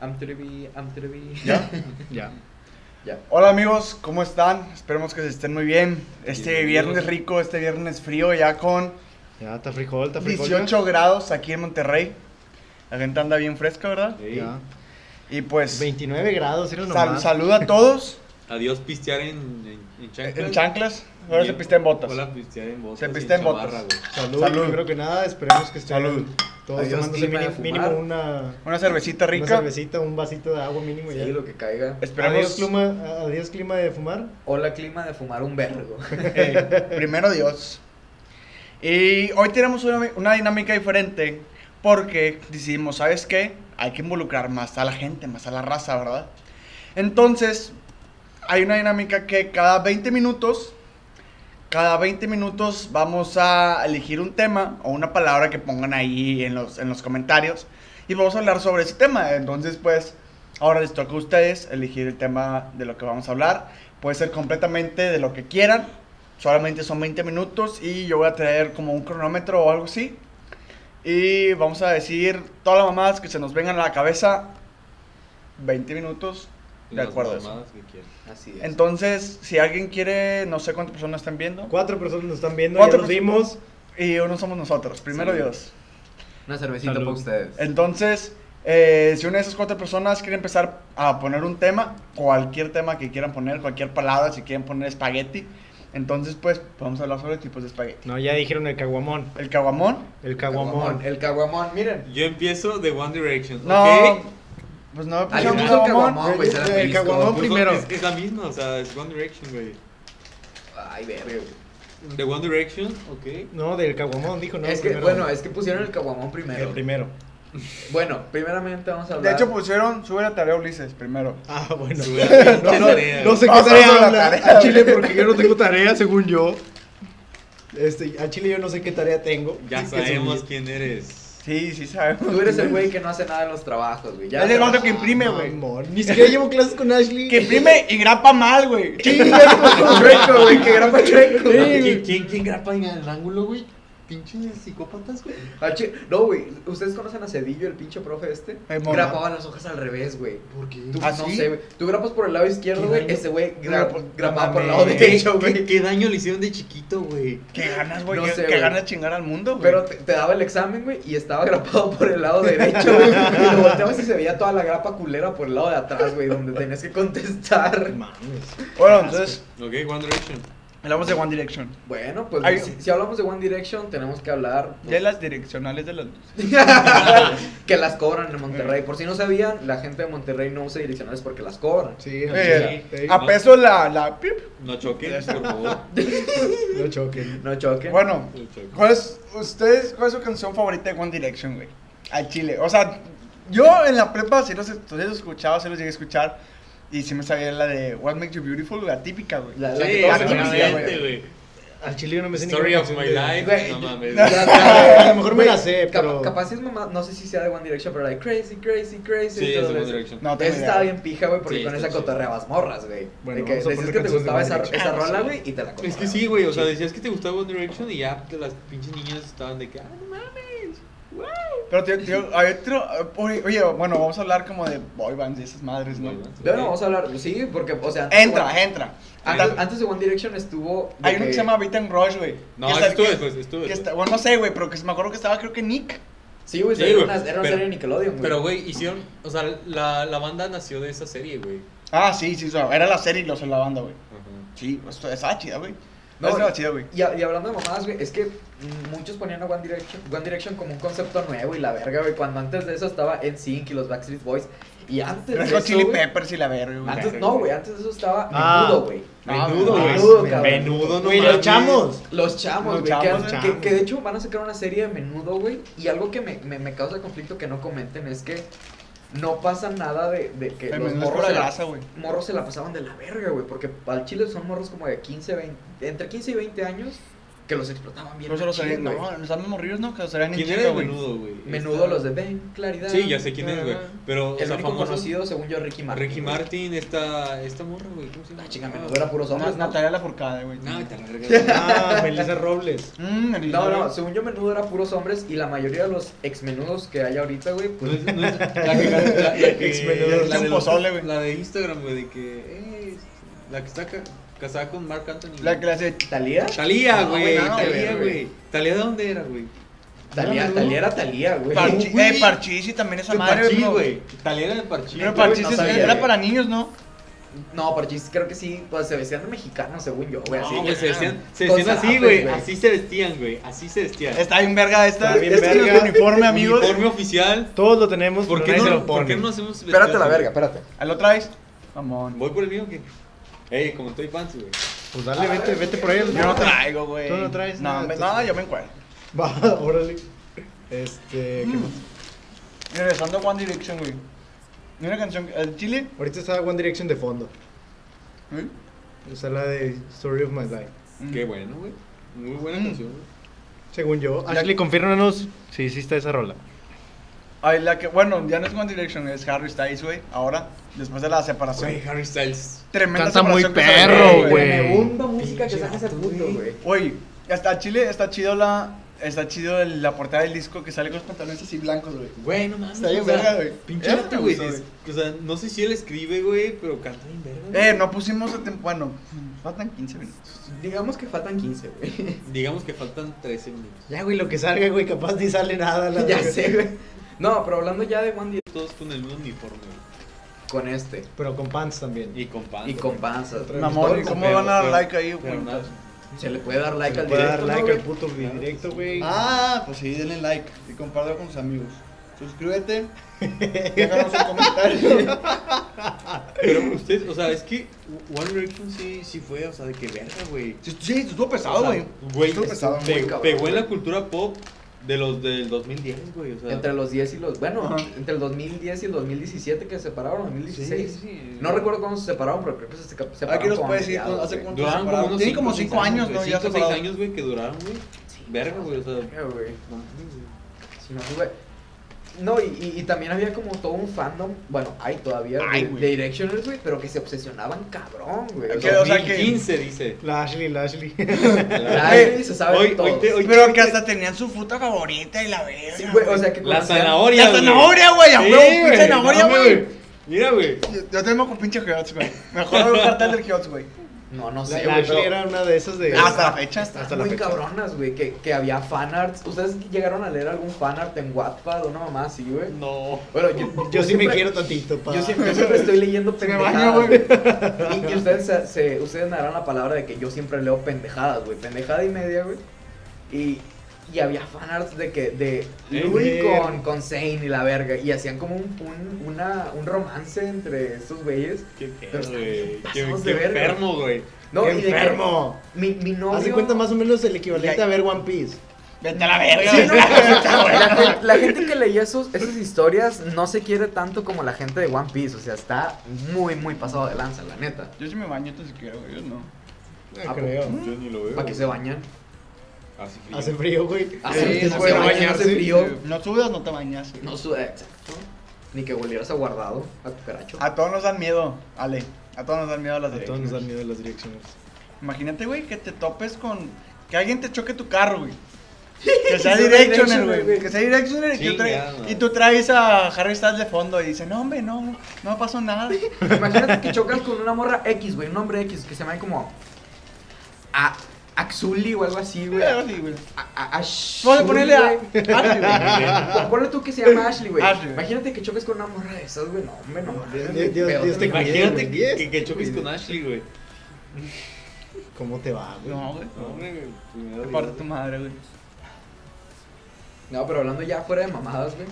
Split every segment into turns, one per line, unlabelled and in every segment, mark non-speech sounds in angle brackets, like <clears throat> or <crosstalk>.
I'm Trevi, I'm Trevi.
<laughs>
¿Ya?
Ya.
Ya.
Hola amigos, ¿cómo están? Esperemos que se estén muy bien. Este
Bienvenidos.
viernes rico, este viernes frío, ya con
Ya, está frijol, está frijol.
18 grados aquí en Monterrey. La gente anda bien fresca, ¿verdad?
Ey.
Ya.
Y pues,
29 grados, era
sal-
nomás.
saluda
<laughs>
a todos
Adiós pistear en, en, en chanclas.
en chanclas. Ahora
Y
se pista en botas.
Hola, pistear en botas.
Se
y
pista en botas.
chamarra, güey.
Salud,
Salud.
primero que nada, esperemos que estén
Salud.
todos
Adiós,
tomándose
clima de
mínimo, mínimo
fumar.
una,
Una cervecita
una
rica.
cervecita, un vasito de agua mínimo ya.
Sí, lo que caiga.
Esperemos.
Adiós clima, a- adiós clima de fumar.
Hola, clima de fumar un vergo.
<laughs>
<laughs>
Eh, primero Dios. Y hoy tenemos una, una dinámica diferente porque decidimos, ¿sabes qué? Hay que involucrar más a la gente, más a la raza, ¿verdad? Entonces, hay una dinámica que cada 20 minutos, cada 20 minutos vamos a elegir un tema o una palabra que pongan ahí en los, en los comentarios y vamos a hablar sobre ese tema. Entonces, pues, ahora les toca a ustedes elegir el tema de lo que vamos a hablar. Puede ser completamente de lo que quieran. Solamente son 20 minutos y yo voy a traer como un cronómetro o algo así. Y vamos a decir todas las mamadas que se nos vengan a la cabeza. 20 minutos. De
Las
acuerdo.
mamadas que quieran.
Así es.
Entonces, si alguien quiere, no sé cuántas personas están viendo.
Cuatro personas nos están viendo, ya
Cuatro
nos dimos.
personas. Y uno somos nosotros, primero
Sí.
Dios.
Una cervecita
Salud.
para ustedes.
Entonces, eh, si una de esas cuatro personas quiere empezar a poner un tema, cualquier tema que quieran poner, cualquier palabra, si quieren poner espagueti, entonces pues vamos a hablar sobre tipos de espagueti.
No, ya dijeron el caguamón.
El caguamón.
El caguamón.
El caguamón, miren.
Yo empiezo de One Direction.
No.
¿ok?
Pues no me
Alguien
pusieron
puso el
caguamón.
caguamón, güey. se la
El
pellizco.
caguamón.
Puso-
primero.
Es, es la misma, o sea, es One Direction, güey.
Ay, verga, güey.
De One Direction, ok.
No, del caguamón, dijo, no.
Es que,
primero.
bueno, es que pusieron el caguamón
el
primero.
primero.
Bueno, primeramente vamos a
De
hablar.
hecho pusieron, sube la tarea Ulises primero.
Ah, bueno.
Sube la pinche
<laughs> No, no,
tarea,
no sé
güey.
qué
Pásame la
tarea habla.
tarea,
A Chile, porque yo no tengo tarea, según yo. Este, a Chile yo no sé qué tarea tengo.
Ya
Que
sabemos
subí.
quién eres.
Sí, sí sabemos.
Tú eres el güey que no hace nada en los trabajos, güey. Ya
pues, Es el
sabes.
vato que imprime, güey.
Amor, Ni siquiera llevo clases con Ashley.
Que imprime y grapa mal, güey.
Chueco, güey, que grapa chueco.
¿Quién, quién, quién grapa en el ángulo, güey? Pinches psicópatas, güey.
Ah, chi- No, güey, ¿ustedes conocen a Cedillo, el pinche profe este?
Eh, morra.
Grapaba las hojas al revés, güey.
¿Por qué?
Tú,
¿Ah,
no
sí?
sé, güey. Tú grapas por el lado izquierdo,
Qué
güey.
daño.
Ese güey
No,
gra-
pues,
grapaba por el
no
lado
mames.
derecho,
¿Qué,
güey.
qué daño le hicieron de chiquito, güey?
Qué ganas, güey.
No
qué-
sé,
qué
güey.
ganas de chingar al mundo, güey.
Pero te, te daba el examen, güey, y estaba <laughs> grapado por el lado derecho, güey. Y lo volteabas y se veía toda la grapa culera por el lado de atrás, güey, donde tenías que
<laughs>
contestar.
Mames.
Bueno, entonces,
Ok, One Direction.
hablamos de One Direction.
Bueno, pues
Ay,
si, si hablamos de One Direction, tenemos que hablar. pues,
Ya las direccionales de las luces.
<laughs> que las cobran en Monterrey. Por si no sabían, la gente de Monterrey no usa direccionales porque las cobran.
Sí, Ah,
Eh,
Ashley, sí.
a peso la, la pip.
No choques, por <laughs> favor.
No choquen.
No choquen.
Bueno,
No choques.
¿cuál es, ustedes, ¿cuál es su canción favorita de One Direction, güey? Al chile. O sea, yo en la prepa sí los, sí los escuchaba, sí los llegué a escuchar. Y sí me sabía la de What Makes You Beautiful, la típica, güey.
La-
Sí,
la que todos
se conocían,
exactamente, güey.
Al chile yo no me sé ni
Story
cuál
of
canción
my
de-
life.
Güey,
No
yo-
mames.
<laughs>
no.
A lo mejor me
Güey,
la sé,
cap-
pero.
Capaz sí es mamá, no sé si sea de One Direction, pero like crazy, crazy, crazy.
Sí,
y
es
todo
de One
eso.
Direction.
No, tengo
Esa
idea.
estaba bien pija, güey, porque
Sí,
con
está
esa
chido.
cotorreabas morras, güey.
Bueno,
de que
vamos a
decías
poner
que te
canciones de
gustaba
One
esa,
Direction.
esa
Ah,
rola,
sí.
güey, y te la
Es que sí, güey, o sea, decías que te gustaba One Direction y ya las pinches niñas estaban de que, ah, no mames.
Pero, tío, tío, hay otro. Oye, oye, bueno, vamos a hablar como de boy bands, de esas madres, ¿no?
Boy bands.
Bueno, vamos a hablar, sí, porque, o sea. antes de
Entra,
One-
entra.
Antes, antes de One Direction estuvo. de
Hay uno que se llama Beat and Rush, güey.
No,
Que
ese
está-
estuvo
que-
después, estuvo
que
después.
está- Bueno, no sé, güey, pero que me acuerdo que estaba, creo que Nick.
Sí, güey,
Sí,
era
güey,
una, era una
pero-
serie de Nickelodeon, güey.
Pero, güey, hicieron, o sea, la, la banda nació de esa serie, güey.
Ah, sí, sí, o sea, era la serie y los en la banda, güey.
Ajá.
Sí, esto, estaba chida, güey.
No,
No, estaba chida, güey.
Y, a- y hablando de mamadas, güey, es que mm, muchos ponían a One Direction, One Direction como un concepto nuevo y la verga, güey. Cuando antes de eso estaba NSYNC y los Backstreet Boys. Y antes de
Pero con
eso.
Chili
güey,
Peppers y la verga, güey.
antes, no, güey, antes de eso estaba
Ah.
menudo, güey.
Ah,
Menudo, güey.
menudo, cabrón.
Menudo, no
Güey, lo
mames.
echamos.
Los chamos,
Los
güey. Que,
chamos,
que-
chamos.
que de hecho van a sacar una serie de menudo, güey. Y algo que me, me- me causa conflicto que no comenten es que no pasa nada de, de que
El
los
menú es
morros
pura
se la,
grasa, güey.
morros se la pasaban de la verga, güey. Porque al chile son morros como de 15, 20, entre 15 y 20 años. que los explotaban bien.
No se los
machín,
sabían,
güey.
no, nos dan morrillos, ¿no? Que los harían en
¿Quién
chinga,
era el
güey.
menudo, güey?
Menudo
Esta-
los de Ben, Claridad.
Sí, ya sé quién es, güey.
ah,
Pero, o
El
sea,
único
famoso.
conocido, según yo, Ricky Martin.
Ricky
güey.
Martin, esta, esta morra, güey. ¿Cómo se llama?
La chica menudo era puros
No,
hombres.
es Natalia Lafourcade, güey.
No, vete a la verga.
Ah, Melissa <laughs> Robles.
Mm, el-
No, no, según yo menudo era puros hombres y la mayoría de los exmenudos que hay ahorita, güey,
No
pues
es-
<laughs>
no es- <laughs> La que la- la que-
Ex menudo.
la de los-
Pozole, güey.
La de Instagram, güey, de que. eh, La que está ca- casada con Mark Anthony.
La que le hace...
Talía.
Talía,
No,
güey.
güey, no,
Talía,
güey.
güey. Talía, ¿de dónde era, güey?
Talía,
menudo.
Talía era Talía, güey.
Parchi...
güey.
Eh, Parchís y también esa
De
madre,
Parchís,
¿no?
güey. Talía era de Parchís.
Pero
güey.
Parchís
No
es-
sabía,
era
güey.
para niños, ¿no?
No, Parchis, creo que sí, pues se vestían de mexicanos, según yo, güey.
No,
así,
güey, se vestían, se
Con
vestían así,
zarapes,
güey.
güey.
Así se vestían, güey. Así se vestían.
Está bien verga esta.
Está bien
este es
verga.
nuestro uniforme, amigos.
Uniforme oficial.
Todos lo tenemos,
¿Por
pero
qué,
nadie se
no,
lo pone.
¿Por qué no hacemos
Espérate la verga, espérate.
¿Al otra vez? Mamón.
¿Voy por el mío o qué? Ey, como estoy pants, güey.
Pues dale, vete, vete por él.
Yo no traigo, güey.
Tú no traes
No,
nada,
hombre,
entonces.
no, yo me encuentro.
<laughs> Va, órale. Este, ¿qué
Mm.
más?
Y regresando a One Direction, güey. Y una canción... ¿El Chile?
Ahorita está One Direction de fondo. Está la de Story of My Life.
Mm.
Qué bueno, güey. Muy buena
Mm.
canción, güey.
Según yo.
Ya-
Ashley, confírmanos si hiciste esa rola.
Ay, la que... Bueno, ya no es One Direction, es Harry Styles, güey. Ahora, después de la separación.
Güey, Harry Styles.
Tremenda
Canta muy
separación que se aventó,
perro,
güey.
güey.
Me hundo Eh, música que
Pinche
saca ese
vato,
puto,
güey.
güey.
Oye, hasta Chile está chido la. Está chido el- la portada del disco que sale con los pantalones así blancos, güey.
Güey, no mames.
Está bien
o sea,
verga, güey.
Pinche
Eso
vato,
me
güey.
gustó,
es- O sea, no sé si él escribe, güey, pero canta bien verga. güey.
Eh, no pusimos a tiempo. Bueno, faltan 15 minutos.
Digamos que faltan 15, güey.
Digamos que faltan 13 minutos.
Ya, güey, lo que salga, güey, capaz ni sale nada. la
<laughs> ya
verga.
sé, güey. No, pero hablando ya de One Direction
Todos con el mismo uniforme, güey.
con este
Pero con pants también.
Y con pants.
y con panzas.
Otra vez.
Mamón,
Pero,
¿cómo
pero,
van a dar
pero,
like ahí,
pero
güey?
nada.
Se le puede dar like
Se
al
puede
directo.
dar
¿no,
like
güey?
al puto directo, güey.
Ah, pues sí, denle like y compártelo con sus amigos. Suscríbete, <laughs> déjanos un comentario.
Pero ustedes, o sea, es que One Direction sí, sí fue, o sea, de que verga, güey.
Sí, sí, estuvo pesado,
O sea,
güey.
güey,
estuvo pesado,
pe-
muy
cabrón,
pegó
güey.
en la cultura pop de los del 2010, güey. O sea,
Entre los 10 y los. Bueno,
Ajá.
entre el 2010 y el 2017 que se separaron, 2016.
Sí, sí.
No recuerdo cuándo se separaron, pero creo que se seca- separaron.
Aquí nos
como
puede decir
mediados,
hace
güey.
cuánto se
Duraron como
separaron.
unos
Tiene como 5 años, ¿no? Ya
5 o 6
separados.
años, güey, que duraron, güey. Verga, güey, o sea.
Ya, güey.
no mames, güey.
Sí, no, güey. No, y, y- y también había como todo un fandom, bueno, hay todavía,
Ay,
de,
güey.
de Directioners, güey, pero que se obsesionaban cabrón, güey. O
Ok,
sea,
o sea que-
2015 dice.
La Ashley, <laughs> la Ashley.
<laughs> la
Güey,
Ashley se sabe
hoy-
todo.
hoy te- hoy-
Pero que hasta tenían su fruta favorita y la verga.
Sí, güey, o sea que
La
conocían-
zanahoria.
La
güey.
zanahoria, güey, a
Sí,
huevo, pinche
güey,
zanahoria,
dame,
güey.
Mira, güey.
Yo, yo tengo con pinche Geots, güey. <laughs> Mejor un cartel del Geots, güey.
No, no
La,
sé,
la
güey.
Ashley
pero-
era una de esas de.
Hasta la fecha.
Están
Hasta la
muy
fecha.
cabronas, güey, que, que había fanarts. ¿Ustedes llegaron a leer algún fanart en Wattpad o una mamá así, güey?
No.
Bueno, yo,
Yo sí me
siempre-
quiero tantito, pa.
Yo siempre, yo siempre estoy
<laughs>
leyendo
Se me baño,
pendejadas,
güey.
güey. Y, y ustedes, se- se- ustedes me darán la palabra de que yo siempre leo pendejadas, güey. Pendejada y media, güey. Y, y había fanarts de que... De
Eh,
Louis
güey.
con, con Zane y la verga. Y hacían como un, un, una- un romance entre estos güeyes.
Qué
Pero
pedo, güey.
están
Qué,
pasados
qué
de verga.
enfermo, güey.
No,
¡Qué
y de que
enfermo!
Mi, mi novio...
Haz de cuenta más o menos el equivalente
Ya-
a ver One Piece.
Vete a la verga,
Sí,
<laughs> güey.
no, la, gen- la gente que leía esos, esas historias no se quiere tanto como la gente de One Piece. O sea, está muy, muy pasado de lanza, la neta.
Yo sí me baño, entonces quiero, güey. Yo no.
Ah,
Ah,
creo.
Yo ni lo veo.
¿Para que se bañan?
Así frío.
Hace frío, güey.
Ah,
Hace-
Sí,
que
se
no
puede
se baña,
bañar,
hace
sí.
frío. Yo-
No sudas, no te bañas. güey.
No suda, exacto. Ni que volvieras a guardado a tu caracho.
A todos nos dan miedo, Ale. A todos nos dan miedo las
A todos nos
direcciones.
dan miedo las direcciones.
Imagínate, güey, que te topes con. Que alguien te choque tu
<laughs>
carro, güey. Que
sea
sea Directioner,
Directioner,
güey.
güey.
Que sea Directioner y, que tú
Chingada,
tra-
madre.
y tú traes a Harry Styles de fondo y dice: No, hombre, no, no pasó nada.
Imagínate que chocas con una morra X, güey. Un hombre X que se llama como. A. Axuli o algo así, güey.
Pero
A,
sí, güey.
a, a Shuli,
Vamos a ponerle a.
güey. <laughs>
Ashley, güey.
O Ponle tú que se llama Ashley, güey.
Ashley.
Imagínate que choques con una morra de esas, güey. No, hombre, no. mames,
Dios-
güey,
Dios-
peor
Dios te
también.
Imagínate
Güey,
que,
diez,
que, que choques
güey.
con Ashley, güey.
¿Cómo te va, güey?
No, güey.
No, hombre, güey. primero
Te
Dios.
parte tu madre, güey.
No, pero hablando ya fuera de mamadas, güey.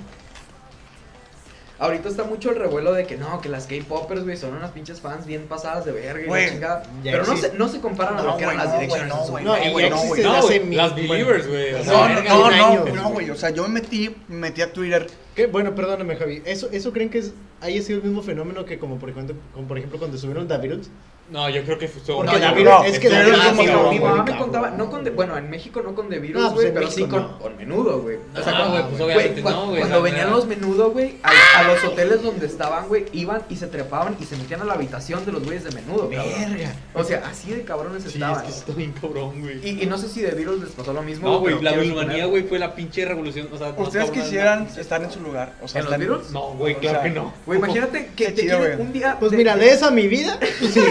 Ahorita está mucho el revuelo de que no, que las K-Poppers, güey, son unas pinches fans bien pasadas de verga y
Güey,
la chingada.
ya
Pero no
existe.
se, no se comparan a
No,
lo que eran
güey,
las
no,
direcciones.
güey,
en su
no,
momento.
No, y
güey,
ya
no,
existe
güey.
Ah, No,
desde hace
güey,
mil-
las
bueno.
believers, güey. o
No,
sea,
No,
verga,
no,
güey.
no,
años,
no, güey. O sea, yo me metí, me metí a Twitter.
¿Qué? Bueno, perdóname, Javi. ¿Eso, eso creen que es- haya sido el mismo fenómeno que como por, ejemplo, como por ejemplo cuando subieron The Beatles?
No, yo creo que fue todo.
Porque
no,
David-
yo-
es que
yo-
David
yo-
es como
yo-
cabrón,
yo-
mi
güey.
mamá me
cabrón.
contaba, no con de- bueno, en México no con de virus,
No, pues,
güey,
en
pero
México
sí con,
no. Ah,
con menudo, güey. O sea,
No,
como-
güey, pues, obviamente
cua-
no, güey,
Cuando
o sea,
venían
no.
los menudo, güey, a, a los hoteles donde estaban, güey, iban y se trepaban y se metían a la habitación de los güeyes de menudo, cabrón.
Verga.
O sea, así de cabrones
Sí, es
estaban.
que está bien cabrón, güey.
Y, y no sé si de virus les pasó lo mismo.
No,
pero
güey, la
quiero
Wilmanía,
suponer.
güey, fue la pinche revolución. O sea, más
¿Ustedes
cabrona.
quisieran estar en su lugar? O sea,
¿En los
estar-
Beatles?
No, güey,
O
claro
sea,
que no.
Güey, imagínate que
Qué
te
chido,
quieren
güey.
un día.
Pues
de-
mira, de esa mi vida, sí.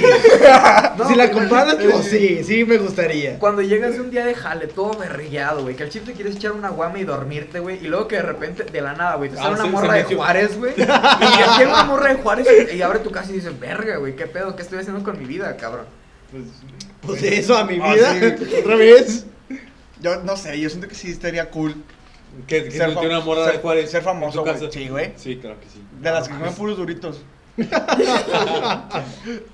No,
si la
güey,
comparas, pues sí, sí me gustaría.
Cuando llegas de un día de jale, todo berrillado, güey, que al chip te quieres echar una guama y dormirte, güey, y luego que de repente, de la nada, güey, te
Ah,
sale una
se- se
morra
me
de
hizo-
Juárez,
<laughs>
güey, y te llega una morra de Juárez y abre tu casa y dices, verga, güey, qué pedo, qué estoy haciendo con mi vida, cabrón.
Pues de eso a mi
Ah,
vida,
sí.
<laughs> otra vez.
Yo no sé, yo siento que sí estaría cool.
Que, que se metió
fam-
una morra de
ser-
Juárez.
Ser
en tu
famoso,
casa.
güey. Sí, güey.
Sí, claro que sí.
De
Ah,
las que comen puros duritos.
Pinche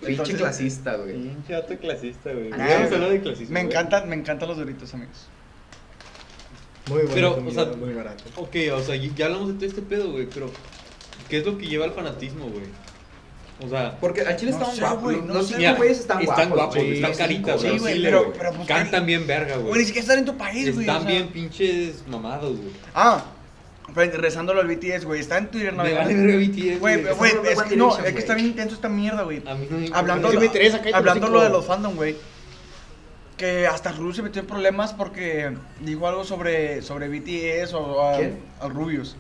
Entonces-
clasista, güey.
Pinche dato clasista, güey.
Ah,
Vamos a
güey.
hablar de clasismo.
Me
güey.
encantan, me encantan los duritos, amigos.
Muy barato,
Pero,
mi
o sea,
vida, muy barato.
Ok, o sea, ya hablamos de todo este pedo, güey, pero ¿qué es lo que lleva al fanatismo, güey? O sea,
Porque al chile
No
estaban
sé,
guapos,
güey,
los-
no
los
sé.
cinco güeyes están guapos.
están guapos,
güey.
están
Sí,
caritas,
sí,
güey,
güey,
sí,
pero-
güey.
pero pues,
cantan bien verga,
Güey, ni
güey.
siquiera estar en tu país, güey. o
Están
sea.
bien pinches mamados, güey.
Ah, pero rezándolo al BTS, güey. Está en Twitter, no
Me vale verga BTS,
Güey,
güey.
güey,
Eso no
es
One
que no,
Direction,
es que
güey.
está bien intenso esta mierda, güey.
A mí no me
Hablando,
sí
de-
me interesa, cállate
hablando
el hocico.
lo de los fandom, güey. Que hasta Rubius se metió en problemas porque dijo algo sobre, sobre BTS o a,
¿Quién?
a Rubius.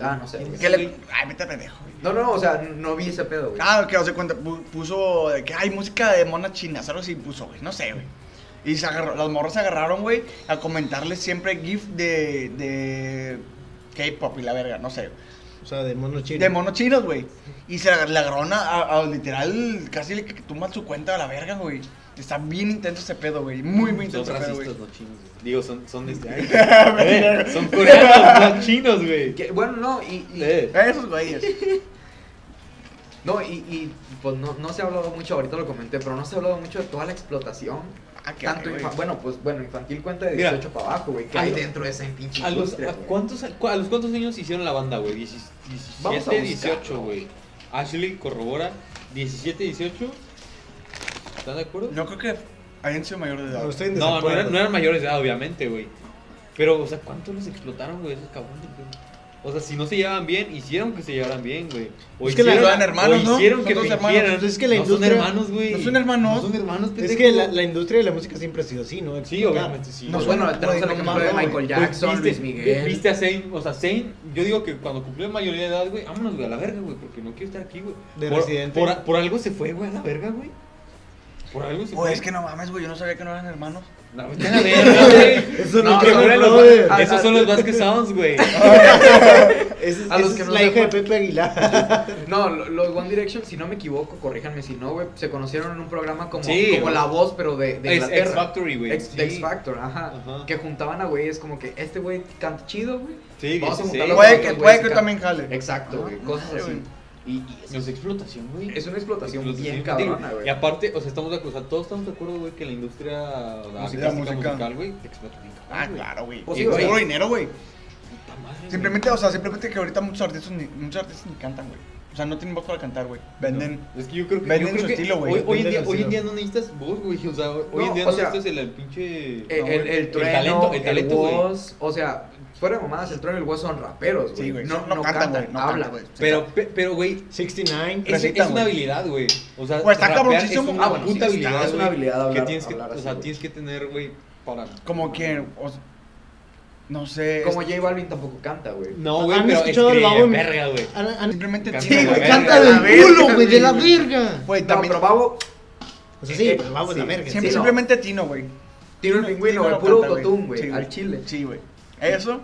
Ah, no sé, güey.
Que le... Ay, vete pendejo, güey.
No, no, o sea, no vi ese pedo, güey.
Ah, que o sea, cuando pu- puso de que hay música de monas chinas, algo así puso, güey, no sé, güey. Y se agarró- las morras se agarraron, güey, a comentarles siempre GIF de, de K-pop y la verga, no sé.
O sea, de mono chino.
De monos chinos, güey. Y se agar- le agarraron a, a- a literal, casi le que tumban su cuenta a la verga, güey. Está bien intenso ese pedo, güey. Muy, muy
son
intenso ese pedo, güey.
racistas, no chinos. güey. Digo, son,
<laughs>
son este. ay, eh, son coreanos, no chinos, güey.
Que- bueno, no, y- y
Eh.
Esos güeyes.
No, y, y pues no, no se ha hablado mucho, ahorita lo comenté, pero no se ha hablado mucho de toda la explotación.
Ah, qué
Tanto
güey.
infa- bueno, pues bueno, infantil cuenta de
Mira,
18 para abajo, güey. ¿Qué hay
a-
dentro de esa
Eh,
pinche
¿A los,
industria?
a
güey?
cuántos, a, cu- a los cuántos años hicieron la banda, güey? Diecis-
Vamos a
17,
buscarlo.
18, güey. Ashley corrobora. 17, 18. ¿Están de acuerdo?
No creo que hayan sido mayor de edad.
No, estoy en
No, no
desacuerdo.
eran, no eran mayores de edad, obviamente, güey. Pero, o sea, ¿cuántos los explotaron, güey? Esos cabrones, güey. O sea, si no se llevaban bien, hicieron que se llevaran bien, güey. O
Es que la-
hicieron-
eran hermanos,
o
¿no?
hicieron
Son
que
dos hermanos.
fingieran.
Pues es que la
no
industria-
son hermanos, güey.
¿No son hermanos?
No son hermanos,
Es
pendejo.
que la, la industria de la música siempre ha sido así, ¿no?
Sí, obviamente, sí.
No,
güey.
Pues, bueno,
güey,
tenemos el
no
ejemplo
mames,
de
güey.
Michael
Pues,
Jackson, Luis
viste-
Miguel.
Viste a Zayn, o sea, Zayn, yo digo que cuando cumplió mayoría de edad, güey, vámonos, güey, a la verga, güey, porque no quiero estar aquí, güey.
De
por,
residente.
Por, por algo se fue, güey, a la verga, güey. Por algo
Güey,
se
Pues
fue.
es que no mames, güey. Yo no sabía que no eran hermanos.
No, vete a la verga, güey.
Eso
No,
no,
Que
no,
fueran
no,
los
brother.
Vaz- Esos son los Vasquez Sounds, güey.
a los que <laughs> es
no
la
se
hija de
acuerdan.
Pepe Aguilar.
No, lo- los One Direction, si no me equivoco, corríjanme si no, güey, se conocieron en un programa como,
Sí,
como
güey.
La Voz, pero de, de
Es
Inglaterra.
X Factory, güey.
Ex,
Sí.
de X Factor, ajá,
Ajá.
Que juntaban a güeyes como que este güey canta chido, güey.
Sí,
Vamos a
16.
juntarlo
Puede
con
que,
otros
puede
güeyes
que
can-
también jale.
Exacto, güey, cosas así.
Ah,
Y, y eso
No es explotación, güey.
Es una explotación bien
infantil,
cabrona, güey.
Y aparte, o sea, estamos de acuerdo, o sea, todos estamos de acuerdo, güey, que la industria
Musical,
artística,
musical.
musical, güey, te explota bien, cabrón,
Ah,
güey.
claro, güey.
Pues
Pues
sí,
seguro
güey.
dinero, güey.
Puta madre, güey.
Simplemente, o sea, simplemente que ahorita muchos artistas ni, muchos artistas ni cantan, güey. O sea, no tienen voz para cantar, güey. Venden.
No, Es que yo creo que.
venden
yo creo
su
que
estilo, güey.
Hoy, hoy en
Venden
día,
el
hoy en
estilo.
día no necesitas voz, güey. O sea, hoy
No,
en día
o
no
sea,
necesitas el, el pinche.
Eh, El,
no,
el,
güey.
el trueno, el
talento, el talento, güey.
Woz, o sea, fuera de mamadas, el trueno y el voz son raperos, güey.
Sí, güey.
No, no, cantan,
güey. No
hablan.
cantan, güey.
Pero, pe- pero, güey,
69.
es,
Recitan,
es una
güey.
habilidad, güey. O sea,
Güey, está
rapear
cabroncísimo.
Es una
Ah, bueno, sí,
puta
es-
habilidad,
es una
güey,
habilidad
que
hablar-
tienes que,
hablar
o
así,
sea,
güey.
tienes que tener, güey, para.
Como que. o s- no sé.
Como J Balvin tampoco canta, güey.
No, güey,
¿Han
pero
escuchado
escribe,
el babo?
verga, güey.
Han-
es-
han-
simplemente.
Canta
Sí,
de la
güey,
verga,
canta
de
del
la verga,
culo, güey, de la
güey.
verga.
Güey,
No,
también.
pero Babo
O sea, sí,
Eh,
pero vamos
sí.
a la verga.
siempre,
sí, no.
simplemente Tino, güey.
tiene un
Tino-
pingüino,
Tino
güey,
no
puro
canta,
autotune, güey,
Sí,
al chile.
Sí, güey. Eso.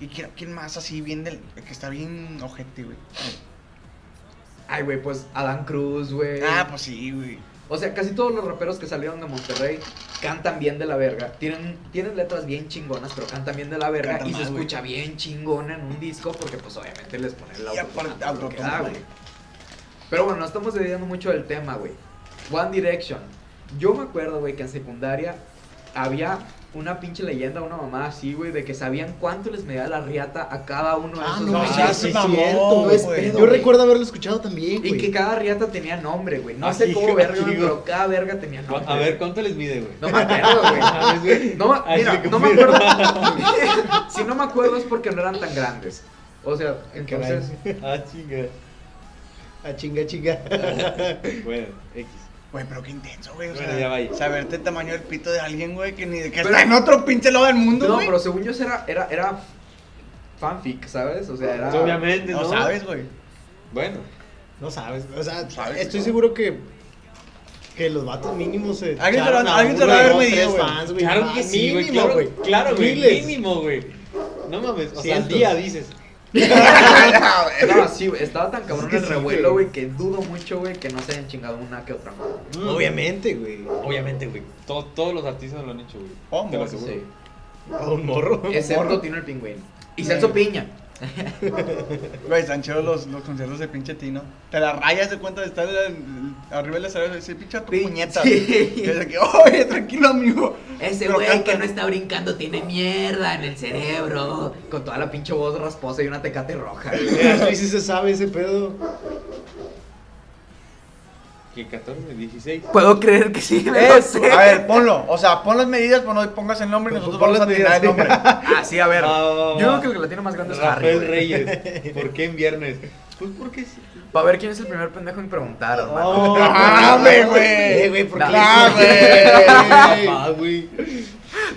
¿Y quién, quién más así bien del. que está bien ojete, güey?
Ay, güey, pues Adán Cruz, güey.
Ah, pues sí, güey.
O sea, casi todos los raperos que salieron de Monterrey cantan bien de la verga. Tienen, tienen letras bien chingonas, pero cantan bien de la verga
Cantan
y se
mal, güey.
escucha bien chingona en un disco porque pues obviamente les ponen el
Y aparte,
auto.
autotune, güey.
Pero bueno, no estamos desviando mucho del tema, güey. One Direction. Yo me acuerdo, güey, que en secundaria había una pinche leyenda, una mamá así, güey, de que sabían cuánto les medía la riata a cada uno de
Ah,
esos
no,
no,
güeyes.
sí,
ah,
sí,
sí,
es
mamón,
cierto, no es
güey.
Yo
pedo. Yo
recuerdo
recuerdo haberlo escuchado también,
Y que cada riata tenía nombre, güey.
Ah,
No sé
Así,
<laughs>
cómo verga,
así,
güey,
güey.
pero cada verga tenía
Cu-
nombre.
A ver, ¿cuánto les mide, güey?
No me acuerdo, güey.
¿Sabes, güey?
No, ma-
Así
mira,
que
no me
confirmo.
acuerdo. <laughs> si no me acuerdo es porque no eran tan grandes. O sea, entonces.
<laughs> Ah, chinga.
A chinga, chinga.
<laughs>
Bueno, X.
Güey, pero qué intenso, güey. O
Bueno,
sea,
ya vaya.
saberte el tamaño del pito de alguien, güey, que ni que
Pero-
está en otro pinche lado del mundo,
No,
güey.
pero según yo eso era, era, era fanfic, ¿sabes? O sea, era.
Pues obviamente, ¿no?
No sabes, güey.
Bueno.
No sabes, o sea,
Sabes,
estoy
no.
seguro que que los vatos mínimos se
Alguien se lo-
echaron a
alguien
uno,
se lo ha de haber
dos, tres
medido, güey.
fans, güey.
Claro
Ah,
que sí, güey.
mínimo,
Claro, claro, güey.
Miles.
Mínimo, güey. No mames. O sea, al
Cientos.
día dices.
No, sí, güey, estaba tan cabrón
Es que
el
sí,
revuelo,
güey.
güey, que dudo mucho, güey, que no se hayan chingado una que otra madre.
mm,
Obviamente, güey.
Obviamente, güey. To- todos los artistas lo han hecho, güey.
Oh,
Te lo
morro,
aseguro.
Sí.
A un morro.
Excepto Tino el Pingüino. Y Celso Piña.
Güey, están chidos los, los conciertos de pinche Tino. Te la rayas de cuenta de estar en- arriba del escenario y dices, pinche tu
Sí.
puñeta.
Sí.
güey. Y es de que, oye, tranquilo, amigo.
Ese
Pero
güey
canta.
que no está brincando tiene mierda en el cerebro. Con toda la pinche voz rasposa y una tecate roja. güey.
Así <laughs> sí se sabe ese pedo.
Que 14, 16.
Puedo creer que sí, me lo
Es,
sé.
a ver, ponlo. O sea, pon las medidas, pero no pongas el nombre y nosotros
Pon
vamos a
las
tirar el nombre.
medidas.
Ah, sí, a ver.
Ah,
Yo creo que el que la tiene más grande es Harry.
Rafael
güey.
Reyes. ¿Por qué en viernes? Pues porque sí.
Para ver quién es el primer pendejo en preguntar, hermano. <laughs>
<laughs> Oh,
Ah, güey, güey.
Eh, güey, ¿por qué?
Ah,
güey.
Ah, güey.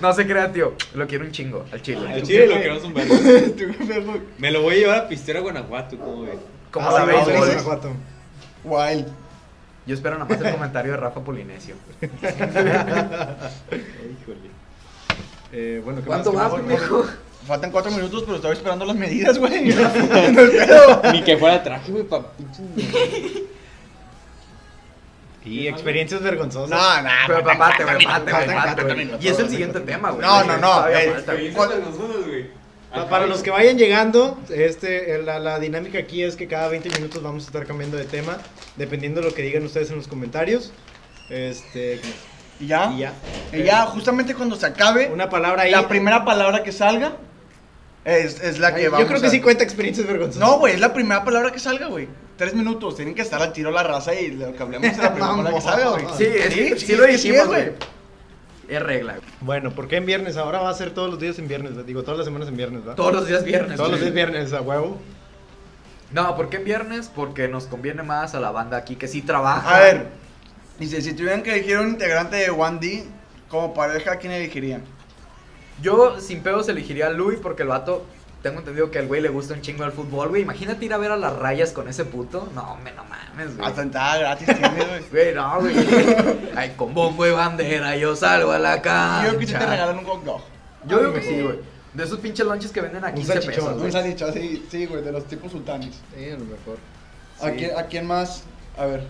No se crea, tío. Lo quiero un chingo, al chile.
Al
tu
chile lo
jefe.
queremos un verbo.
Tu perro.
<laughs>
Me lo voy a llevar a Pistera, Guanajuato, ¿cómo ves?
Como
Ah,
sabéis,
vamos,
güey,
Guanajuato.
<laughs> Wild.
yo espero nada más el comentario de Rafa Polinesio.
Híjole.
<laughs> Eh, bueno, ¿qué
¿Cuánto
más?
va,
¿Qué más?
pendejo?
Faltan cuatro minutos, pero estaba esperando las medidas, güey. No es pedo.
Ni que fuera traje, güey, pa' pinche.
<laughs> Y experiencias vergonzosas.
No, no,
Pero
faltan
papá, te
cuatro
güey, mate,
minutos,
güey,
faltan
mate,
cuatro
güey.
minutos.
Y es el siguiente tema, güey.
No, no, no,
Todavía
eh,
falta, güey.
Experiencias vergonzosas, güey.
Pa- Para los que vayan llegando, este, la, la dinámica aquí es que cada 20 minutos vamos a estar cambiando de tema, dependiendo de lo que digan ustedes en los comentarios. Este,
¿Y ya?
y ya. Eh,
Y ya, justamente cuando se acabe,
Una palabra ahí.
la primera palabra que salga es, es la
Ay,
que
Yo
vamos
creo que
a-
sí cuenta experiencias vergonzosas.
No, güey, es la primera palabra que salga, güey. Tres minutos, tienen que estar al tiro la raza y lo que hablemos es la primera palabra que salga, güey.
Sí, es-
Sí,
sí,
sí,
lo
es que sí
dijimos,
es, güey.
güey. Es regla, güey.
Bueno, ¿por qué en viernes? Ahora va a ser todos los días en viernes, digo, todas las semanas en viernes, ¿va?
Todos los días viernes.
Todos los
güey.
días viernes, a huevo.
No, ¿por qué en viernes? Porque nos conviene más a la banda aquí que sí trabaja.
A ver, dice, si tuvieran que elegir un integrante de 1D como pareja, ¿a quién elegirían?
Yo sin pedos elegiría a Luis porque el vato. Tengo entendido que al güey le gusta un chingo el fútbol, güey. Imagínate ir a ver a las rayas con ese puto. No, hombre, no mames, güey.
Hasta entrada gratis tiene, güey. <laughs>
Güey, no, güey. <laughs> Ay, con bombo y bandera yo salgo a la cancha.
Yo creo que sí te regalan un hot dog.
Yo digo que sí, güey. De esos pinches lonches que venden a
Un
15
salchichón,
pesos,
un
güey.
salichón, sí, sí, güey, de los tipos sultanes.
Sí, a lo mejor.
¿A,
Sí.
quién, ¿A quién más? A ver.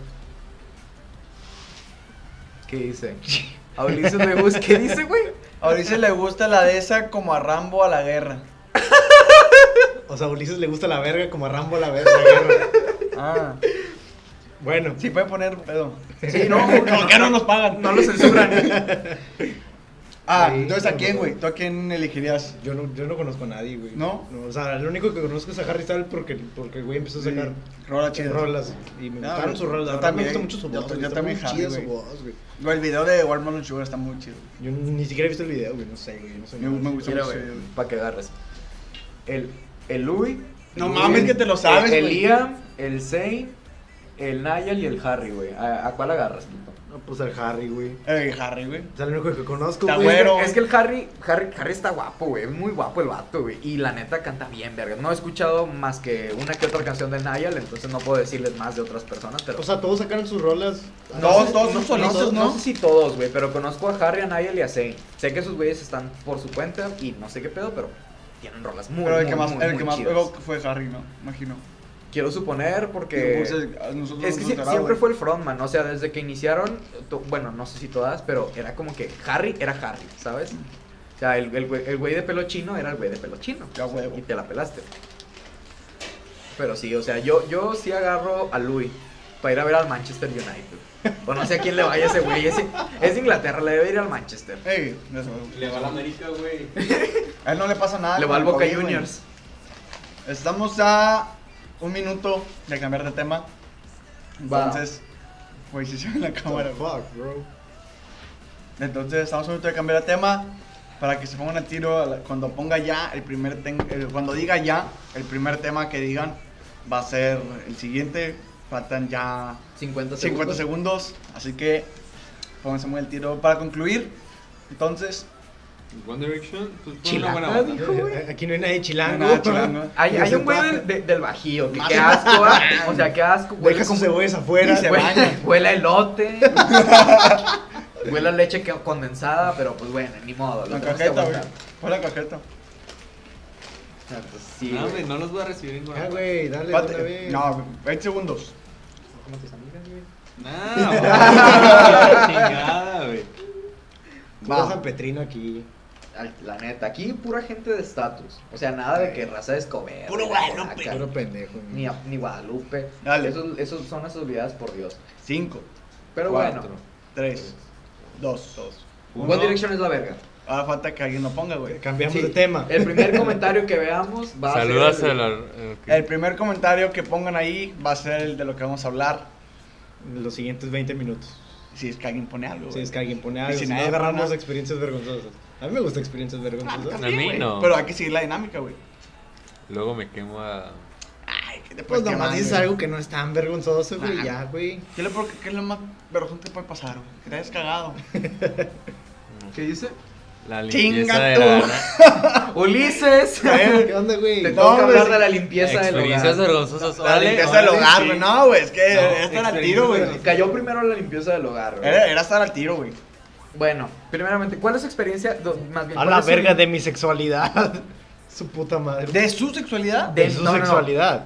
¿Qué dice? <laughs> A Ulises le gusta. ¿Qué dice, güey?
A Ulises le gusta la de esa como a Rambo a la guerra.
O sea, a Ulises le gusta la verga como a Rambo la verga. la
<laughs>
guerra.
Ah.
Bueno,
Sí, puede poner pedo.
Sí, <laughs> no,
Como que no nos pagan.
No lo censuran.
Ah,
Sí,
entonces ¿a
no,
quién,
no.
güey? ¿Tú a quién elegirías?
yo no, yo no conozco a nadie, güey.
¿No?
O sea, lo único que conozco es a Harry Styles porque, porque el güey empezó a sacar
Rola chida.
rolas. Y me
No,
gustaron
güey,
sus rolas.
yo
La verdad,
también,
me gusta mucho su
yo
voz.
ta-
güey,
yo
está
también
muy
Harry,
chida su
güey.
voz, güey.
Güey, el video de Watermelon Sugar está muy chido.
Yo ni siquiera he visto el video, güey. No sé, güey. No sé.
Me- me gustó.
Mira, güey, para que agarres. El, el Louis.
No
el
mames,
Luis,
que te lo sabes,
El, el
güey.
Liam, el Zane, el Nayal y el Harry, güey. ¿A, a cuál agarras, puto?
No, pues al Harry, güey.
Eh, Harry, güey.
O sea, lo único que conozco,
Está
güey.
güero. Pero-
Es que el Harry, Harry, Harry está guapo, güey. Es muy guapo el vato, güey. Y la neta canta bien, verga. No he escuchado más que una que otra canción de Nayal, entonces no puedo decirles más de otras personas, pero.
O sea, todos sacaron sus rolas.
Todos,
no,
todos son solitos,
sé-
¿no?
sé si todos, güey, pero conozco a Harry, a Nayel y a Zane. Sé que esos güeyes están por su cuenta y no sé qué pedo, pero tienen rolas muy,
Pero el
muy,
que más,
muy,
el
muy
que más
chidas.
pegó fue Harry, ¿no? Imagino.
Quiero suponer
Digo,
porque...
pues, eh, a nosotros
Es
nos
que si-
gustará,
siempre
güey.
fue el frontman, o sea, desde que iniciaron, to- bueno, no sé si todas, pero era como que Harry era Harry, ¿sabes? O sea, el, el, güey- el güey de pelo chino era el güey de pelo chino.
Ya huevo.
Y te la pelaste. Pero sí, o sea, yo, yo sí agarro a Louis para ir a ver al Manchester United. O no sé a quién le vaya ese güey. Es, es de Inglaterra, le debe ir al Manchester.
Ey, les-
Le va a la América, güey.
a él no le pasa nada.
Le va
con
al
el
Boca
COVID, Ah, güey.
Juniors.
Estamos a un minuto de cambiar de tema.
Va.
Entonces, güey, si se ve la cámara.
What the fuck, bro.
Entonces, estamos a un minuto de cambiar de tema. Para que se pongan al tiro a la- cuando ponga ya el primer ten- el- cuando diga ya el primer tema que digan va a ser el siguiente. Faltan ya
50 segundos.
50 segundos, así que pónganse muy al tiro para concluir. Entonces,
One Direction, pues fue una
Chilacas,
buena banda.
dijo. Uy.
Eh, Aquí no hay nadie chilango.
nada, chilango.
Hay,
Y
hay
se
un güey
pa-
del, de- del bajío, que
Más-
qué asco, ah, o sea, qué asco, huele
Deja
como-
sus cebollas afuera.
Y se
huele-
<laughs>
baña.
huele a
<laughs>
elote, huele a leche que- condensada, pero pues bueno, ni modo, lo
La
tenemos que
cajeta, güey.
aguantar.
Fue la cajeta.
O sea, pues, sí,
No,
güey.
güey, no los voy a recibir en
Ah,
Guanajuato.
güey, dale
Espérate,
una vez.
No, 20 segundos.
Como tus amigas, güey. Nah,
<laughs>
güey, la chingada, güey.
Puro
Va.
San Petrino aquí.
Al- La neta, aquí pura gente de estatus. O sea, nada de que raza de Escobedo.
Puro
ni
Guadalupe.
Oaxaca,
Puro pendejo.
Ni, a- ni Guadalupe.
Dale.
Esos, esos son esas olvidadas por Dios.
5,
Pero
Cuatro,
bueno,
3, 2.
uno.
One Direction es la verga.
Ahora falta que alguien lo ponga, güey.
Cambiamos
Sí. Eh.
de tema.
El primer comentario que veamos va a
Saludas
ser.
al.
el-
al- eh, ok.
El primer comentario que pongan ahí va a ser el de lo que vamos a hablar.
Los siguientes 20 minutos.
Si es que alguien pone algo.
Si
güey.
es que alguien pone
Y
algo. Si
si
no
nadie pone
agarramos
nada.
experiencias vergonzosas. A mí me gusta experiencias vergonzosas.
A mí no.
Ah, Pero hay que seguir la dinámica, güey.
Luego me quemo a.
Ay, ¿qué te
Pues
puedes
nomás
quemar,
dices
güey?
algo que no es tan vergonzoso, güey.
Ah.
Ya, güey.
¿Qué, le, por- ¿Qué es lo más vergonzoso que puede pasar, güey? Que te hayas cagado.
¿Qué dice?
La
Chinga
limpieza de
tú.
la gana.
Ulises.
Eh, ¿Qué onda,
<laughs>
güey?
Te
No,
toca
hombre,
hablar
sí.
de la limpieza del
Experiencias
hogar.
<laughs>
vergonzosas.
La
órale,
limpieza del
órale,
hogar,
sí.
güey. No, güey, es que
No,
esto era al tiro, güey.
experiencia
Cayó primero la limpieza del hogar. güey.
Era, era estar al tiro, güey.
Bueno, primeramente, ¿cuál es su experiencia? Do- más bien,
A
¿cuál
la
es su-
verga de mi sexualidad. <laughs> Su puta madre.
¿De su sexualidad?
De-
De su
no, no, no.
sexualidad.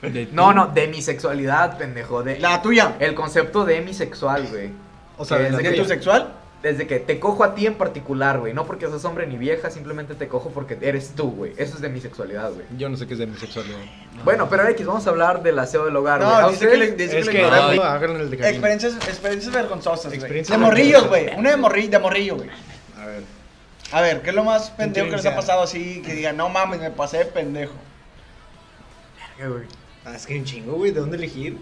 De ti.
No, no, de mi sexualidad, pendejo. De...
La tuya.
El concepto de demisexual, güey.
O sea,
Que
de la
es
¿De tu
tuya.
sexual?
Desde que te cojo a ti en particular, güey. No porque seas hombre ni vieja, simplemente te cojo porque eres tú, güey. Eso es de mi sexualidad, güey.
Yo no sé qué es de mi sexualidad.
Bueno, pero X, vamos a hablar del aseo del hogar, güey. ¿A
No, dice que
ustedes?
le, dice
Es
que <laughs>
que
le
no,
ignoraste.
hagan el de Karina.
Experiencias, experiencias vergonzosas, güey.
Experiencias
de morrillos,
vergonzosas.
güey. Una de morrillo, de morrillo, güey.
A ver.
A ver, ¿qué es lo más pendejo que les ha
Experiencia.
pasado así? Que digan, no mames, me pasé de pendejo.
Eh, güey.
Ah, es que hay un chingo, güey. ¿De dónde elegir?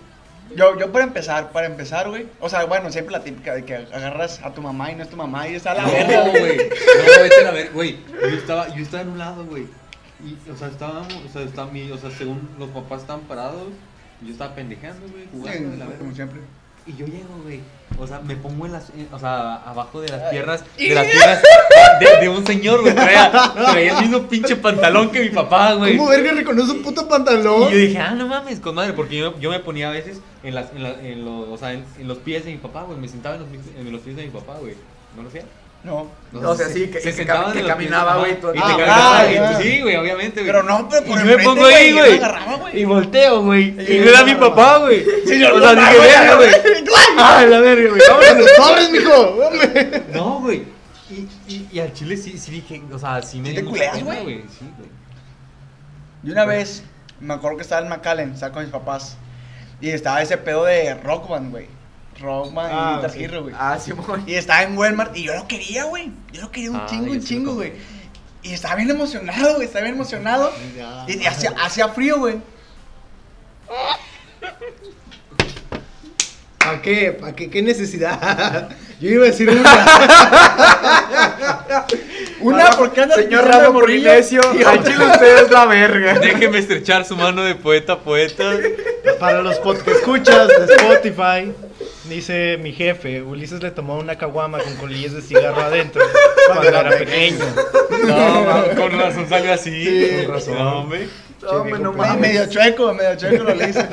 Yo, yo para empezar, para empezar, güey. O sea, bueno, siempre la típica de que agarras a tu mamá y no es tu mamá y está la verga,
No,
güey.
güey. No, vete a la verga, güey. Yo estaba, yo estaba en un lado, güey. Y, o sea, estábamos, o sea, está mi, o sea, según los papás estaban parados, yo estaba pendejando, güey, jugando de la
Sí,
verga.
Como siempre.
Y yo llego, güey. O sea, me pongo en las. en- o sea, abajo de las
Ay.
piernas. De las piernas de, de un señor, güey. Traía, traía el mismo pinche pantalón que mi papá, güey.
¿Cómo verga reconoce un puto
Y
pantalón?
yo dije, ah, no mames, con madre. Porque yo, yo me ponía a veces en, las, en, la- en los, o sea, en, en los pies de mi papá, güey. Me sentaba en los, mis- en los pies de mi papá, güey. ¿No lo hacía?
No.
O sea, sí, que- que cami- que
en los pies de
caminaba,
mi
güey,
mamá,
tú-
Y
Ah,
te caminaba,
ah,
y
ya.
pues sí, güey, obviamente, güey.
Pero no, pero
Y
por
yo me
enfrente,
pongo ahí,
yo la
güey.
agarraba, güey.
Y volteo, güey.
Y
Y no era mi
agarraba.
papá, güey.
Señor,
O sea,
no,
dije,
güey,
verga, güey. Ah, la verga, güey. Vámonos.
¡Torres, mijo! ¡Dame!
No, güey. Y, y, y al chile sí, sí dije, o sea, sí me
¿Sí
dio
te
mucha
culeas,
pena,
güey?
Sí, güey.
Y una vez, me acuerdo que estaba en McAllen, estaba con mis papás. Y estaba ese pedo de Rock Band, güey. Rock Band
Ah,
y Guitar
sí.
Hero, güey.
Ah, Simón.
<laughs> Y estaba en Walmart y yo lo quería, güey. Yo lo quería un
Ah,
chingo,
yo
un
sí lo
chingo,
compré.
güey. Y estaba bien emocionado, güey. Estaba bien emocionado. Y, y hacía, hacía frío, güey.
¿Para qué? ¿Para qué? ¿Qué necesidad? Yo iba a decir una.
Una, ¿por qué andas
Señor
pisando
Ramo
morrillo?
<laughs> Polinesio,
Y
al
otra-
chile usted es la verga.
Déjeme estrechar su mano de poeta a poeta.
Para los pod que escuchas de Spotify, dice mi jefe, Ulises le tomó una caguama con colillas de cigarro adentro cuando
era
era pequeño.
No, mam, con razón salió así.
Sí, con razón.
No, hombre.
<laughs> No, hombre, no
Sí,
Ah,
mames.
medio chueco, medio chueco lo le hice.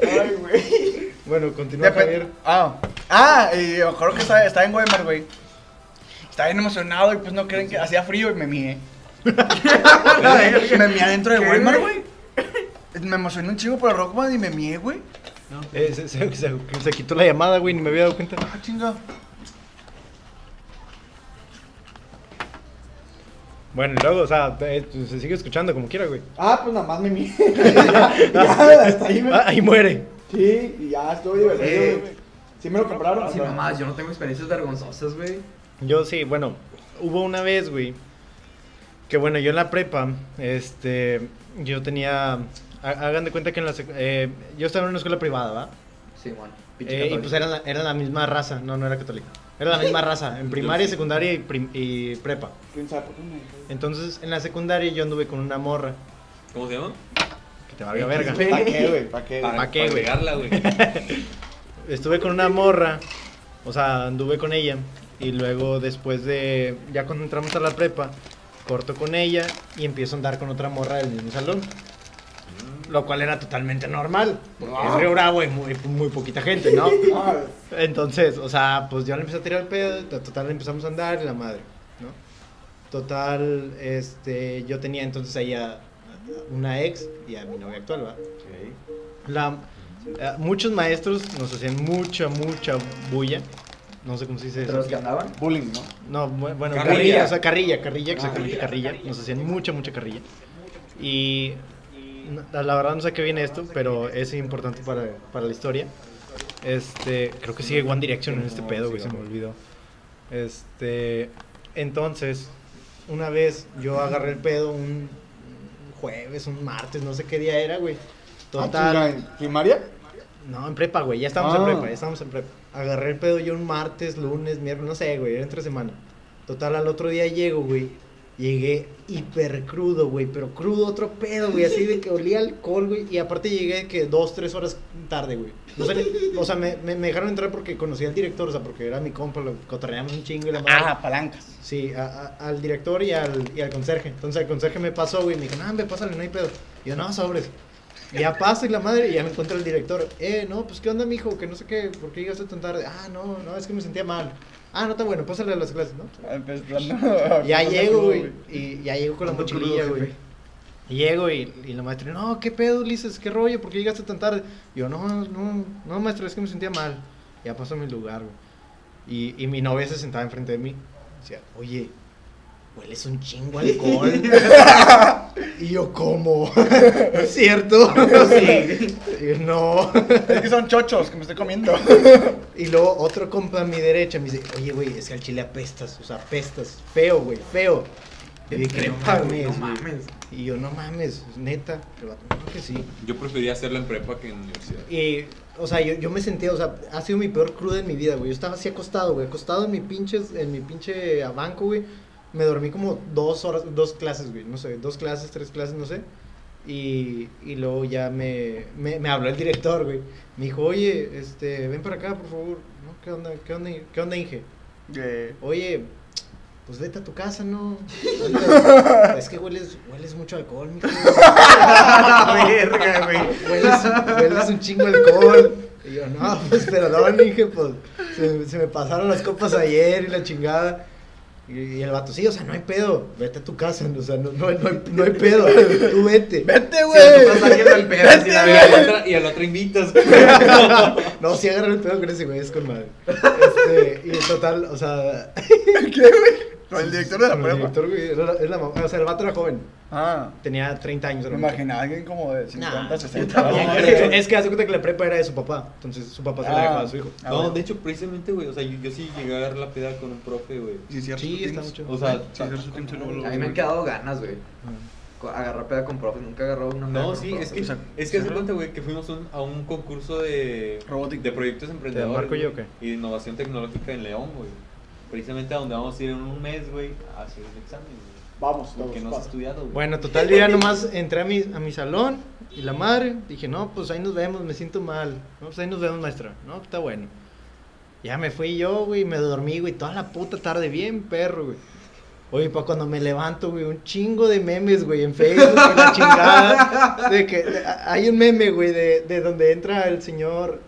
Ay, güey.
Bueno, continúa
Depe-
Javier.
Ah, ah, y me acuerdo que estaba, estaba en Weimar, güey. Estaba bien emocionado y pues no creen que hacía frío y me <laughs> mié. me mié adentro de
¿Qué,
Weimar,
güey?
güey. Me emocioné un chingo por el Rockman y me mié, güey.
Eh, se, se- se- se quitó la llamada, güey, ni me había dado cuenta.
Ah, chinga.
Bueno, y luego, o sea, eh, se sigue escuchando como quiera, güey. <laughs>
Ah, pues nada más me mié. ya, hasta ahí me...
Ah, ahí muere.
Sí, y ya estuvo divertido,
Eh,
güey. ¿Sí me lo compraron?
Sí, mamás, yo no tengo experiencias vergonzosas, güey.
Yo sí, bueno, hubo una vez, güey, que bueno, yo en la prepa, este, yo tenía, ha- hagan de cuenta que en la, sec- eh, yo estaba en una escuela privada, ¿va?
Sí, bueno. pinche
Eh, y
católico.
pues era la, era la misma raza, no, no era católica, era la misma raza, en primaria, secundaria y, prim- y prepa.
¿Quién sabe por qué me dijo?
Entonces, en la secundaria yo anduve con una morra,
¿Cómo se llama?
que te valga verga.
Ve.
¿Para qué, güey? ¿Para qué? güey?
¿Pa' qué, güey?
pegarla, güey.
Estuve con una morra, o sea, anduve con ella. Y luego después de, ya cuando entramos a la prepa, corto con ella y empiezo a andar con otra morra del mismo salón. Lo cual era totalmente normal, porque es Río Bravo y muy, muy poquita
<laughs>
gente, ¿no?
Ah,
Entonces, o sea, pues yo le empecé a tirar el pedo, t- total empezamos a andar y la madre, ¿no? Total, este, yo tenía entonces ahí a una ex y a mi novia actual, ¿va? La, eh, muchos maestros nos hacían mucha, mucha bulla. No sé cómo se dice
¿Entre los que
eso.
andaban?
Bullying, ¿no?
No, bu- bueno, carrilla.
Carrilla.
o sea, carrilla, carrilla, exactamente, carrilla. Nos hacían mucha, mucha carrilla. Y no, la la verdad no sé qué viene esto, pero es importante para, para la historia. Este, creo que sigue One Direction en este pedo, güey, se me olvidó. Este, entonces, una vez yo agarré el pedo un jueves, un martes, no sé qué día era, güey. Total.
Ah, chinga, ¿en ¿Primaria?
No, en prepa, güey. Ya estábamos
Ah.
en prepa, ya estábamos en prepa. Agarré el pedo yo un martes, lunes, miércoles, no sé, güey. Era entre semana. Total, al otro día llego, güey. Llegué hiper crudo, güey. Pero crudo, otro pedo, güey. Así de que olía alcohol, güey. Y aparte llegué que dos, tres horas tarde, güey. No sé, ni- o sea, me, me, me dejaron entrar porque conocía al director, o sea, porque era mi compa, lo cotorreamos un chingo y la madre.
Ah, palancas.
Sí, a- a- al director y al, y al conserje. Entonces al conserje me pasó, güey, y me dijo, no, hombre, pásale, no hay pedo. Y yo, no, sobres. Ya paso y la madre, y ya me encuentro el director. Eh, no, pues, ¿qué onda, mijo? Que no sé qué, ¿por qué llegaste tan tarde? Ah, no, no, es que me sentía mal. Ah, no, está bueno, pásale a las clases, ¿no?
pues,
Ya llego, güey, y ya llego con la
Ando crudo,
mochililla,
jefe.
güey. Llego y, y la maestra, no, ¿qué pedo, Ulises? ¿Qué rollo? ¿Por qué llegaste tan tarde? Y yo, no, no, no, maestra, es que me sentía mal. Ya pasó mi lugar, güey. Y, y mi novia se sentaba enfrente de mí. Decía, oye, hueles un chingo a alcohol.
<laughs>
y yo, ¿cómo? <laughs> "No ¿Es
<laughs>
cierto? sí. no.
Es que son chochos que me estoy <laughs> comiendo.
Y luego otro compa a mi derecha me dice, oye, güey, es que al chile apestas, o sea, apestas, feo, güey, feo. Y dije,
Creo,
no
güey,
mames,
no
güey".
mames.
Y yo, no mames, neta, el vato, "No, que sí.
Yo prefería hacerlo en prepa que en universidad.
Y, Eh, o sea, yo, yo me sentía, o sea, ha sido mi peor cruda en mi vida, güey. Yo estaba así acostado, güey, acostado en mi pinche, en mi pinche banco, güey. Me dormí como dos horas, dos clases, güey, no sé, dos clases, tres clases, no sé. Y, y luego ya me, me, me habló el director, güey. Me dijo, oye, este, ven para acá, por favor. ¿No? ¿Qué onda, qué onda, qué onda, Inge?
Eh,
Oye, pues vete a tu casa, ¿no? Anda, Es que hueles, hueles mucho alcohol, mijo. Verga, güey. Hueles, hueles un chingo alcohol. Y yo, no, pues perdón, dije, pues se, se me pasaron las copas ayer y la chingada. Y, y el vato, sí, o sea, no hay pedo. Vete a tu casa, o sea, no, no, hay- no hay, no hay pedo. Tú vete.
Vete,
Sí, tú estás
güey.
saliendo el
<laughs>
pedo, así la
Y a la
verdad.
otra, y a la otra
<laughs>
invitas.
Ah,
No, sí agarré el pedo con ese güey, es con madre. Este, y en total, o sea.
¿Qué, güey? Con el director de la
con el
prueba.
director, güey, era la- es la mamá, o sea, el vato era joven.
Ah,
Tenía 30 años.
me
era
imaginaba a alguien como de 50,
Nah,
60.
un-
¿no?
Ah,
No, es que- es que hace cuenta que la prepa era de su papá. Entonces su papá se la
Ah.
dejaba a su hijo.
Ah,
No,
bueno.
de hecho, precisamente, güey, o sea, yo, yo sí llegué a dar la peda con un profe, güey.
Sí, cierto,
Sí, está
tienes.
mucho.
O sea,
Sí, cierto, pinche luego, luego,
A mí me han
güey.
quedado ganas, güey. Co- Agarrar peda con profe, nunca agarró una. peda
No,
con
sí,
profe.
es que,
o sea,
es que hace
sí.
cuenta, güey, que fuimos un- a un concurso de,
Robótica.
de proyectos emprendedores.
marco yo
güey,
o
Y de innovación tecnológica en León, güey. Precisamente a donde vamos a ir en un mes, güey, a hacer el examen, güey.
Vamos,
Porque no has
todos.
estudiado, güey.
Bueno, total, yo ya nomás entré a mi, a mi salón y la madre. Dije, no, pues ahí nos vemos, me siento mal. No, pues ahí nos vemos, maestra. No, está bueno. Ya me fui yo, güey, me dormí, güey, toda la puta tarde, bien perro, güey. Oye, pa' cuando me levanto, güey, un chingo de memes, güey, en Facebook, en la chingada. De que de- a- hay un meme, güey, de, de donde entra el señor.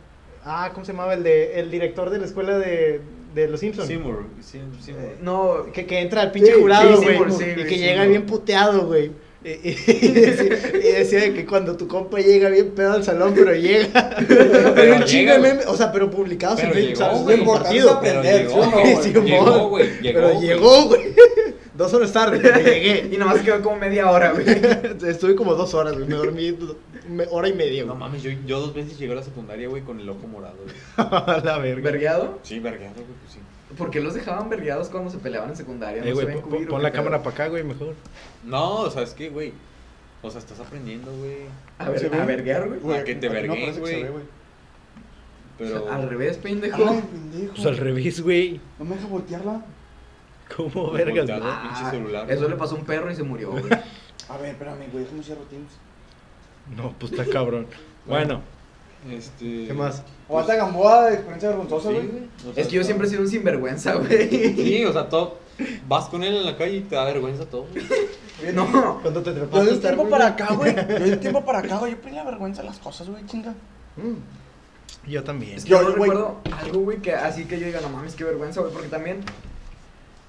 Ah, ¿cómo se llamaba? El de el director de la escuela de, de los Simpsons.
Seymour, Seymour, Seymour.
Eh, No,
Que, que entra el pinche
Sí,
jurado,
sí, sí,
güey.
por sí,
y
güey,
que
sí,
llega
güey.
bien puteado, güey. Y, <laughs> y- y decía, y decía de que cuando tu compa llega bien pedo al salón, pero llega. Pero un
llega,
chingo de
güey.
memes, o sea, pero publicados
Pero
en Facebook,
llegó,
¿sabes?
güey.
Lo importante
Lo
es
importante
Pero llegó,
aprender, ¿sí o no,
güey,
Sí,
llegó,
amor.
güey, llegó,
Pero
güey.
llegó, güey. <laughs> Dos horas tarde, pero
<laughs> Y
llegué. <laughs>
nomás quedó como media hora, güey.
Estuve como dos horas, güey. Me dormí do- me- hora y media,
No
güey.
mames, yo, yo dos veces llegué a la secundaria, güey, con el ojo morado. güey.
<laughs> A la verga.
¿Vergueado?
Sí, vergueado, güey, pues sí.
¿Por qué los dejaban vergueados cuando se peleaban en secundaria?
Eh,
no
güey,
se ven
pon-
cubrir,
pon
¿o
la
qué
cámara
pedo?
para acá, güey, mejor.
No, o sea, es que, güey. O sea, estás aprendiendo, güey.
A, ver-
Se ve.
a verguear, güey.
Güey,
que te
aquí
verguen,
parece que
güey.
se ve, güey.
Ah,
Pero.
O sea, <laughs> al revés, pendejo.
Ay, pendejo.
Pues al revés, güey.
No me deja voltearla.
¿Cómo
Me
vergas?
voltearon.
güey?
pinche celular.
Ah, Eso le pasó a un perro y se murió, güey.
A ver, espérame, güey, déjame cierro Teams.
No, pues está cabrón. Bueno,
Este.
¿qué más?
O hasta Gamboa de experiencia vergonzosa,
Sí,
güey.
güey. O sea,
es que yo
está-
siempre he sido un sinvergüenza, güey. <laughs>
Sí, o sea, todo. Vas con él en la calle y te da vergüenza todo, güey.
Fíjate.
<laughs> No.
¿Cuánto te
Pues
trepaste?
Yo de un
estar,
tiempo
güey?
para acá, güey. Yo de un tiempo para acá, güey. Yo perdí la vergüenza de las cosas, güey, chinga.
Mm, Yo también.
Yo,
Yo,
no
güey.
recuerdo algo, güey, que así que yo diga, no mames, qué vergüenza, güey, porque también,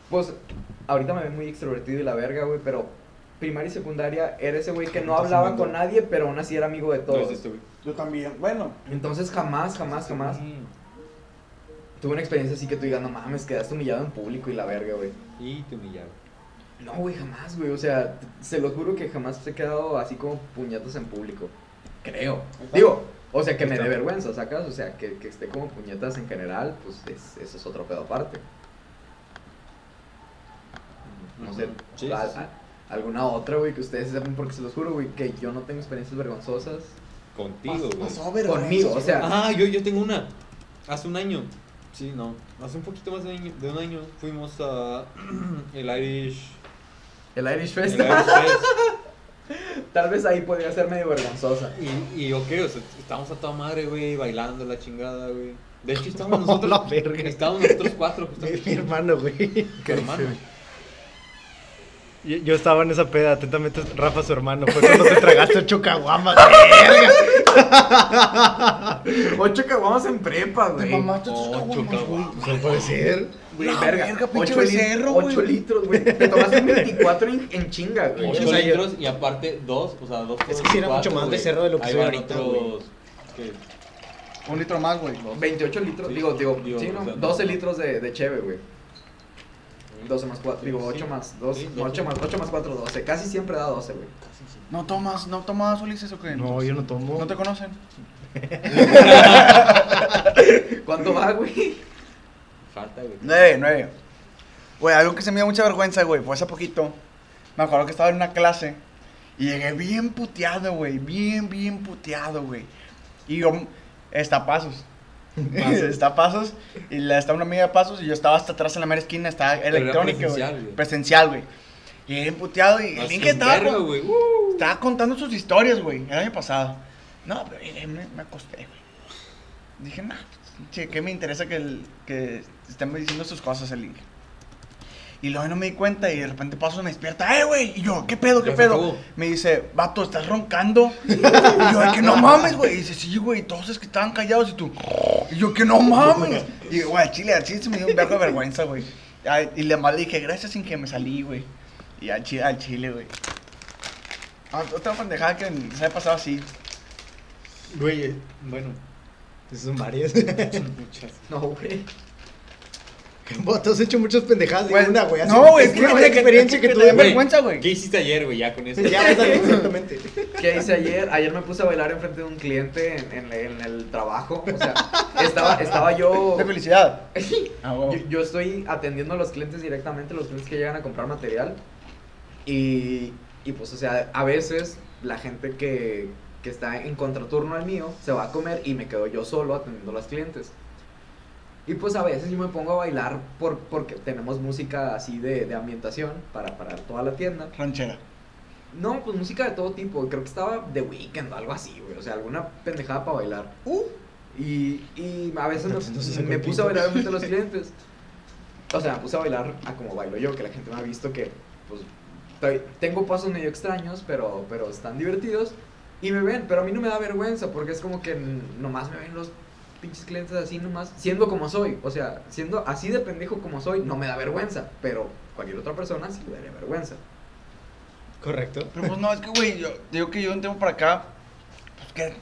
pues, ahorita me ven muy extrovertido y la verga, güey, pero primaria y secundaria era ese güey que no hablaba con nadie, pero aún así era amigo de
No es
todos.
este, güey.
Yo también. Bueno,
Entonces jamás, jamás, jamás tuve una experiencia así que tú digas, no mames, quedaste humillado en público y la verga, güey.
Y te humillaron.
No, güey, jamás, güey, o sea, t- se lo juro que jamás he quedado así como puñetas en público. Creo. Digo, o sea, que me dé vergüenza, ¿sacas? O sea, que, que esté como puñetas en general, pues es- eso es otro pedo aparte. No sé,
Sí,
a-
sí, sí.
a- alguna otra, güey, que ustedes sepan, porque se los juro, güey, que yo no tengo experiencias vergonzosas.
Contigo, güey.
pasó vergüenza.
Conmigo, o sea.
Ah, yo, yo tengo una. Hace un año. Sí, no. Hace un poquito más de, año- de un año fuimos a <clears throat> el Irish.
El Irish
el
Fest, <laughs>
Irish
<laughs>
Fest.
tal vez ahí podría ser medio vergonzosa.
Y, y ok, o sea, estábamos a toda madre, güey, bailando la chingada, güey. De
<laughs>
hecho, estábamos
No,
nosotros.
la verga.
Estábamos nosotros cuatro, justo.
<laughs> Mi, mi hermano, güey.
Tu hermano.
Yo, yo estaba en esa peda, atentamente Rafa, su hermano. Fue cuando te tragaste ocho caguamas, verga.
Ocho caguamas en prepa,
Te
güey.
mamaste tus
Ocho
caguamas, güey.
caguamas.
<laughs> No puede ser.
Güey,
La
verga,
verga, pinche
ocho lit-
becerro,
ocho
güey.
litros, güey. Te tomaste 24 en, en chinga, güey.
Ocho
O sea, yo-
litros y aparte dos, o sea, dos.
Es que
por
sí era mucho
cuatro,
más
güey.
becerro de lo que
Ahí
soy
van
ahorita,
otros, ¿qué?
Un litro más, güey.
28 litros,
Sí,
digo, digo,
digo,
sí, no,
o sea,
12 litros de, de cheve, güey. 12 más 4,
Sí,
digo,
sí.
8 más 2,
Sí,
8
doce.
más 8 más 4, 12. Casi siempre da 12, güey.
No tomas, no tomas Ulises o qué?
No, yo no tomo.
No te conocen.
¿Cuánto va, güey? <laughs>
Falta, güey.
Nueve, nueve. Güey, algo que se me dio mucha vergüenza, güey, fue hace poquito. Me acuerdo que estaba en una clase y llegué bien puteado, güey. Bien, bien puteado, güey. Y yo, estapazos. <laughs> Estapazos. Y la estaba una amiga de pasos y yo estaba hasta atrás en la mera esquina, estaba
era
electrónica,
presencial,
güey.
güey.
Presencial, güey. Y bien puteado y el
Así
Inge
un
estaba.
vergo,
con-
güey. Uh.
Estaba contando sus historias, güey, el año pasado. No, pero eh, me, me acosté, güey. Dije, nah, che, ¿qué me interesa que, el, que estén diciendo sus cosas el link? Y luego no me di cuenta y de repente paso y me despierta, ¡eh, güey! Y yo, ¿qué pedo, qué
Ya se
pedo?
acabó.
Me dice, vato, ¿estás roncando? Y yo, "Ay, que no mames, güey. Y dice, sí, güey, todos es que estaban callados y tú, y yo, que no mames. Y güey, al chile, al chile se me dio un vergo de vergüenza, güey. Ay, Y le mal dije, gracias sin que me salí, güey. Y al chile, al chile, güey. Ah, Otra pendejada que se ha pasado así.
Güey,
Bueno,
son varias. <laughs>
muchas.
No, güey.
Vos te has hecho muchas pendejadas.
Güey,
Güey, una, güey. así-
no, güey,
es
es
que
que-
una experiencia que
es que
tuve.
te- vergüenza, güey.
¿Qué hiciste ayer, güey? Ya con eso.
<laughs> Ya, ándale, exactamente.
¿Qué hice ayer? Ayer me puse a bailar enfrente de un cliente en, en- en el trabajo. O sea, estaba, estaba yo. <laughs>
De felicidad. Ah,
Yo,
güey.
yo estoy atendiendo a los clientes directamente, los clientes que llegan a comprar material. Y, y pues, o sea, a veces la gente que, que está en contraturno al mío se va a comer y me quedo yo solo atendiendo a los clientes. Y pues a veces yo me pongo a bailar por, porque tenemos música así de, de ambientación para, para toda la tienda.
Ranchera.
No, pues música de todo tipo. Creo que estaba The Weeknd o algo así, güey. O sea, alguna pendejada para bailar. Y, y a veces me-
Uh. Entonces,
me,
sacó el
puse a bailar frente a
<laughs>
los clientes. O sea, me puse a bailar a como bailo yo, que la gente me ha visto que, pues, estoy- tengo pasos medio extraños, pero, pero están divertidos. Y me ven, pero a mí no me da vergüenza, porque es como que n- nomás me ven los pinches clientes así nomás, siendo como soy. O sea, siendo así de pendejo como soy, no me da vergüenza. Pero cualquier otra persona sí le daría vergüenza.
Correcto.
Pero pues no, es que, güey, yo digo que yo un tiempo para acá. Pues, ¿qué,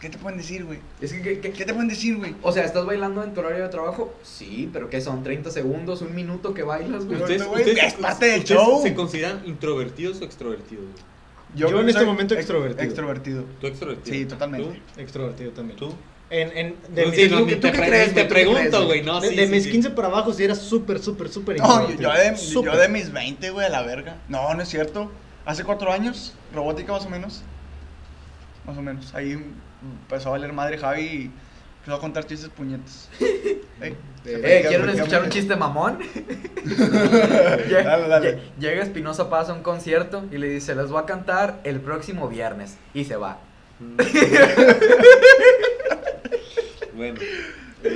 ¿qué te pueden decir, güey?
Es que, que- que-
¿Qué te pueden decir, güey?
O sea, ¿estás bailando en tu horario de trabajo? Sí, pero ¿qué son? ¿30 segundos? ¿Un minuto que bailas, güey?
Usted- güey, es parte del show.
se consideran introvertidos o extrovertidos? güey?
Yo
creo
en
que
este
soy
momento
ex-
extrovertido.
Extrovertido.
¿Tú extrovertido?
Sí, totalmente.
Extrovertido también.
¿Tú? ¿Tú?
En, en, de
No,
mis,
sí, no,
¿tú
ni
qué
te
crees,
pre-
güey? ¿Tú
Te
qué
pregunto,
crees,
güey. No,
de,
sí,
de
sí,
mis
sí.
15 para abajo sí era súper, súper, súper
No, yo,
introvertido.
yo de, yo
Súper.
de mis 20, güey, a la verga. No, no es cierto. Hace cuatro años, robótica más o menos. Más o menos. Ahí empezó a valer madre Javi y empezó a contar chistes
<laughs>
puñetes. Ey, se me
Eh,
queda-
¿quieren
me queda
escuchar
muy-
un chiste
<laughs>
mamón? <laughs> Lle-
Dale, dale.
lle- Llega Espinosa Paz a un concierto y le dice, les voy a cantar el próximo viernes. Y se va.
Bueno.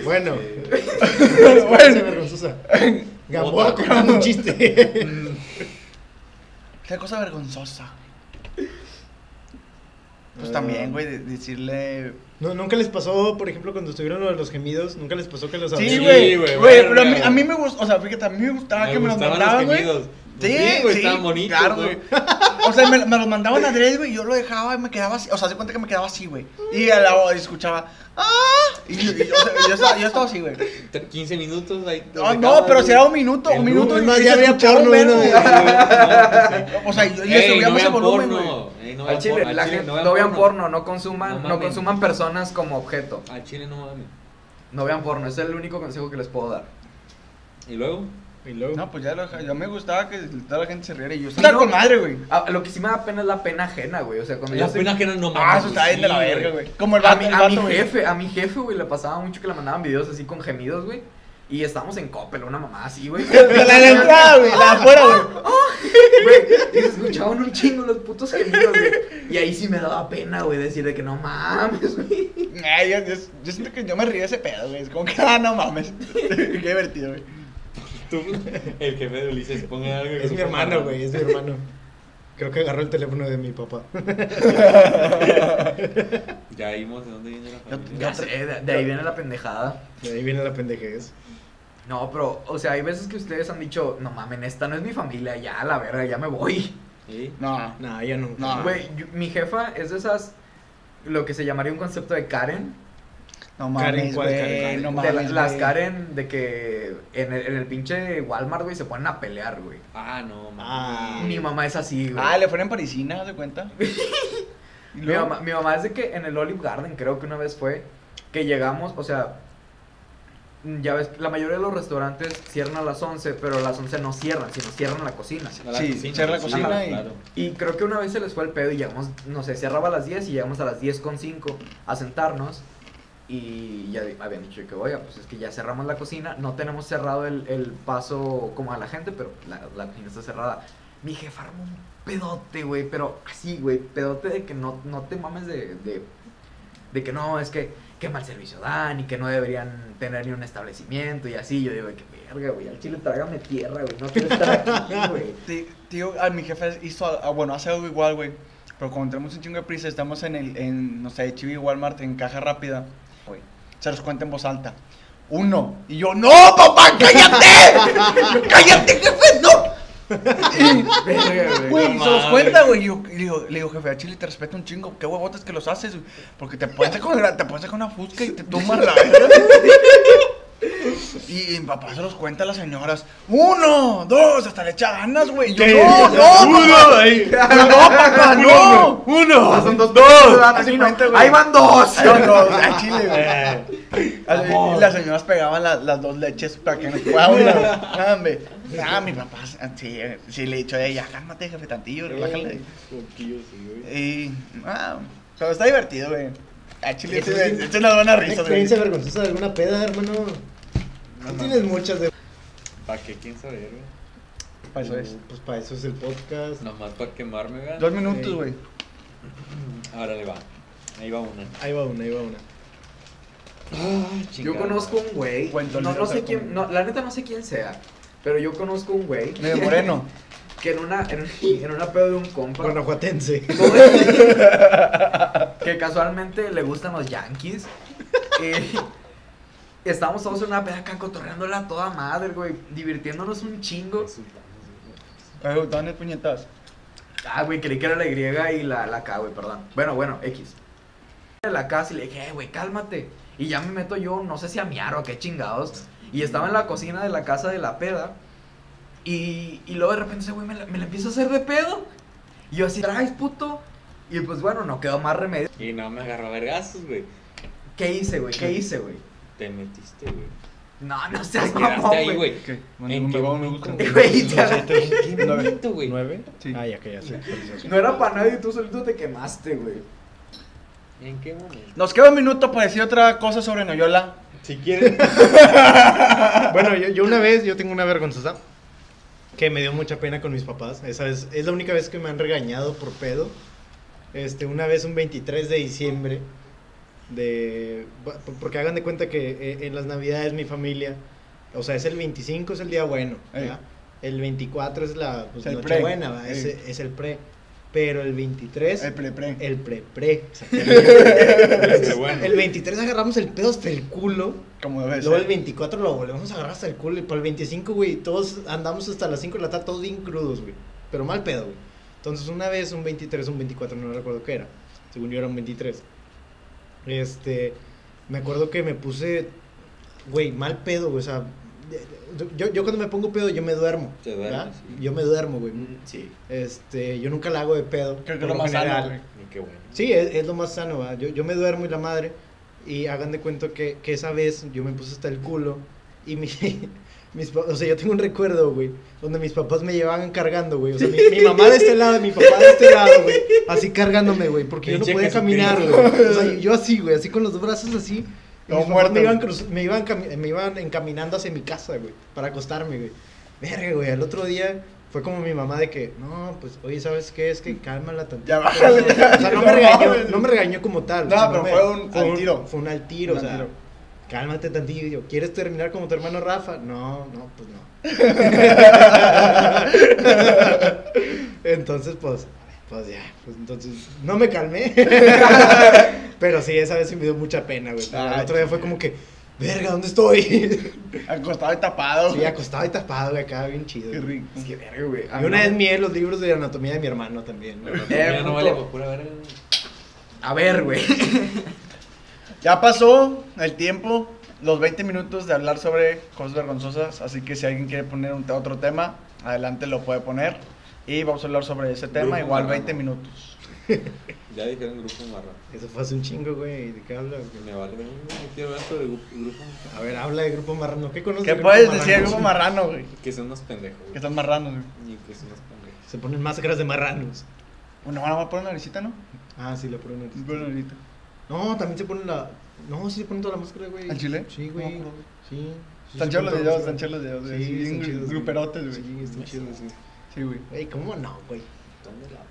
Bueno.
este,
Experiencia vergonzosa. Gamboa
Otra.
contando un chiste.
Qué cosa vergonzosa. Pues también, güey, de- decirle.
<laughs> No, nunca les pasó, por ejemplo, cuando estuvieron lo de los gemidos, nunca les pasó que los
Sí,
sí,
güey.
güey,
Güey, pero a mí,
verga,
a mí
güey.
me gusta, o sea, fíjate, a mí me gustaba que me los
gustaban
mandaban, güey.
gemidos.
Sí,
güey,
sí,
estaban bonitos.
claro,
güey.
O sea, me, me los mandaban a Dres, güey, y yo lo dejaba y me quedaba así. O sea, se cuenta que me quedaba así, güey. Y a la voz escuchaba, ¡ah! Y, yo- y yo, o sea, yo estaba, yo estaba así, güey.
<laughs> Tre- 15 Este, minutos ahí.
Ah, No, no, pero si era un minuto,
El
un minuto.
lunes, no,
y- y
ya
se
había
escuchaba
porno,
un verbo,
no,
güey. <laughs>
no, pues, sí.
O sea, y yo le
Ey, no
subíamos el
vean
volumen, güey.
porno. Ey, no
al
vean
chile,
porno,
la
al chile,
gente, no vean porno, no
No
consuman, no,
mamen.
consuman personas como objeto.
Al chile no mames.
No vean porno, ese es el único consejo que les puedo dar.
Y luego,
Y luego.
No, pues ya lo dejaba. Yo me gustaba que toda la gente se riera y yo
no.
estaba con madre, güey.
Ah, lo que sí me da pena es la pena ajena, güey. O sea, cuando yo
la
estoy-
pena que no no mames.
Ah, eso está bien de la
sí,
verga, güey. Como el
A
vato,
mi,
el
a mi
vato, güey.
jefe, a mi jefe, güey, le pasaba mucho que le mandaban videos así con gemidos, güey. Y estábamos en Coppel, una mamá así, <laughs> güey.
La la entrada, güey, la de afuera,
<laughs>
güey.
Güey, y se escuchaban un chingo los putos gemidos, güey. Y ahí sí me daba pena, güey, decir de que no mames, güey.
Ay, yo, yo- yo siento que yo me río de ese pedo, güey. Es como que, ah, no mames. <laughs> Qué divertido, güey.
Tú, el jefe de Ulises, ponga algo. que
Es mi
no ponga
hermano,
nada.
güey, es mi hermano. <laughs> Creo que agarró el teléfono de mi papá.
Ya vimos de dónde viene la familia.
Ya sé, de, de ahí viene la pendejada.
De ahí viene la pendejez.
No, pero, o sea, hay veces que ustedes han dicho, no mamen, esta no es mi familia, ya, a la verga, ya me voy.
Sí.
No.
No, ya nunca.
No. Ah.
Güey, yo- mi jefa es de esas, lo que se llamaría un concepto de Karen.
No
Karen,
mames,
¿cuál Karen?
güey.
Karen.
No
de
mames.
la- las
güey.
Karen de que en el, en el pinche Walmart, güey, se ponen a pelear, güey.
Ah, no,
Ah.
mames.
Mi mamá es así, güey.
Ah, le fueron parisina, ¿se
<laughs>
cuenta? Y
Mi
luego-
mamá, mi mamá es de que en el Olive Garden, creo que una vez fue, que llegamos, o sea, mm, ya ves, la mayoría de los restaurantes cierran a las 11, pero a las 11 no cierran, sino cierran la cocina.
A la
Sí,
cocina,
cierra la
sí,
cocina y-
claro.
Y creo que una vez se les fue el pedo y llegamos, no sé, cerraba a las 10 y llegamos a las 10 con 5 a sentarnos. Y ya di- habían dicho que, oiga, pues es que ya cerramos la cocina, no tenemos cerrado el, el paso como a la gente, pero la, la cocina está cerrada. Mi jefa armó un pedote, güey, pero así, güey, pedote de que no, no te mames de, de, de que no, es que qué mal servicio dan y que no deberían tener ni un establecimiento y así. Yo digo, que verga, güey, al chile trágame tierra, güey, no quiero estar aquí, güey.
Ti- Tío, a mi jefe hizo, ah, bueno, hace algo igual, güey. Pero cuando tenemos un chingo de prisa, estamos en el, en, no sé, Chibi Walmart, en caja rápida. Güey, se los cuenta en voz alta. Uno. Y yo, ¡No, papá, cállate! ¡Cállate, jefe, no!
Verga,
Güey,
no
se los
mames.
cuenta, güey. Y yo, y digo- le digo, jefe, a Chile te respeto un chingo. Qué huevotes que los haces, güey. Porque te puedes sacar, una- te puedes sacar una fusca y te tomas la verga. Y, y mi papá se los cuenta a las señoras. Uno, dos, hasta le echa ganas, güey. Y yo,
Sí.
no, no,
Uno,
papá.
ahí.
<laughs> No, <laughs> papá, no.
Ah,
Uno.
son dos, dos.
Así cuenta, güey.
Ahí van dos.
Ay, no, <laughs> a Chile,
Eh,
güey. Así, Y las señoras pegaban la- las dos leches para que nos fuera una. <laughs> güey. Ah, hombre. Ah, mi papá, sí, sí le he dicho, "Ey, ya cálmate, jefe, tantillo, relájale.
Poquillo, sí, güey.
Y, ah, pero está divertido, güey. A Chile,
Eso
sí,
sí.
es una buena
Una
risa, güey.
experiencia vergonzosa de alguna peda, hermano. Tú tienes muchas de.
¿Para qué? ¿Quién sabe, güey?
Para eso es.
Pues para eso es el podcast.
Nomás para quemarme, güey.
Dos minutos, güey.
Ahora le va. Ahí va una.
Ahí va una, ahí va una.
Yo conozco un güey.
Cuéntale,
No, no sé
cuéntale.
quién. No, la neta no sé quién sea. Pero yo conozco un güey.
Medio moreno.
<laughs> Que en una, en, <laughs> un- en una pedo de un compa.
<laughs> Guanajuatense.
<laughs> que casualmente le gustan los yankees. Eh, estábamos todos en una peda acá cotorreándola a toda madre, güey. Divirtiéndonos un chingo.
Me gustaban las puñetas.
Ah, güey, creí que era la Y y la, la K, güey, perdón. Bueno, bueno, X. La K y le dije, "Eh, güey, cálmate. Y ya me meto yo, no sé si a miar o a qué chingados. Y estaba en la cocina de la casa de la peda. Y, y luego de repente ese güey me la, me la empieza a hacer de pedo. Y yo así, traes, puto. Y pues bueno, no quedó más remedio.
Y no me agarró a vergazos, güey.
¿Qué hice, güey? ¿Qué hice, güey?
Te metiste, güey.
No, no seas
Te quedaste ahí,
mamón, güey.
güey.
¿Qué?
¿En qué
me
momento?
gusta.
Güey, ya-
Qué
Nueve.
bonito,
<laughs>
güey.
¿Nueve?
Sí.
Ah, ya que ya sé.
No era para nadie, tú solito te quemaste, güey.
¿En qué momento?
Nos queda un minuto para decir otra cosa sobre Noyola.
Si quieres.
Bueno, yo, yo una vez, yo tengo una vergonzosa que me dio mucha pena con mis papás. Esa es, es la única vez que me han regañado por pedo. Este, una vez un 23 de diciembre de bu- porque hagan de cuenta que eh, en las Navidades mi familia, o sea, es el 25 es el día bueno,
Ey.
¿verdad? El 24 es la pues,
Es el pre.
Nochebuena, ¿verdad? es,
Ey.
es el pre. Pero el 23
El pre, pre.
el pre pre. <laughs>
Desde bueno.
El 23 agarramos el pedo hasta el culo.
Como debe
Luego el
ser.
24 lo volvemos a agarrar hasta el culo y para el 25, güey, todos andamos hasta las 5 de la tarde, todos bien crudos, güey. Pero mal pedo, güey. Entonces una vez, un 23, un 24, no recuerdo qué era. Según yo era un 23. Este, me acuerdo que me puse, güey, mal pedo, güey. O sea, de- de- yo, yo cuando me pongo pedo, yo me duermo.
Te duermes,
¿verdad?
sí.
Yo me duermo, güey.
Sí.
Este, yo nunca la hago de pedo.
Creo que
por
es lo más sano, güey.
Y qué bueno.
Sí, es, es lo más sano, ¿verdad? Yo, yo me duermo y la madre. Y hagan de cuenta que, que esa vez yo me puse hasta el culo. Y mi, <laughs> mis pa- O sea, yo tengo un recuerdo, güey. Donde mis papás me llevaban cargando, güey. O sea, mi, mi mamá de este lado y mi papá de este lado, güey. Así cargándome, güey. Porque yo no
Pinche
podía caminar, güey.
Jesucristo.
O sea, yo así, güey. Así con los brazos así. Y
Todo
mis papás
muerto,
me iban,
güey.
cruz- me, iban cami- me iban encaminando hacia mi casa, güey. Para acostarme, güey. Verga, güey. Al otro día fue como mi mamá de que, no, pues, oye, ¿sabes qué? Es que cálmala tantito.
Ya bájale.
O sea, no me
<laughs> No
regañó,
mames.
no me regañó como tal.
No,
o sea,
pero
me-
fue un- al tiro.
Fue un al tiro,
Un
o
al
sea.
tiro.
Cálmate tantillo. ¿Quieres terminar como tu hermano Rafa? No, no, pues
<laughs>
no.
<laughs>
entonces, pues, pues ya. Pues entonces, no me
<laughs>
calmé. pero sí, esa vez sí me dio mucha pena, güey.
Ah,
El otro día fue como que, verga, ¿dónde estoy?
<laughs> Acostado y tapado.
sí, acostado y tapado, güey, acá, bien chido.
Qué rico.
Es que verga, güey. A
Y
Ah,
mí
una
no-
vez miré los libros de anatomía de mi hermano también. güey.
Ya no
puto.
vale por pura verga.
A ver, güey.
Ya pasó el tiempo, los 20 minutos de hablar sobre cosas vergonzosas, así que si alguien quiere poner un- otro tema, adelante lo puede poner. Y vamos a hablar sobre ese tema,
Grupo
igual
marrano.
20 minutos.
Ya dijeron grupo marrón.
Eso fue hace un chingo, güey. ¿De qué hablas? güey?
Me vale verga. No quiero hablar sobre gru- grupo
A ver, habla de Grupo Marrano. ¿Qué conoces?
¿Qué
de
puedes
Grupo
decir,
Marrano?
grupo marrano, güey?
Que son unos pendejos. güey.
Que están marranos, güey.
Y que son unos pendejos.
Se ponen máscaras de marranos.
Bueno, ahora voy a poner una naricita, ¿no?
Ah, sí, le ponen
Voy a poner una
el...
naricita.
No, también se ponen la... No, sí se ponen toda la máscara, güey.
¿Al chile?
Sí,
No
güey.
me acuerdo.
Sí. sí
Están
se
chidos los
ponen
videos,
toda la
están chidos los videos,
máscara.
güey. Bien
están
gru-
chidos,
gruperotes, güey.
Sí, están chidos, güey.
Sí, güey.
Güey, ¿cómo no, güey?
¿Dónde la verga?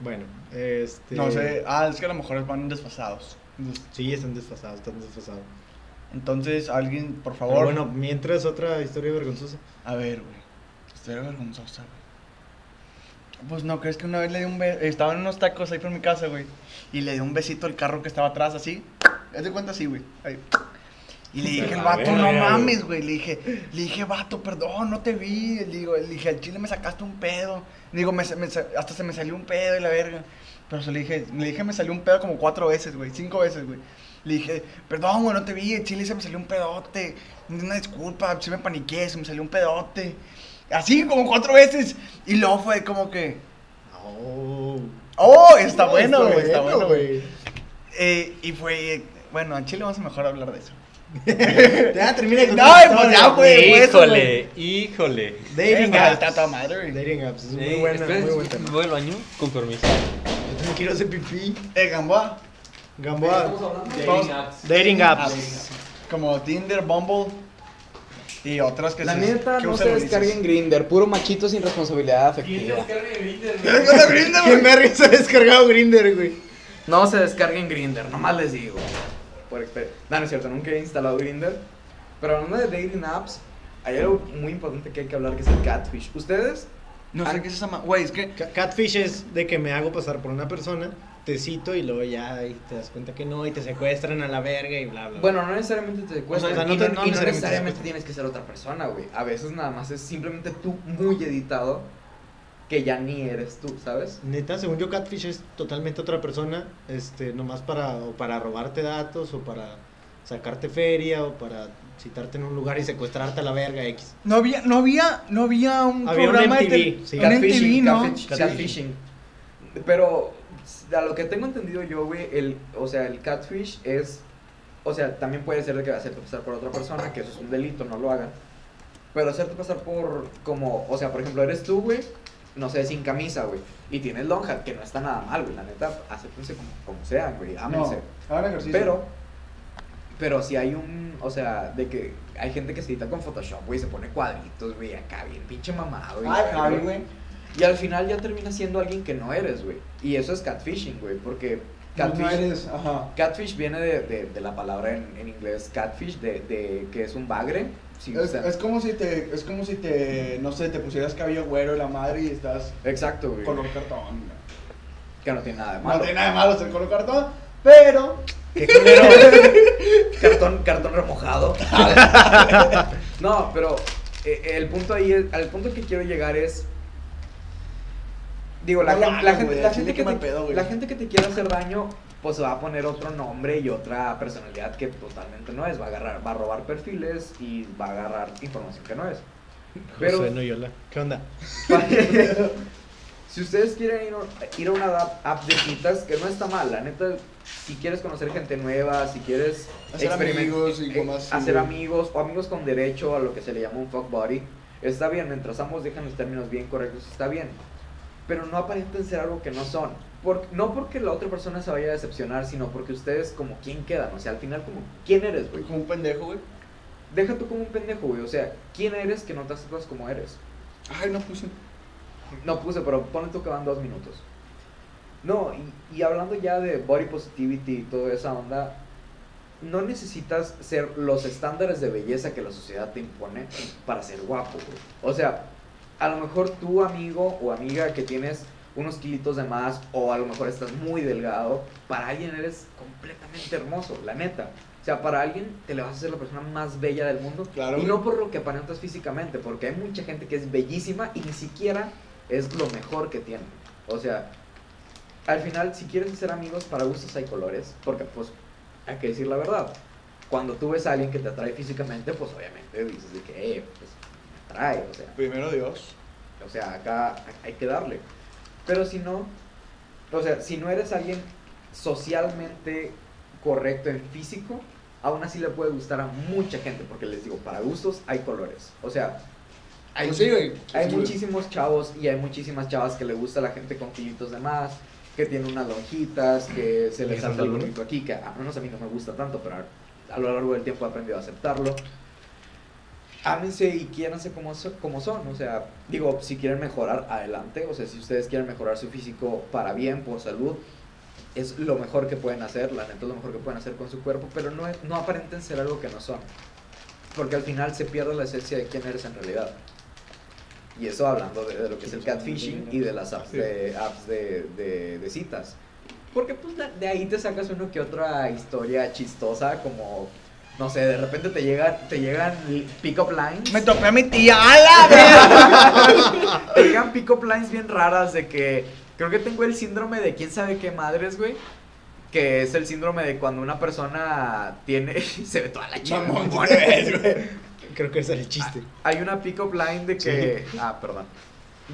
Bueno, este...
No sé, ah, es que a lo mejor van desfasados. Entonces-
Sí, están desfasados, están desfasados.
Entonces, alguien, por
Pero
favor.
bueno, mientras otra historia vergonzosa.
A ver, güey. Estoy vergonzosa, güey. Pues no, crees que una vez le di un beso. Estaban unos tacos ahí por mi casa, güey. Y le di un besito al carro que estaba atrás, así. Haz de cuenta así, güey. Ahí. Y le dije al
La
vato, no
verga,
mames, güey. Le dije, le dije, vato, perdón, no te vi. Le digo, le dije, al chile me sacaste un pedo. Digo, me sa- me sa- hasta se me salió un pedo y la verga. Pero se le dije, le dije, me salió un pedo como cuatro veces, güey. Cinco veces, güey. Le dije, perdón, güey, no te vi, en Chile se me salió un pedote. Una disculpa, se me paniqué, se me salió un pedote. Así como cuatro veces. Y luego fue como que,
Oh.
oh, está bueno, güey, está bueno, güey. <laughs>
güey.
Eh, y fue, eh, bueno, en Chile vamos a mejor hablar de eso.
Ya, termina con
No,
una
pues
historia.
ya, güey, fue eso, güey.
Híjole, híjole.
Dating
Está-
apps.
está toda madre, güey.
Dating apps. Es muy
Ey,
buena,
espera,
muy buen tema.
Voy al baño con permiso.
Yo también quiero hacer pipí.
Eh, Gamboa,
Estamos
Gamboa.
hablando
Sí.
de
Vamos-
Dating apps.
como Tinder, Bumble y otras que
La
se-
neta,
que
no
usan
se
Ulises.
descarguen
<laughs>
Grinder, puro machito sin responsabilidad afectiva.
Descarga Grindr, güey.
¿Quién verga <laughs> se ha descargado Grinder, güey?
No se descarguen Grinder, nomás les digo. Por exper- no, no es cierto, nunca he instalado Grinder. Pero hablando de dating apps, hay algo muy importante que hay que hablar que es el catfish. ¿Ustedes?
No sé qué es esa ma- Güey, es que.
Ca- Catfish es de que me hago pasar por una persona, te cito y luego ya y te das cuenta que no y te secuestran a la verga y bla, bla. bla.
Bueno, no necesariamente te secuestran.
O sea, no
y,
te-
no,
no
y no
necesariamente te
necesariamente
secuestran.
tienes que ser otra persona, güey. A veces nada más es simplemente tú muy editado que ya ni eres tú, ¿sabes?
Neta, según yo, Catfish es totalmente otra persona, este, nomás para, o para robarte datos o para sacarte feria o para citarte en un lugar y secuestrarte a la verga X.
No había, no había, no había un
Había un
programa de
MTV,
tel-
sí.
un MTV,
Catfishing,
¿no?
catfish- catfishing. Pero a lo que tengo entendido yo, güey, el, o sea, el catfish es, o sea, también puede ser de que hacerte pasar por otra persona, que eso es un delito, no lo hagan. Pero hacerte pasar por como, o sea, por ejemplo, eres tú, güey, no sé, sin camisa, güey, y tienes lonja, que no está nada mal, güey, la neta, acéptense como, como sean, güey,
Ah,
ámense.
hagan ejercicio.
Pero, pero si hay un, o sea, de que hay gente que se edita con Photoshop, güey, se pone cuadritos, güey, acá bien pinche mamado. y la
Ay,
verga,
Javi, güey.
y al final ya terminas siendo alguien que no eres, güey. Y eso es catfishing, güey, porque catfish,
No eres, ajá.
catfish viene de, de- de la palabra en, en inglés catfish, de, de que es un bagre. Sí, o
Es,
sea,
es como si te, es como si te, no sé, te pusieras cabello güero y la madre y estás
Exacto, güey.
color cartón. güey.
Que no tiene nada de
No
malo.
tiene nada de malo ser color cartón, pero
Qué culero. cartón, cartón remojado. no, pero eh, el punto ahí, es- al punto que quiero llegar es. Digo, la,
No lo
gen- la
hagas,
gente,
güey,
la,
al
gente
chile
que
qué mal
te,
pedo, güey.
la gente que te quiere hacer daño, pues va a poner otro nombre y otra personalidad que totalmente no es. Va a agarrar, va a robar perfiles y va a agarrar información que no es. Pero-
José Noyola. ¿Qué onda? <laughs>
<laughs> si ustedes quieren ir, a- ir a una app, app de citas, que no está mal, la neta, si quieres conocer gente nueva, si quieres
Hacer
experiment-
amigos y
eh,
cosas así,
hacer
güey.
amigos o amigos con derecho a lo que se le llama un fuck buddy, está bien, mientras ambos dejan los términos bien correctos, está bien. Pero no aparenten ser algo que no son. Por- no porque la otra persona se vaya a decepcionar, sino porque ustedes como quién quedan, o sea, al final como quién eres, güey.
como un pendejo, güey.
Deja tú como un pendejo, güey, o sea, quién eres que no te aceptas como eres.
Ay, no puse.
No puse, pero ponle tú que van dos minutos. No, y, y hablando ya de body positivity y toda esa onda, no necesitas ser los estándares de belleza que la sociedad te impone para ser guapo, güey. O sea, a lo mejor tu amigo o amiga que tienes unos kilitos de más o a lo mejor estás muy delgado, para alguien eres completamente hermoso, la neta. O sea, para alguien te le vas a hacer la persona más bella del mundo.
Claro,
y
güey.
no por lo que aparentas físicamente, porque hay mucha gente que es bellísima y ni siquiera es lo mejor que tiene. O sea, al final, si quieres hacer amigos, para gustos hay colores, porque pues hay que decir la verdad. Cuando tú ves a alguien que te atrae físicamente, pues obviamente dices de que, eh, pues me atrae, o sea.
Primero Dios.
O sea, acá hay que darle. Pero si no, o sea, si no eres alguien socialmente correcto en físico, aún así le puede gustar a mucha gente, porque les digo, para gustos hay colores. O sea, hay,
Pues sí, güey.
hay
Sí, güey.
muchísimos chavos y hay muchísimas chavas que le gusta a la gente con kilitos de más, que tiene unas lonjitas, que se les
¿Y
salta
esas
el
lonjas?
bonito aquí, que a menos a mí no me gusta tanto, pero a, a lo largo del tiempo he aprendido a aceptarlo. Ámense y quiéranse como, so- como son, o sea, digo, si quieren mejorar, adelante, o sea, si ustedes quieren mejorar su físico para bien, por salud, es lo mejor que pueden hacer, la neta es lo mejor que pueden hacer con su cuerpo, pero no, no aparenten ser algo que no son, porque al final se pierde la esencia de quién eres en realidad. Y eso hablando de, de lo que es el catfishing y de las apps de, apps de, de- de citas. Porque pues de, de ahí te sacas uno que otra historia chistosa, como, no sé, de repente te llegan, te llegan pick-up lines.
Me topé a mi tía, ¡a
<laughs>
la verga!
Te llegan pick-up lines bien raras de que creo que tengo el síndrome de quién sabe qué madres, güey. Que es el síndrome de cuando una persona tiene. <laughs> se ve toda la chingada.
Mamón, ¿qué te ves, güey?
Creo que ese era el chiste.
Hay una pick-up line de que. Ah, perdón.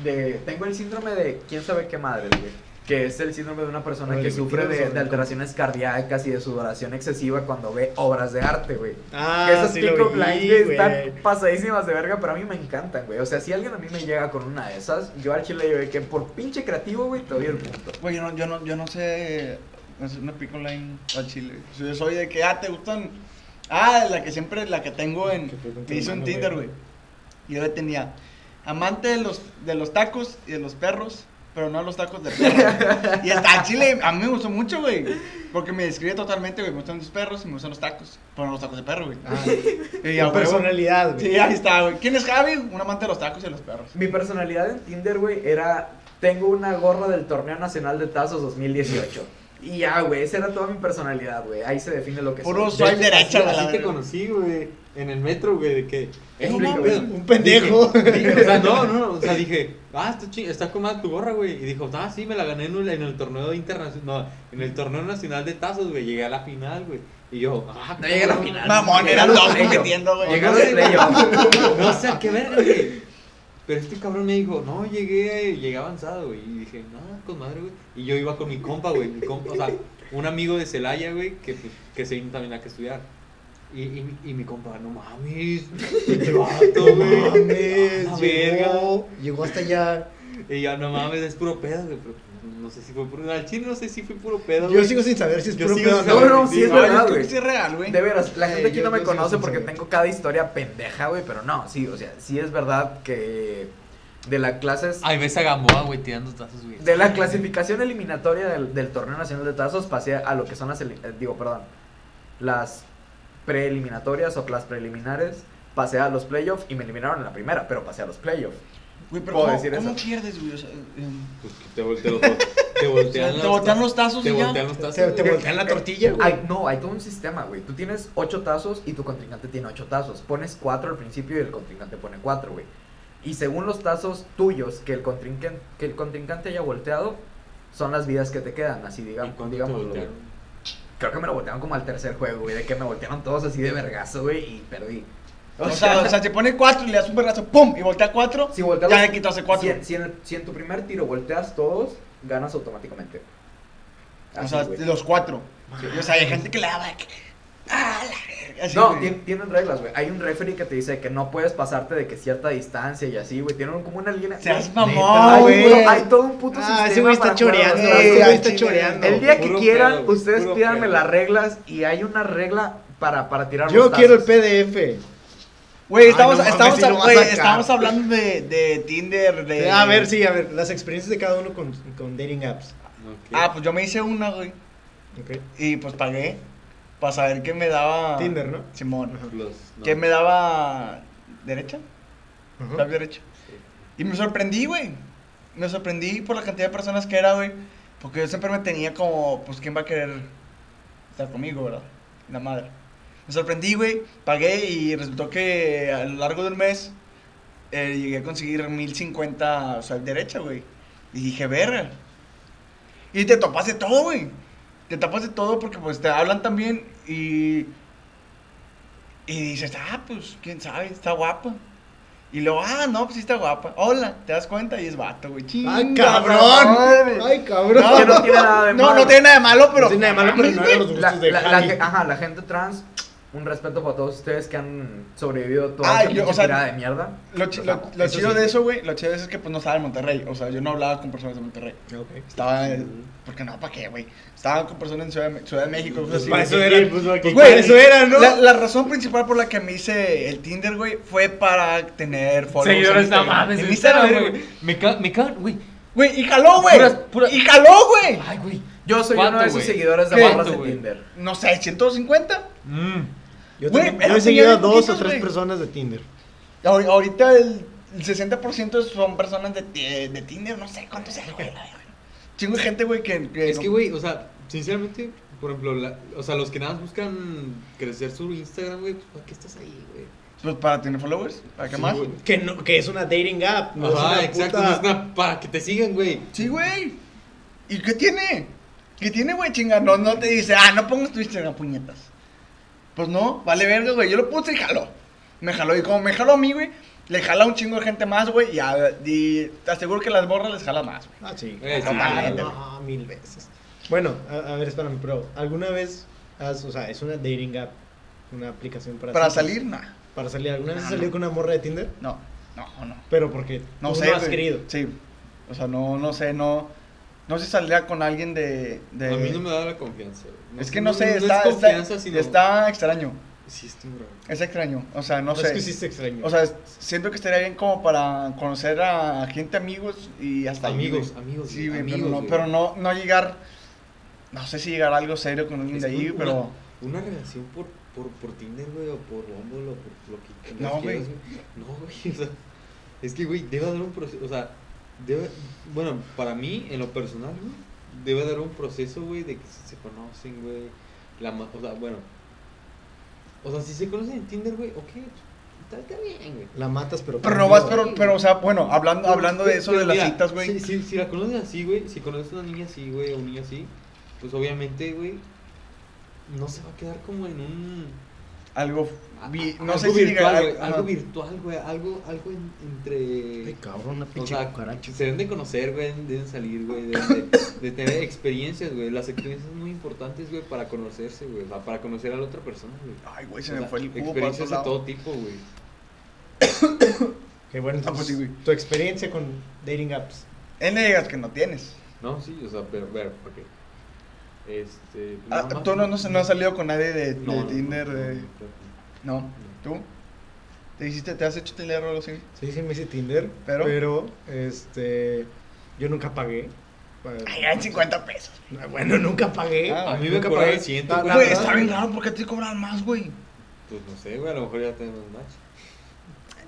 De, tengo el síndrome de quién sabe qué madres, güey. Que es el síndrome de una persona
Órale,
que
güey,
sufre
tienes
de,
razón,
de alteraciones cardíacas y de sudoración excesiva cuando ve obras de arte, güey.
Ah,
Que esas
sí lo
pick-up
vi,
lines güey,
güey.
están pasadísimas de verga, pero a mí me encantan, güey. O sea, si alguien a mí me llega con una de esas, yo al chile llevé que por pinche creativo, güey, te doy el punto.
Güey, yo no, yo no, yo no sé hacer una pico line al chile. güey.
Yo soy de que, ah, te gustan. Ah, la que siempre, la que tengo en.
Que te pregunta
Que hizo en
hermano,
Tinder,
güey.
güey.
Yo le tenía amante de los, de los tacos y de los perros, pero no los tacos de perro. y hasta al chile, a mí me gustó mucho, güey. Porque me describe totalmente, güey. Me gustan los perros y me gustan los tacos, pero no los tacos de perro, güey.
<laughs> Ah,
Y
tu
a huevo.
personalidad, güey.
Sí, ahí está, güey. ¿Quién es Javi? Un amante de los tacos y de los perros.
Mi personalidad en Tinder, güey, era. Tengo una gorra del Torneo Nacional de Tazos 2018. Y ya, güey, esa era toda mi personalidad, güey. Ahí se define lo que
Puro
soy.
swipe
De hecho,
derecha,
así-
güey. la
Así te
verga.
conocí, güey, en el metro, güey, de que...
Explica,
no,
güey.
güey.
Un pendejo.
Dije, o sea, no, no, no, o sea, dije, ah, está, chi- está con madre tu gorra, güey. Y dijo, ah, sí, me la gané en, un- en el torneo internacional, no, en el torneo nacional de tazos, güey. Llegué a la final, güey. Y yo, ah,
No llegué a la final.
Mamón,
Llegaron
eran dos
los playoffs.
compitiendo, güey.
Llegaron los playoffs.
no sé a qué verga, güey. Pero este cabrón me dijo, no, llegué, llegué avanzado, güey. Y dije, no, con madre, güey. Y yo iba con mi compa, güey. Mi compa, o sea, un amigo de Celaya, güey, que, pues, que se vino también a que estudiar. Y, y, mi- y mi compa, no mames, este vato, güey.
Mames,
Ah, verga.
llegó, llegó hasta allá.
Y yo, no mames, es puro pedo, güey. Pero pues, no sé si fue puro. Al chile no sé si fue puro pedo,
Yo
güey.
sigo sin saber si es
Yo
puro
sigo
pedo o
sin
no.
No,
saber.
no, sí es
No, yo
verdad,
creo que
güey.
sí es real, güey.
De veras, la
Eh,
gente aquí
yo-
no me
yo sí lo
conoce porque
pensé.
tengo cada historia pendeja, güey, pero no, sí, o sea, sí es verdad que de las clases
Ay, ves a Gamboa, güey, tirando tazos, güey.
de la clasificación eliminatoria del, del torneo nacional de tazos pasé a lo que son las eli- eh, digo, perdón, las preeliminatorias o las preliminares, pasé a los playoffs y me eliminaron en la primera, pero pasé a los playoffs.
Güey, pero
Puedo
¿cómo,
decir
cómo
eso.
pierdes, güey? O sea, em,
Pues que te voltean los Te voltean
te botan los tazos
Te
y ya.
voltean los tazos.
Te, te
güey.
voltean la tortilla, güey.
Hay- no, hay todo un sistema, güey. Tú tienes ocho tazos y tu contrincante tiene ocho tazos. Pones cuatro al principio y el contrincante pone cuatro, güey. Y según los tazos tuyos que el contrincante, que el contrincante haya volteado, son las vidas que te quedan, así
¿Y
digamos.
cuándo te
digamos
voltearon?
Creo que me lo voltearon como al tercer juego, güey. De que me voltearon todos así de vergazo, güey, y perdí.
O sea, o sea, te pone cuatro y le das un vergazo, ¡pum! Y voltea cuatro.
si volteas.
Ya le quitaste cuatro.
Si, en- si en, el- si en tu primer tiro volteas todos, ganas automáticamente.
o
Así,
sea,
güey.
de los cuatro. O sea, hay gente que le da like. ¡Ah, la verga! Así,
No,
güey.
tien- tienen reglas, güey. Hay un referee que te dice que no puedes pasarte de que cierta distancia y así, güey. Tienen como una línea.
Seas
Güey,
mamón,
hay,
güey.
todo- hay todo un puto
Ah,
sistema.
ese güey está
para jugar
choreando.
los
güey,
Ese
tazos.
güey
al
está
chile.
choreando.
El día que
Puro
quieran,
pedo, güey,
ustedes
puro
pídanme
pedo.
las reglas y hay una regla para, para tirar
Ah, Yo
los
quiero el
tazos.
PDF.
Güey,
Ay,
estamos,
no mames,
estamos,
sí lo vas a
güey,
sacar.
estamos hablando de, de Tinder, de...
A ver, sí, a ver. Las experiencias de cada uno con, con dating apps.
Ok.
Ah, pues yo me hice una, güey.
Ok.
Y pues pagué para saber qué me daba...
Tinder, ¿no?
Simón.
Ajá.
Los- no.
¿Qué me daba... ¿Derecha?
Ajá.
Tap derecho. Y me sorprendí, güey. Me sorprendí por la cantidad de personas que era, güey. Porque yo siempre me tenía como, pues, ¿quién va a querer estar conmigo, verdad? La madre. Me sorprendí, güey. Pagué y resultó que a lo largo de un mes eh, llegué a conseguir 1050 o sea, derecha, güey. Y dije, verga. Y te topas de todo, güey. Te tapas de todo porque, pues, te hablan también y. Y dices, ah, pues, quién sabe, está guapa. Y luego, ah, no, pues sí está guapa. Hola, te das cuenta y es vato, güey.
¡Ay,
Chinga madre.
cabrón! ¡Ay, cabrón!
Que no tiene nada de
No,
malo.
no tiene nada de malo, pero.
No tiene nada de malo, <laughs> pero
<laughs>
no eran los
La,
gustos de
la- la
Javi.
ge- ajá, la gente trans, un respeto para todos ustedes que han sobrevivido toda
Ah,
esta
yo, o
pinche
sea,
tirada de mierda.
Lo, chi-
Los
lo-
amo.
lo
eso
chido
sí.
de eso, güey, lo chido de eso es que pues no estaba en Monterrey. O sea, yo no hablaba con personas de Monterrey.
Ok.
Estaba. Porque no, ¿para qué, güey? Estaba con personas en Ciudad de, Me- Ciudad de México. cosas así,
Para
güey.
eso era.
Pues,
Pues,
güey,
para eso era, ¿no?
La, la razón principal por la que me hice el Tinder, güey, fue para tener followers.
Señores,
en
no
Instagram.
mames,
En
güey,
Instagram,
espérame,
güey.
güey. Me cago, me cago, güey.
Güey, y jaló, güey.
Puras- puras-
Y jaló, güey.
Ay, güey.
Yo soy
¿Cuánto,
uno de esos
güey?
seguidores de
¿Qué?
barras de
¿Cuánto, güey?
Tinder.
No sé, 150.
Mm.
Yo,
Güey,
también-
pero
yo he seguido a
tenía
dos o
poquitos,
tres
güey.
personas de Tinder.
Ahor- Ahorita el, el 60% son personas de, de, de Tinder, no sé cuántos sea,
<laughs>
güey. la verga. Chingo de gente, güey, que, que
Es
no-
que, güey, o sea, sinceramente, por ejemplo, la- o sea, los que nada más buscan crecer su Instagram, güey, pues, ¿para qué estás ahí, güey?
Pues para tener followers, ¿para qué
Sí,
más?
güey.
Que, no, que es una dating app. No es
Ajá,
una
exacto,
puta-
no es una para que te sigan, güey.
Sí, güey. ¿Y qué tiene? ¿Qué tiene, güey, chinga? No, no te dice, ah, no pongas tu Instagram, puñetas. Pues no, vale verga, güey. Yo lo puse y jaló. Me jaló. Y como me jaló a mí, güey, le jala a un chingo de gente más, güey. Y, a- y te aseguro que las borras les jala más, güey.
Ah, sí.
Eh, sí,
Ah,
claro.
no, mil veces. Bueno, a, a ver, espérame, pero ¿alguna vez has, o sea, es una dating app, una aplicación para,
Para
citas?
salir, nah.
Para salir, ¿alguna vez has
No, no.
salido con una morra de Tinder?
No, no, no.
Pero porque
No
tú
sé.
no has
güey.
querido.
Sí. O sea, no, no sé, no. No sé si saldría con alguien de. de-
A mí no me da la confianza, güey.
Es que no sé,
no
está,
es confianza,
está,
sino...
está extraño.
Sí, está muy raro.
Es extraño. O sea, no
No, Pues Es
sé.
que sí se extraña.
O sea, es- siento que estaría bien como para conocer a gente, amigos y hasta ahí,
Amigos,
güey.
amigos,
Sí, güey,
güey,
pero, no,
amigos,
pero no, no llegar. No sé si llegar a algo serio con alguien
Es
de ahí,
una-
pero.
Una relación por, por, por Tinder, güey, o por Bumble, o por lo que
No,
lo que
güey.
quieras, No, güey, o sea, es que, güey, debe haber un proceso, o sea, debe, bueno, para mí, en lo personal, güey, debe haber un proceso, güey, de que se conocen, güey, la, ma- o sea, bueno, o sea, si se conocen en Tinder, güey, ok, pues, está, está bien, güey.
la matas, pero...
Pero
con
no
miedo.
vas, pero, pero, o sea, bueno, hablando, hablando de
Pero,
eso
pero
de las
mira,
citas, güey.
Si, si, si la conoces así, güey, si conoces a una niña así, güey, o un niño así, pues obviamente, güey, no se va a quedar como en un.
Algo. vi- no
algo
sé si diga-
virtual, güey,
ajá.
algo virtual, güey, algo, algo en- entre...
Ay, cabrón, una
O
pinche
sea,
cucaracha.
se deben de conocer, güey, deben salir, güey, deben de, de tener experiencias, güey. Las experiencias son muy importantes, güey, para conocerse, güey, o sea, para conocer a la otra persona, güey.
Ay, güey,
O
se me
sea,
fue el cubo para otro
Experiencias de
lado.
todo tipo, güey.
Qué bueno,
Ah, pues sí,
entonces,
güey.
tu experiencia con dating apps.
Él le digas que no tienes.
No, sí, o sea, pero, pero, ok. Este... pues,
Ah,
nada más.
¿Tú no, no, se- no has salido con nadie de, de
No, no, no,
Tinder? eh.
no,
de- No, ¿Tú? ¿Te, hiciste, ¿Te has hecho Tinder o algo así?
Sí, sí, me hice Tinder.
Pero-
Pero, este, yo nunca pagué. Para-
Ay, hay 50 pesos.
No, Bueno, nunca pagué.
Ah,
A mí me
nunca
cobraron
pagué. Ah,
100,
La- la
Güey,
verdad,
<laughs> está bien raro, ¿por qué te cobran más, güey?
Pues no sé, güey, a lo mejor ya tenemos match.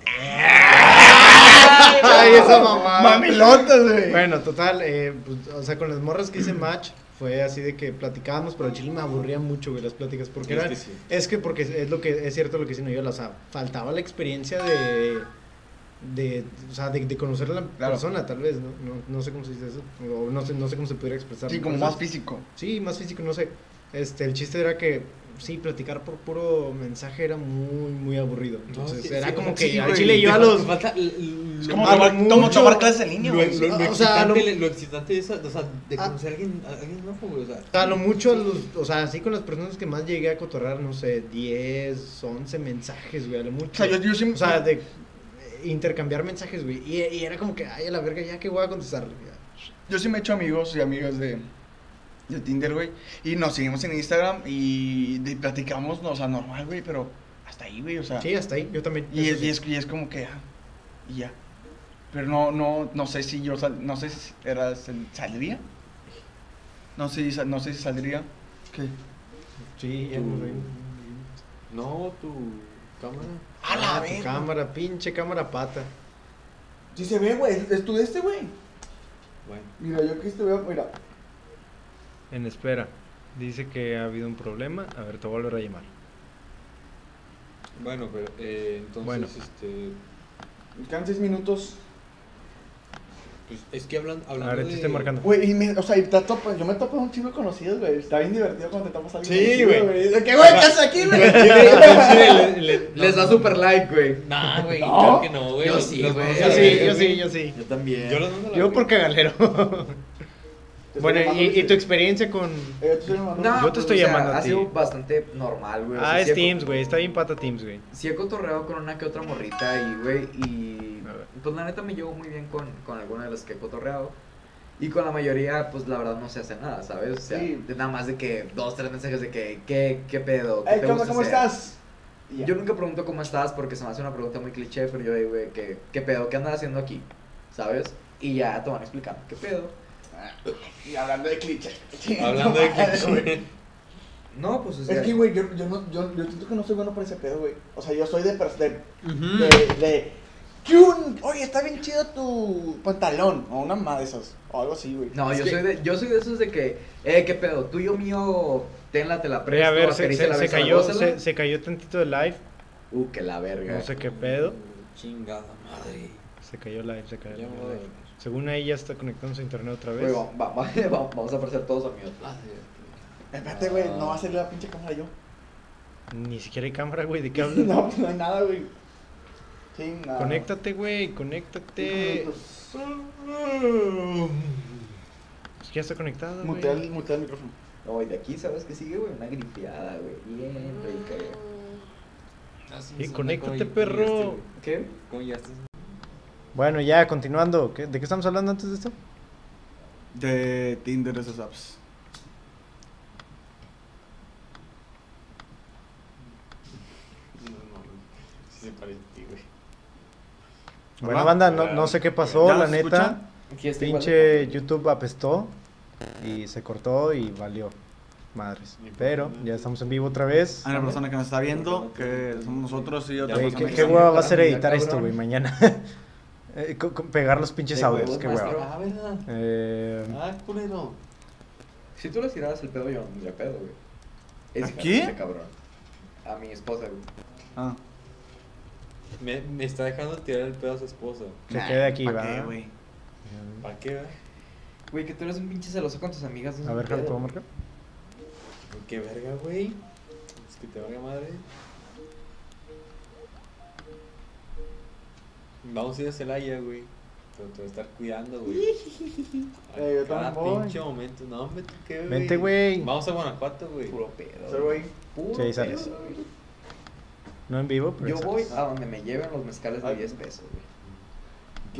<laughs>
Ay, esa mamá.
Mamelotas, güey.
Bueno, total, eh, pues, o sea, con las morras que hice match fue así de que platicábamos, pero el chile me aburría mucho, güey, las pláticas, porque
Es
era-
que sí.
es que porque es lo que es cierto lo que dicen ellos, o sea, faltaba la experiencia de de, o sea, de, de conocer a la
Claro.
persona, tal vez, ¿no? ¿no? no sé cómo se dice eso, o no sé, no sé cómo se pudiera expresar.
Sí, como
O sea,
más físico.
Sí, más físico, no sé. Este, el chiste era que sí, platicar por puro mensaje era muy, muy aburrido. Entonces,
sí,
era
<laughs>
sí,
como
sí,
que al
güey,
chile yo a
Te
los
falta l-
Es
lo-
como
a lo
tomar,
mucho-
como tomar clases Ah, en línea,
Lo,
güey.
lo- lo
O sea, lo-
excitante, Ah, lo excitante es, o sea, de conocer a alguien, a alguien nuevo, güey, o sea.
A lo mucho, a los- o sea, así con las personas que más llegué a cotorrar, no sé, 10, 11 mensajes, güey, a lo mucho.
O sea, yo, yo siempre...
O sea, de eh, intercambiar mensajes, güey. Y, y era como que, ay, a la verga, ya que voy a contestar.
Yo sí me he hecho amigos y amigas de, de Tinder, güey. Y nos seguimos en Instagram y de- platicamos, no, o sea, normal, güey, pero hasta ahí, güey, o sea.
Sí, hasta ahí, yo también.
y,
Eso
es,
sí.
y, es, y es como que, ah, y ya. Pero no, no, no sé si yo, sal- no sé si era, sal- ¿saldría? No sé, si sal- no sé si saldría. ¿Qué?
Sí, ya
Tu-
nos reímos.
No, tu cámara.
A la
Ah, tu
verga.
cámara, pinche cámara pata.
Sí se ve, güey. Es tú de este, güey.
Bueno.
Mira, yo aquí te veo, mira.
En espera. Dice que ha habido un problema. A ver, te voy a volver a llamar.
Bueno, pero eh, entonces,
Bueno.
este,
Me quedan seis minutos.
pues es que hablan, hablando
ver,
de...
te estoy
<laughs>
marcando.
Güey, y me, o sea, y te topas, yo me topo a un chingo de conocidos, güey. Está bien divertido cuando te topas a alguien.
Sí,
conocido,
güey.
<laughs>
De que, güey, ¿qué haces aquí, güey?
Les da super like, güey.
Nah, güey,
¿No?
claro que no, güey.
Yo
los-
sí,
los
güey.
mando a
Yo
la
sí,
verga,
yo sí,
güey.
yo sí.
Yo también.
Yo los mando a la
Yo
verga.
por cagalero.
Te estoy
<laughs> bueno,
llamando,
y, y
dice.
tu experiencia con...
Eh, yo te estoy llamando.
No,
Yo te
pues,
estoy
o sea,
llamando a
Ha
ti.
sido bastante normal, güey. o sea,
Ah,
sí
es
he co-
Teams, güey. Está bien pata Teams, güey.
Sí he cotorreado con una que otra morrita y, güey, y...
A ver.
Pues la neta me llevo muy bien con, con alguna de las que he cotorreado. Y con la mayoría, pues la verdad no se hace nada, ¿sabes? O sea,
Sí.
de nada más de que dos, tres mensajes de que, ¿qué, qué pedo? ¿Qué
Ey,
te
¿qué onda?
gusta
¿Cómo
hacer?
estás? Y ya.
Yo nunca pregunto cómo estás porque se me hace una pregunta muy cliché, pero yo digo, güey, ¿qué, ¿qué pedo? ¿Qué andas haciendo aquí? ¿Sabes? Y ya te van explicando, ¿qué pedo?
Y hablando de clichés.
<laughs>
Hablando
<laughs>
de que...
No, pues o sea,
Es que, güey, yo, yo, no, yo, yo siento que no soy bueno para ese pedo, güey. O sea, yo soy de. per- de,
Mm.
de, de ¿Qué un- Oye, está bien chido tu pantalón. O una mamá de esas. O algo así, güey.
No,
Es
yo
que-
soy, de, yo soy de esos de que, eh, ¿qué pedo? Tuyo mío, tenla, te la
Pre,
presto,
a ver, se,
acaríciala,
se- se
bésala,
cayó,
gózala.
se, se cayó tantito de live.
Uh, que la verga.
No sé qué pedo.
Chingada madre.
Se cayó live, se cayó
Ya me voy a
live.
dormir.
Según ahí ya está conectándose a internet otra
Güey,
vez.
va- va- va- <laughs> va- vamos a aparecer todos amigos.
Espérate, güey, no va a salir la pinche cámara yo.
Ni siquiera hay cámara, güey. ¿De
<laughs>
qué
<laughs>
hablas?
no, pues no hay nada, güey. Chinga.
Conéctate, güey. Conéctate. Pues ya está conectada, güey.
Mutea el, mutea el micrófono.
No, y de aquí, ¿sabes qué sigue, güey? Una gripeada, güey. Bien rica, güey.
Sí, conéctate, perro.
¿Qué?
¿Cómo este ya estás?
Bueno, ya, continuando. ¿qué- ¿De qué estamos hablando antes de esto?
De Tinder, esas apps.
No, no, güey. Sí se parece a ti, güey.
Bueno,
Hola.
banda, no, no sé qué pasó,
¿Ya
la
se
neta.
escucha?
Aquí está igual de-
Este Pinche YouTube apestó y se cortó y valió. Madres. Pero ya estamos en vivo otra vez.
A la persona que nos está viendo, que somos nosotros y otra
Ya,
Güey,
persona.
qué,
que
qué
está-
hueva va a ser
Ya,
editar esto,
cabrón.
güey, mañana. <laughs> Eh, co- co- pegar los pinches
De
audios,
huevos,
qué
maestro.
hueva.
Ah, ¿verdad?
Eh,
Ah, culero.
Si tú le tiraras el pedo, yo no tendría pedo, güey.
¿A
hija de
quién?
ese cabrón. A mi esposa, güey.
Ah,
Me, me está dejando tirar el pedo a su esposa.
se queda aquí,
¿pa'
va.
qué, güey?
¿Para qué, va?
Güey, que tú eres un pinche celoso con tus amigas. no es
A
mi
ver, Jal,
pedo,
¿puedo
güey.
marcar?
Ok. Pues qué verga, güey. Es que te valga madre. Vamos a ir a Celaya, güey. Pero te voy a estar cuidando, güey. A
Eh, yo
cada
también voy.
pinche momento. No, hombre, tú qué, güey.
Vente, güey.
Vamos a Guanajuato, güey.
Puro pedo.
Ser, güey.
Puro
Sí, sales.
pedo, güey.
No en vivo, pero.
Yo
sales.
voy ah. a donde me lleven los mezcales de
Ah.
10 pesos, güey.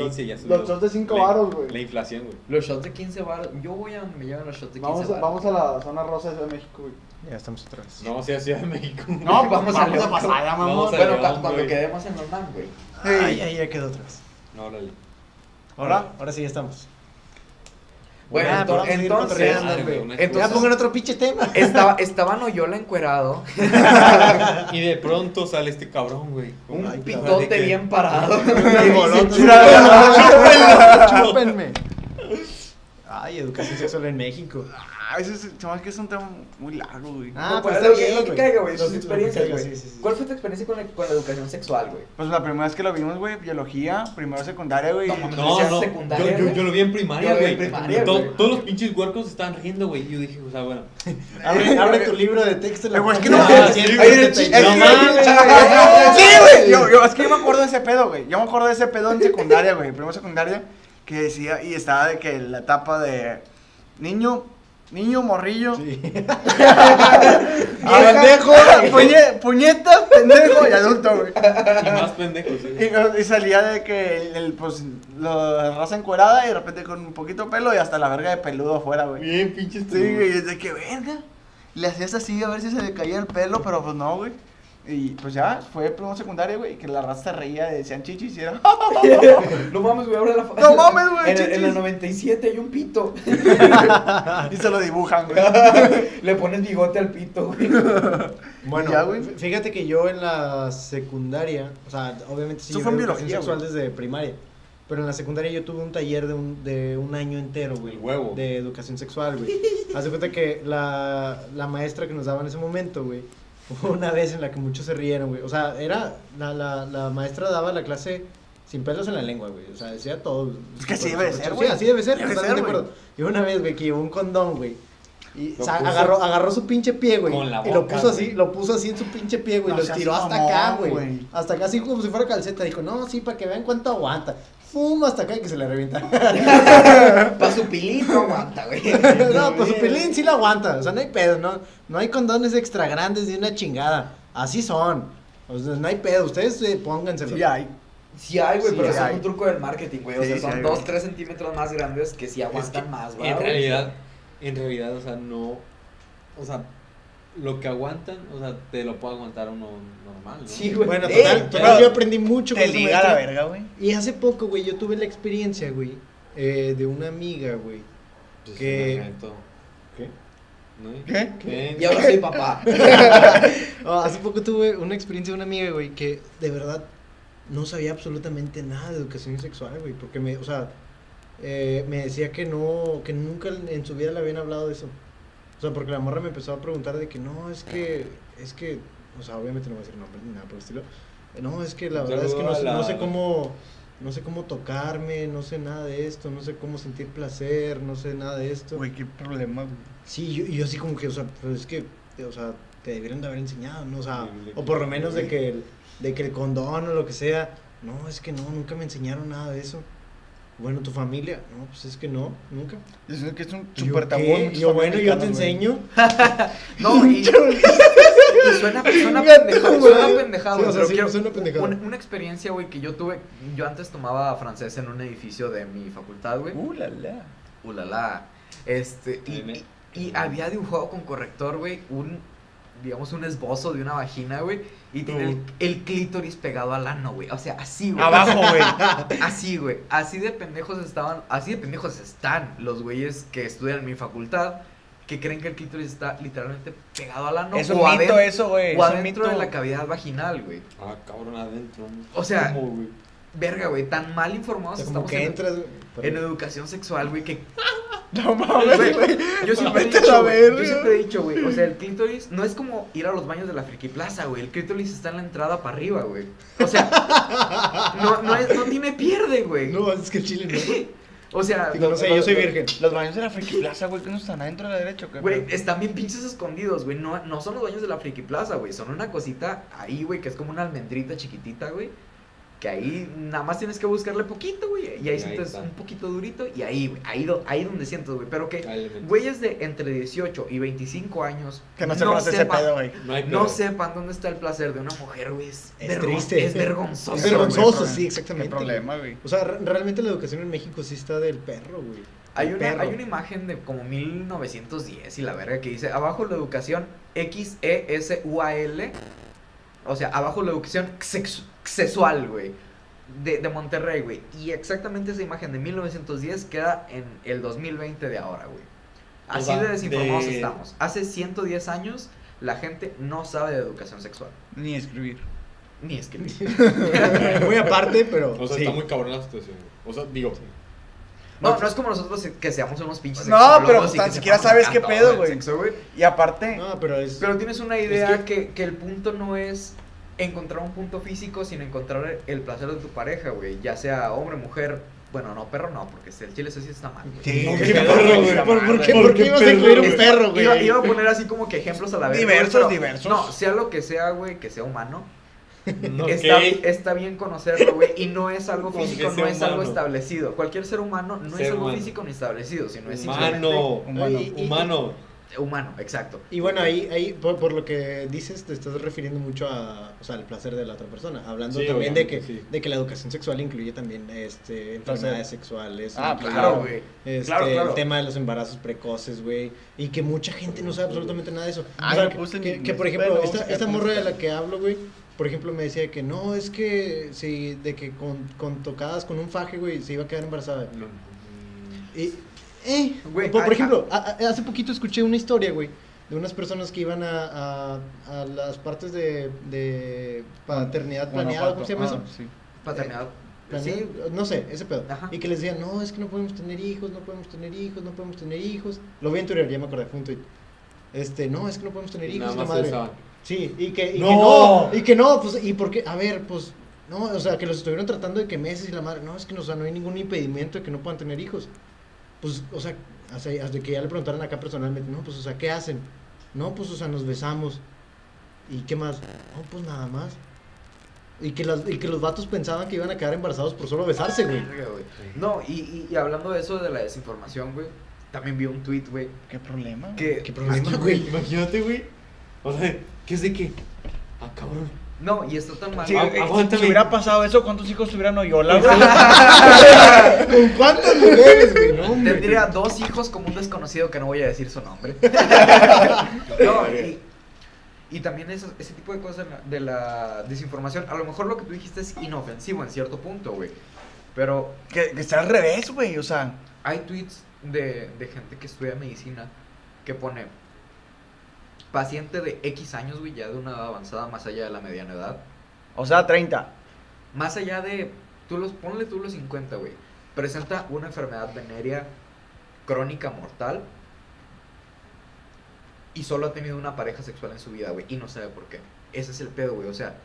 15 ya
Los-
subió.
los shots de cinco
La-
varos, güey.
La inflación, güey.
Los shots de 15 baros. Yo voy a donde me lleven los shots de 15
Vamos a,
baros.
vamos a la zona rosa de Ciudad de México, <laughs> güey.
Ya estamos otra vez.
No vamos a ir a Ciudad de México.
pues,
No, vamos a León.
pasada,
Vamos a
Pero
León,
cuando
güey.
quedemos en Norman, güey.
Ah, Ay, ay, ya quedó otra vez.
No, órale.
Ahora, ahora sí ya estamos.
Bueno,
Ah,
ento-
vamos a seguir
entonces,
cotorreando, güey, una
entonces
ya pongan otro pinche tema.
estaba, estaba Noyola encuerado,
Y de pronto sale este cabrón, güey.
un
Ay, cabrón, de
pitote
que-
bien parado.
¡Chúpenme! Ay, educación sexual en México.
Ah, ese es, se me hace que es un tema muy largo, güey.
Ah,
pues,
está
lo que-
bien,
lo que
güey.
caiga, güey, sus
Lo que- lo que
experiencias,
caiga,
güey.
sí, sí, sí.
¿Cuál fue tu experiencia con la, con la educación sexual, güey?
Pues la primera vez que lo vimos, güey, biología, primero secundaria, güey.
No, mames,
No,
Decías
no, yo,
secundaria,
yo,
güey.
yo lo vi en
Yo
primaria,
lo vi en
güey.
primaria,
To-
güey.
Todos los pinches huercos estaban riendo, güey. Y yo dije, o sea, bueno.
Abre, abre tu libro de texto.
Eh, güey, es que
no
página
mames,
100,
ahí viene
el chi-
179.
es que- Sí, güey. Yo, yo- es que yo me acuerdo de ese pedo, güey. Yo me acuerdo de ese pedo en secundaria, güey. Primero secundaria, que decía, y estaba de que la etapa de niño, niño, morrillo, <laughs> pendejo, puñe- puñetas, pendejo y adulto, güey.
Y
<laughs>
más pendejos, güey.
Y, y salía de que el, el, pues, la raza encuerada y de repente con un poquito de pelo y hasta la verga de peludo afuera, güey.
Bien, pinches
Sí, güey, es de que verga. Le hacías así a ver si se le caía el pelo, pero pues no, güey. Y pues ya, fue primo secundario, güey, que la raza se reía, decían chichis y era. <laughs>
No mames, güey, ahora la fa-
No mames, güey,
En, el- en el
chichis.
97 hay un pito. <laughs>
y se lo dibujan, güey.
Le pones bigote al pito, güey. <laughs>
Bueno,
Ya, güey.
f- fíjate que yo en la secundaria, o sea, obviamente sí
Eso
llevé
fue en
educación
biología,
sexual
güey.
desde primaria, pero en la secundaria yo tuve un taller de un, de un año entero, güey.
El huevo.
De educación sexual,
<laughs>
güey. Haz de cuenta que la, la maestra que nos daba en ese momento, güey, hubo una vez en la que muchos se rieron, güey. O sea, era, la, la, la maestra daba la clase sin pelos en la lengua, güey. O sea, decía todo.
Es que así
Sí,
debe de ser,
sí,
güey.
así debe ser,
Debe ser,
totalmente de
güey.
acuerdo. Y una vez, güey, que llevó un condón, güey. Y
Lo
sa-
puso-
agarró, agarró su pinche pie, güey.
Con la
Y lo
boca,
puso así,
güey.
lo puso así en su pinche pie, güey.
No
lo
seas
estiró hasta
mamón,
acá, güey.
güey.
Hasta acá, así como si fuera calceta. Dijo, no, sí, para que vean cuánto aguanta. Fum, hasta acá y que se le revienta.
Pa' su pilito aguanta, güey.
<laughs> no, pues su pelín sí la aguanta. O sea, no hay pedo, ¿no? No hay condones extra grandes ni una chingada. Así son. O sea, no hay pedo. Ustedes eh, pónganselo.
<laughs> Sí, hay.
Sí hay, güey,
Sí
pero
hay.
es un truco del marketing, güey. O
Sí,
sea,
sí
son
hay,
2,
güey.
3 centímetros más grandes que sí aguantan más, güey.
En realidad, en realidad, o sea, no. O sea, lo que aguantan, o sea, te lo puede aguantar uno normal, ¿no?
Sí, güey.
Bueno,
Eh,
total, total,
pero
yo aprendí mucho
Te
con esa
liga la
maestra.
verga, güey.
Y hace poco, güey, yo tuve la experiencia, güey, eh, de una amiga, güey.
Pues,
Que-
imagínate.
¿Qué?
¿No?
¿Qué?
¿Qué?
Y ahora soy papá.
<laughs> Ah, hace poco tuve una experiencia de una amiga, güey, que de verdad no sabía absolutamente nada de educación sexual, güey, porque me, o sea, eh, me decía que no, que nunca en su vida le habían hablado de eso. O sea, porque la morra me empezó a preguntar de que no, es que, es que, o sea, obviamente no voy a decir nombres ni nada por el estilo. Eh, No, es que la
Un
verdad es que no,
saludo a
sé- no
la-
sé cómo, no sé cómo tocarme, no sé nada de esto, no sé cómo sentir placer, no sé nada de esto.
Güey, qué problema, güey.
Sí, yo, yo así como que, o sea, pues es que, o sea, te debieron de haber enseñado, ¿no? O sea,
Sí, de
o
que-
por lo menos de que el, de que el condón o lo que sea, no, es que no, nunca me enseñaron nada de eso. Bueno, tu familia, no, pues es que no, nunca.
Es que es un
Yo,
super
¿qué?
tabú. en muchos
Yo, bueno, yo te
americanos, güey.
enseño.
No, y, y suena, suena
<laughs>
pendejado, suena pendejado,
Sí, o sea,
pero
sí,
quiero-
suena pendejado.
Una, una experiencia, güey, que yo tuve, yo antes tomaba francés en un edificio de mi facultad, güey.
Uh, la, la.
Ulala. Este, y,
<laughs> Dime.
y- y había dibujado con corrector, güey, un, digamos, un esbozo de una vagina, güey, y tiene el, el clítoris pegado al ano, güey. O sea, así, güey.
Abajo, <laughs> güey.
Así, güey. Así de pendejos estaban. Así de pendejos están los güeyes que estudian en mi facultad. Que creen que el clítoris está literalmente pegado al ano.
Es un
o
mito
aden-
eso, güey.
O
Es un
adentro
mito.
de la cavidad vaginal, güey.
Ah, cabrón, adentro. ¿no?
O sea,
¿Cómo, güey?
Verga, güey. Tan mal
O
informados
sea, como
estamos
que
en,
entras, güey.
en educación sexual, güey.
<laughs>
Que
No mames, güey.
yo siempre, he
Vete a
dicho,
la
güey, yo
verga.
siempre he dicho, güey. O sea, el clítoris no es como ir a los baños de la Friki Plaza, güey. El clítoris está en la entrada para arriba, güey. O sea, no, no, es, no tiene pierde, güey.
No, es que el chile no.
<laughs> O sea,
Digo, no sé, yo soy virgen.
Los baños de la Friki Plaza, güey, que no están adentro de la derecha, o qué?
Güey, están bien pinches escondidos, güey. No, no son los baños de la Friki Plaza, güey. Son una cosita ahí, güey, que es como una almendrita chiquitita, güey. Que ahí nada más tienes que buscarle poquito, güey. Y ahí
ahí
sientes
está.
un poquito durito. Y ahí, güey. Ahí, do- ahí donde sientes, eh, güey. Pero que
Al elemento.
güeyes de entre 18 y 25 años.
Que no se conoce ese
sepan-
pedo, güey.
No hay
No
pedo.
sepan dónde está el placer de una mujer, güey. Es,
Es
vergon-
triste.
Es vergonzoso.
Es
güey.
vergonzoso,
güey,
sí, exactamente,
Qué problema, güey.
O sea, re- realmente la educación en México sí está del perro, güey.
Hay
Del
una,
perro.
hay una imagen de como 1910 y la verga que dice abajo la educación X E S U A L. O sea, abajo la educación sex- sexual, güey. De, de Monterrey, güey. Y exactamente esa imagen de 1910 queda en el 2020 de ahora, güey. Así
sea,
de desinformados
de-
estamos. Hace 110 años la gente no sabe de educación sexual.
Ni escribir.
Ni escribir.
<laughs>
<laughs> Muy aparte, pero.
O sea,
sí.
está muy cabrón la situación. güey. O sea, digo,
No, no es como nosotros que seamos unos pinches
No,
sexólogos y
pero pues,
que
tan siquiera
sepamos
sabes qué
tanto
pedo,
del
güey.
sexo, güey.
Y aparte,
No, pero es.
Pero tienes una idea
Es
que... que el punto no es encontrar un punto físico, sino encontrar el placer de tu pareja, güey. Ya sea hombre, mujer. Bueno, no, perro no, porque el chile eso sí está mal. güey.
Sí,
No,
qué
qué
perro,
<laughs> perro,
güey.
esa
¿Por, por
madre.
qué, por qué
Qué
vas a incluir un
Es-
perro, güey?
Iba, iba a poner así como que ejemplos a la vez.
Diversos, diversos.
No, sea lo que sea, güey, que sea humano.
no,
Está,
ok.
está bien conocerlo, güey. Y no es algo
<laughs> Como que
físico, no
sea
es algo
humano.
establecido. Cualquier ser humano no es
Ser
algo
humano.
físico ni establecido, sino es simplemente
humano,
humano.
Ay, humano.
humano, exacto.
Y bueno, ahí, ahí por, por lo que dices, te estás refiriendo mucho a, o sea, al placer de la otra persona. Hablando
Sí,
también de que,
obviamente, sí.
de que la educación sexual incluye también este, enfermedades sexuales.
Ah,
incluye,
Claro.
Claro, güey.
este,
Claro, claro.
El tema de los embarazos precoces, güey. Y que mucha gente no sabe absolutamente nada de eso.
Ah,
O sea,
yo
que-
puse
que,
mi-
que, por
mi-
ejemplo,
bueno,
esta,
vamos a
esta
quedar con
morra de
música.
la que hablo, güey, por ejemplo, me decía que no, es que si, de que con, con tocadas con un faje, güey, se iba a quedar embarazada.
No.
Y, eh,
Güey,
por, por
ah,
ejemplo, a- a- hace poquito escuché una historia, güey, de unas personas que iban a, a, a las partes de, de paternidad planeada, ¿cómo se llama eso?
Ah, sí.
Eh,
Paternidad.
Planeada,
Sí,
No sé, ese pedo.
Ajá.
Y que les decían, no, es que no podemos tener hijos, no podemos tener hijos, no podemos tener hijos. Lo vi en Twitter, ya me acordé, fue un tweet. Este, no, es que no podemos tener
Y
hijos.
nada
la
más
madre.
estaban.
Sí, y que, y
¡No!
que no, y que no, pues, y porque, a ver, pues, no, o sea, que los estuvieron tratando de que meses y la madre, no, es que no, o sea, no hay ningún impedimento de que no puedan tener hijos. Pues, o sea, hasta, hasta que ya le preguntaron acá personalmente, no, pues, o sea, ¿qué hacen? No, pues, o sea, nos besamos. ¿Y qué más? No, pues nada más. Y que, las, y que los vatos pensaban que iban a quedar embarazados por solo besarse, güey.
Verga, güey. No, y, y, y hablando de eso de la desinformación, güey, también vi un tweet, güey,
Qué problema. güey.
que...
Qué
<laughs>
problema,
Imagínate,
güey.
güey, Imagínate, güey. O sea, ¿qué es de qué? Ah, cabrón.
No, y está tan mal.
Sí,
Ah,
eh,
aguántame.
Si hubiera pasado eso, ¿cuántos hijos se hubieran oyolado?
<laughs> ¿Con cuántas mujeres,
<laughs>
güey? No, hombre.
Tendría dos hijos como un desconocido que no voy a decir su nombre. no, y, y también eso- ese tipo de cosas de la, de la desinformación. A lo mejor lo que tú dijiste es inofensivo en cierto punto, güey. Pero
<laughs> Que, que está al revés, güey. O sea,
hay tweets de, de gente que estudia medicina que pone paciente de X años, güey, ya de una edad avanzada más allá de la mediana edad.
o sea, 30.
Más allá de, tú los, ponle tú los 50, güey. Presenta una enfermedad venérea crónica mortal y solo ha tenido una pareja sexual en su vida, güey, y no sabe por qué. Ese es el pedo, güey. O sea,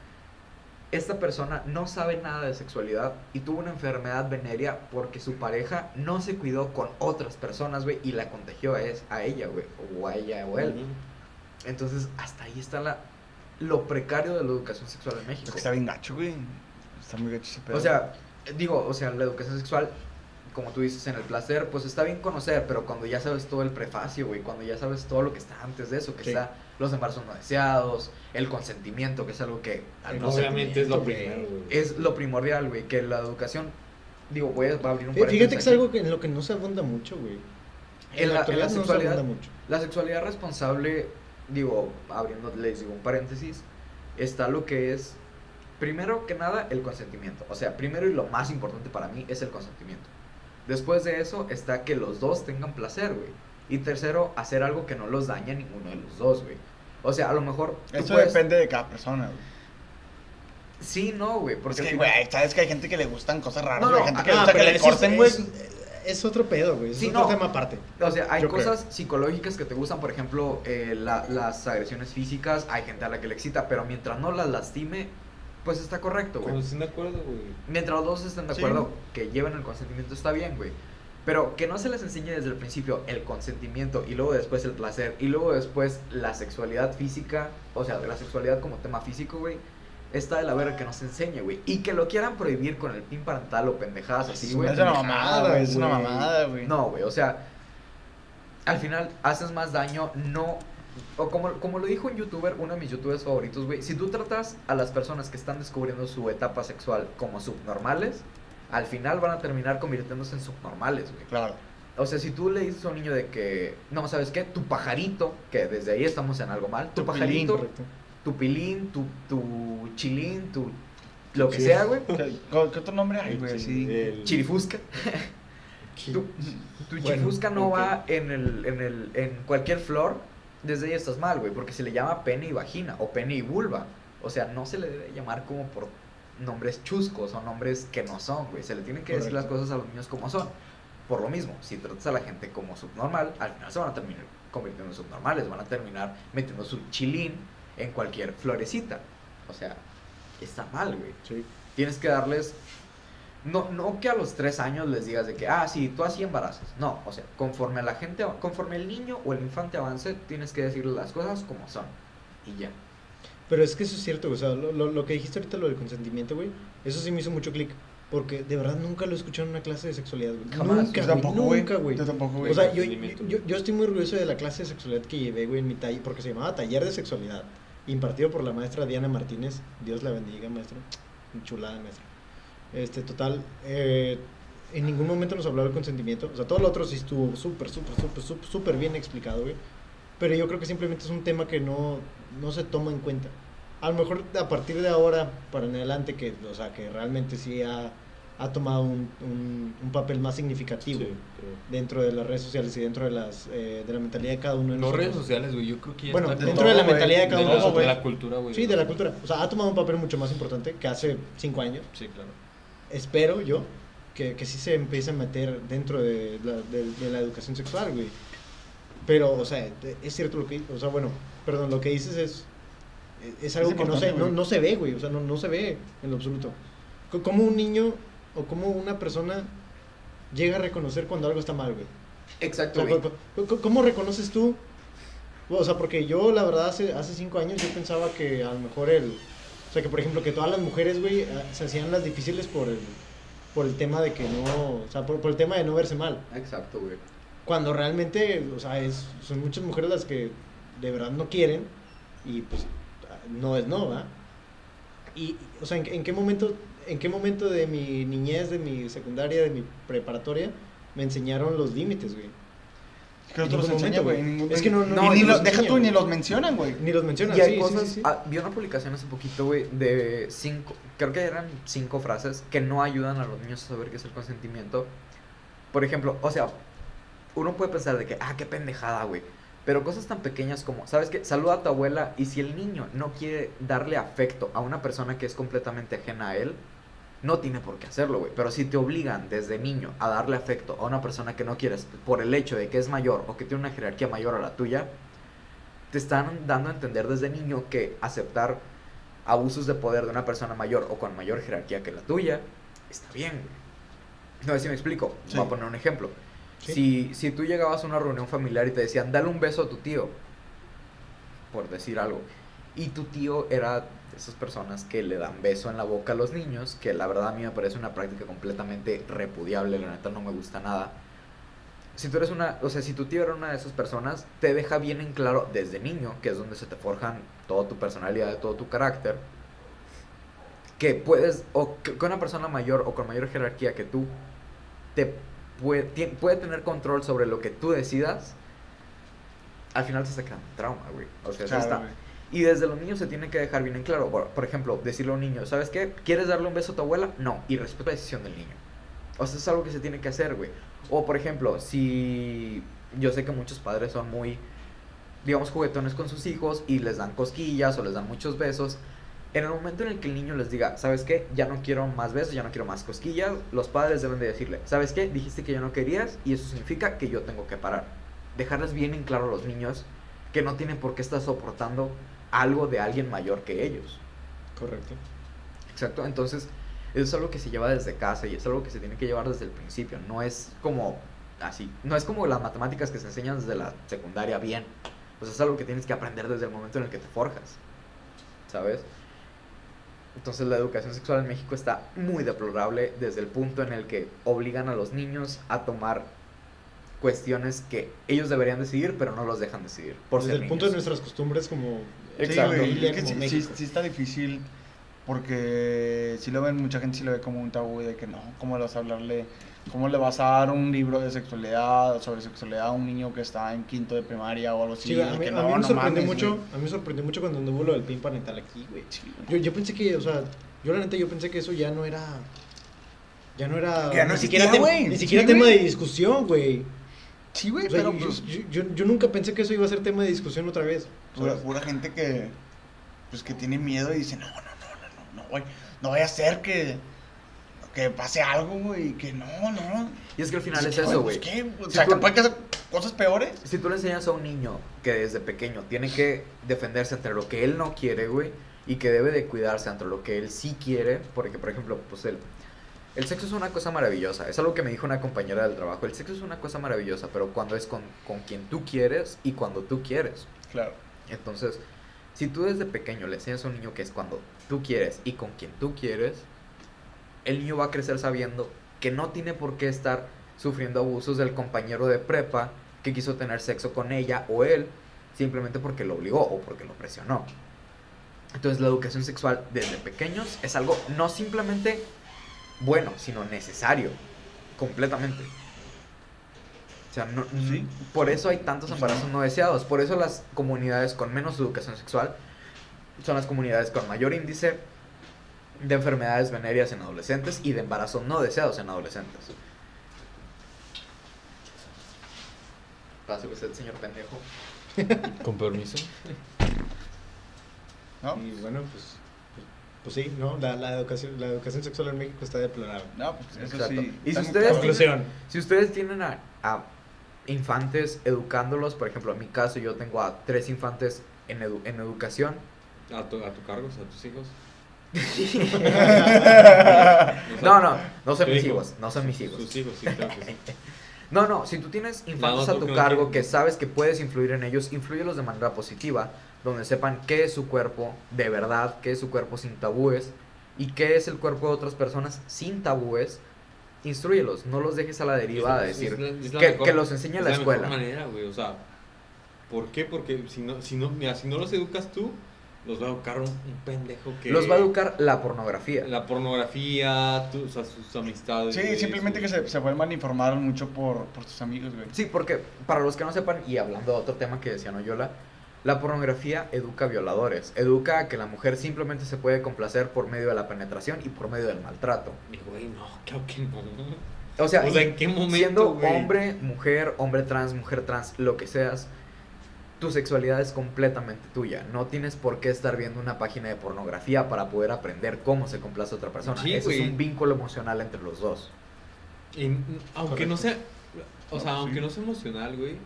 esta persona no sabe nada de sexualidad y tuvo una enfermedad venérea porque su pareja no se cuidó con otras personas, güey, y la contagió a, es- a ella, güey, o a ella o él. Entonces, hasta ahí está la, lo precario de la educación sexual en México.
Es que está bien gacho, güey. Está muy gacho ese pedo.
O sea, digo, o sea, la educación sexual, como tú dices, en el placer, pues está bien conocer, pero cuando ya sabes todo el prefacio, güey, cuando ya sabes todo lo que está antes de eso, que
Sí.
está los embarazos no deseados, el consentimiento, que es algo que al
No,
Obviamente es lo
güey.
primero, güey.
es lo primordial, güey, que la educación, digo, voy a, va a abrir un
Fí- Fíjate que es
paréntesis aquí.
algo que, en lo que no se abunda mucho, güey.
En la- en la
actualidad no se
sexualidad,
abunda mucho.
La sexualidad responsable, digo, abriendo, les digo un paréntesis, está lo que es, primero que nada, el consentimiento. O sea, primero y lo más importante para mí es el consentimiento. Después de eso está que los dos tengan placer, güey. Y tercero, hacer algo que no los dañe a ninguno de los dos, güey. O sea, a lo mejor... tú
Eso
puedes-
depende de cada persona, güey.
Sí, no, güey.
Porque,
Porque al
güey,
final-
sabes que hay gente que le gustan cosas raras.
No,
güey,
no,
hay gente que
ah,
le gusta que
pero
le
eso es-
corten, güey.
Es, es otro pedo, güey. Es
Sí,
otro
no.
tema aparte.
O sea, hay
Yo
cosas psicológicas que te gustan, por ejemplo, eh, la- las agresiones físicas, hay gente a la que le excita, pero mientras no las lastime, pues está correcto, güey.
Como si de acuerdo, güey.
Mientras los dos estén de
Sí.
acuerdo que lleven el consentimiento, está bien, güey. Pero que no se les enseñe desde el principio el consentimiento y luego después el placer y luego después la sexualidad física, o sea, la sexualidad como tema físico, güey, está de la verga que no se enseñe, güey. Y que lo quieran prohibir con el pin parental o pendejadas así,
Es
güey.
una
pendejada,
mamada, güey. Es una
güey.
mamada, güey.
No, güey, o sea, al final haces más daño, no. O como, como lo dijo un youtuber, uno de mis youtubers favoritos, güey, si tú tratas a las personas que están descubriendo su etapa sexual como subnormales, al final van a terminar convirtiéndose en subnormales, güey.
Claro.
O sea, si tú le dices a un niño de que, no, ¿sabes qué? Tu pajarito, que desde ahí estamos en algo mal, tu, pajarito,
Correcto.
tu pilín, tu, tu chilín, tu lo que
Sí.
sea, güey,
¿Qué, qué otro nombre hay, güey? Sí.
El-
chirifusca. tu, tu
Bueno,
chifusca no
ok.
va en, el, en, el, en cualquier flor, desde ahí estás mal, güey, porque se le llama pene y vagina o pene y vulva. O sea, no se le debe llamar como por nombres chuscos o nombres que no son, güey. Se le tienen que decir las
Correcto.
cosas a los niños como son. Por lo mismo, si tratas a la gente como subnormal, al final se van a terminar convirtiendo en subnormales, van a terminar metiendo su chilín en cualquier florecita. O sea, está mal, güey. Tienes que darles no, no que a los tres años les digas de que, ah, sí, tú así embarazas. No, o sea, conforme la gente, av- conforme el niño o el infante avance, tienes que decirle las cosas como son. Y ya.
Pero es que eso es cierto, o sea, lo, lo- lo que dijiste ahorita, lo del consentimiento, güey, eso sí me hizo mucho clic. Porque de verdad nunca lo he escuchado en una clase de sexualidad, güey.
Jamás.
Nunca, güey,
Yo tampoco, güey.
Nunca, güey.
Yo tampoco, güey.
O sea, yo,
Consentimiento.
yo, yo estoy muy orgulloso de la clase de sexualidad que llevé, güey, en mi taller, porque se llamaba Taller de Sexualidad, impartido por la maestra Diana Martínez. Dios la bendiga, maestra. Chulada, maestra. Este, total, eh, en ningún momento nos habló del consentimiento. O sea, todo lo otro sí estuvo súper, súper, súper, súper, súper bien explicado, güey. Pero yo creo que simplemente es un tema que no, no se toma en cuenta. A lo mejor a partir de ahora, para en adelante, que, o sea, que realmente sí ha, ha tomado un, un, un papel más significativo
Sí, creo.
dentro de las redes sociales y dentro de las eh, de la mentalidad de cada uno de
No
nosotros.
redes sociales, güey. Yo creo que ya
Bueno,
está
dentro
como-
de la
güey.
mentalidad de cada
de
uno de
la-
nosotros,
de
güey.
la cultura, güey.
Sí, de la cultura. O sea, ha tomado un papel mucho más importante que hace cinco años.
Sí, claro.
Espero yo que, que sí se empiece a meter dentro de la, de- de la educación sexual, güey. Pero, o sea, te- es cierto lo que... O sea, bueno, perdón, lo que dices es... e, Es algo
Es
que no se,
importante,
no,
güey.
no se ve, güey. O sea, no, no se ve en lo absoluto. Co- ¿Cómo un niño o cómo una persona llega a reconocer cuando algo está mal, güey?
Exacto,
sea,
güey.
co- co- co- ¿Cómo reconoces tú? O sea, porque yo, la verdad, hace, hace cinco años yo pensaba que a lo mejor el... O sea, que por ejemplo, que todas las mujeres, güey, ah, se hacían las difíciles por el, por el tema de que no... O sea, por, por el tema de no verse mal.
Exacto, güey.
Cuando realmente, o sea, es, son muchas mujeres las que de verdad no quieren y pues ah, no es no, ¿verdad? Y, o sea, ¿en, en qué momento, ¿en qué momento de mi niñez, de mi secundaria, de mi preparatoria, me enseñaron los límites, güey?
¿Qué otro
pues, en
los
ningún
enseña,
momento,
güey?
güey.
En ningún-
Es que no- no-
Y
no
ni
los
lo- deja
enseña,
tú, ni
güey.
los mencionan, güey.
Ni los mencionas.
Y hay
sí, sí,
cosas.
sí, sí.
ah, vi una publicación hace poquito, güey, de cinco. Creo que eran cinco frases que no ayudan a los niños a saber qué es el consentimiento. Por ejemplo, o sea, uno puede pensar de que, ah, qué pendejada, güey. Pero cosas tan pequeñas como, ¿sabes qué? Saluda a tu abuela y si el niño no quiere darle afecto a una persona que es completamente ajena a él, no tiene por qué hacerlo, güey. Pero si te obligan desde niño a darle afecto a una persona que no quieres por el hecho de que es mayor o que tiene una jerarquía mayor a la tuya, te están dando a entender desde niño que aceptar abusos de poder de una persona mayor o con mayor jerarquía que la tuya está bien, güey. No sé si me explico. Voy a poner un ejemplo. Si, si tú llegabas a una reunión familiar y te decían, dale un beso a tu tío, por decir algo, y tu tío era de esas personas que le dan beso en la boca a los niños, que la verdad a mí me parece una práctica completamente repudiable, la neta no me gusta nada. Si tú eres una, o sea, si tu tío era una de esas personas, te deja bien en claro desde niño, que es donde se te forjan toda tu personalidad, todo tu carácter, que puedes, o que que una persona mayor o con mayor jerarquía que tú, te puede, tie- puede tener control sobre lo que tú decidas, al final se está quedando un trauma, güey. O sea, eso
Claro,
está.
güey.
Y desde los niños se tiene que dejar bien en claro. Por, por ejemplo, decirle a un niño, ¿sabes qué? ¿Quieres darle un beso a tu abuela? No. Y respeta la decisión del niño. O sea, es algo que se tiene que hacer, güey. O por ejemplo, si yo sé que muchos padres son muy, digamos, juguetones con sus hijos y les dan cosquillas o les dan muchos besos. En el momento en el que el niño les diga, ¿sabes qué? Ya no quiero más besos, ya no quiero más cosquillas, los padres deben de decirle, ¿sabes qué? Dijiste que ya no querías y eso significa que yo tengo que parar. Dejarles bien en claro a los niños que no tienen por qué estar soportando algo de alguien mayor que ellos.
Correcto.
Exacto, entonces Eso es algo que se lleva desde casa y es algo que se tiene que llevar desde el principio. No es como así, no es como las matemáticas que se enseñan desde la secundaria bien. Pues es algo que tienes que aprender desde el momento en el que te forjas. ¿Sabes? Entonces la educación sexual en México está muy deplorable desde el punto en el que obligan a los niños a tomar cuestiones que ellos deberían decidir, pero no los dejan decidir. Por
Desde
ser
el punto de
niños.
nuestras costumbres como...
Exacto.
Sí, güey,
es que
como
sí, sí-
México.
sí está difícil porque si lo ven, mucha gente sí lo ve como un tabú de que no, ¿cómo le vas a hablarle? ¿Cómo le vas a dar un libro de sexualidad o sobre sexualidad a un niño que está en quinto de primaria o algo así?
Sí, güey, a
De
mí,
que
a
no,
mí me
no
sorprendió
mames,
mucho,
güey.
a mí me sorprendió mucho cuando anduvo lo del pin parental aquí, güey. Yo, yo pensé que, o sea, yo la neta yo pensé que eso ya no era ya no era
Que ya no
ni siquiera,
existía,
tem-
güey.
ni siquiera
Sí,
tema
güey.
de discusión, güey.
Sí, güey,
O sea,
pero
yo,
pues,
yo- yo- yo nunca pensé que eso iba a ser tema de discusión otra vez.
pura,
¿sabes?
pura gente que, pues, que tiene miedo y dice, no, no, no, no, no, no, güey, no vaya a ser que, que pase algo, güey, y que no, no.
Y es que al final
Pues,
es
¿qué,
eso, güey.
pues, ¿qué? O
Si
sea,
tú-
que pueden hacer cosas peores.
Si tú le enseñas a un niño que desde pequeño tiene que defenderse entre lo que él no quiere, güey, y que debe de cuidarse entre lo que él sí quiere, porque, por ejemplo, pues el, el sexo es una cosa maravillosa, es algo que me dijo una compañera del trabajo, el sexo es una cosa maravillosa, pero cuando es con, con quien tú quieres y cuando tú quieres.
Claro.
Entonces, si tú desde pequeño le enseñas a un niño que es cuando tú quieres y con quien tú quieres, el niño va a crecer sabiendo que no tiene por qué estar sufriendo abusos del compañero de prepa que quiso tener sexo con ella o él simplemente porque lo obligó o porque lo presionó. Entonces la educación sexual desde pequeños es algo no simplemente bueno, sino necesario, completamente. O sea, no-
Sí.
por eso hay tantos embarazos no deseados, por eso las comunidades con menos educación sexual son las comunidades con mayor índice de enfermedades venéreas en adolescentes y de embarazos no deseados en adolescentes. Pase usted, señor pendejo.
Con permiso.
¿No?
Mm.
Y bueno, pues pues, pues sí, ¿no? La, la educación la educación sexual en México está
<laughs>
deplorable. <laughs>
No, pues eso
Exacto.
sí.
Y si
está
ustedes
muy cabrón.
tienen-
Conclusión.
Si ustedes tienen a, a infantes educándolos, por ejemplo, en mi caso yo tengo a tres infantes en, edu- en educación.
A tu, a tu cargo, o sea, a tus hijos.
No, no, no son
Yo
mis
digo,
hijos, no son mis hijos.
Sus hijos, sí, claro que sí.
No, no, si tú tienes infantes
No,
a
tú
tu
que no
cargo
tienes-
que sabes que puedes influir en ellos, influyelos de manera positiva, donde sepan qué es su cuerpo de verdad, qué es su cuerpo sin tabúes y qué es el cuerpo de otras personas sin tabúes. Instruyelos, no los dejes a la <laughs> deriva a
Es-
decir.
es la- es la
que-
mejor-
que los enseñe
es
la escuela.
mejor manera, güey, o sea, ¿por qué? Porque si no, si no, mira, si no los educas tú, los va a educar un, un pendejo que...
Los va a educar la pornografía.
La pornografía, tu- o sea, sus amistades.
Sí,
güey,
simplemente
su-
que se, se vuelvan a informar mucho por, por sus amigos, güey.
Sí, porque para los que no sepan, y hablando de otro tema que decía Noyola, la pornografía educa a violadores, educa a que la mujer simplemente se puede complacer por medio de la penetración y por medio del maltrato.
Y, Güey, no, claro que no.
O sea,
O sea, ¿en qué momento,
siendo
güey?
hombre, mujer, hombre trans, mujer trans, lo que seas, tu sexualidad es completamente tuya. No tienes por qué estar viendo una página de pornografía para poder aprender cómo se complace a otra persona.
Sí,
Eso
güey.
es un vínculo emocional entre los dos.
Y n- aunque no sea, o sea,
No, pues sí.
aunque no sea emocional, güey,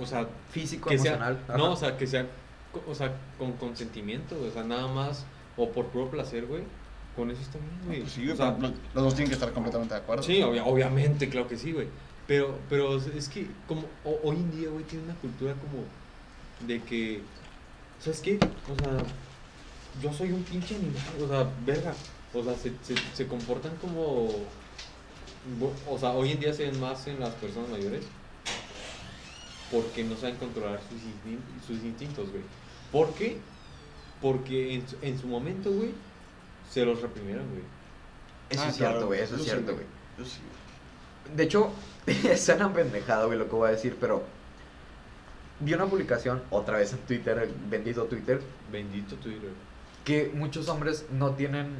o sea,
Físico,
que sea,
emocional. ajá.
no, o sea, que sea, co- o sea, con consentimiento, güey, o sea, nada más, o por puro placer, güey, con eso está bien, güey.
Pues sí, güey,
o sea,
pero los, los dos tienen que estar completamente de acuerdo.
Sí, obvia- obviamente, claro que sí, güey. Pero, pero es que como ho- hoy en día, güey, tiene una cultura como de que, ¿sabes qué? O sea, yo soy un pinche animal, o sea, verga. O sea, se, se, se comportan como, bo- o sea, hoy en día se ven más en las personas mayores porque no saben controlar sus, instin- sus instintos, güey. ¿Por qué? Porque en, su- en su momento, güey, se los reprimieron, güey.
Eso
Ah,
es cierto,
claro,
güey, eso es
eso sí,
cierto,
güey.
güey.
Yo Pues sí.
De hecho, <laughs> suena pendejado, güey, lo que voy a decir, pero vi una publicación otra vez en Twitter, el bendito Twitter,
Bendito Twitter.
que muchos hombres no tienen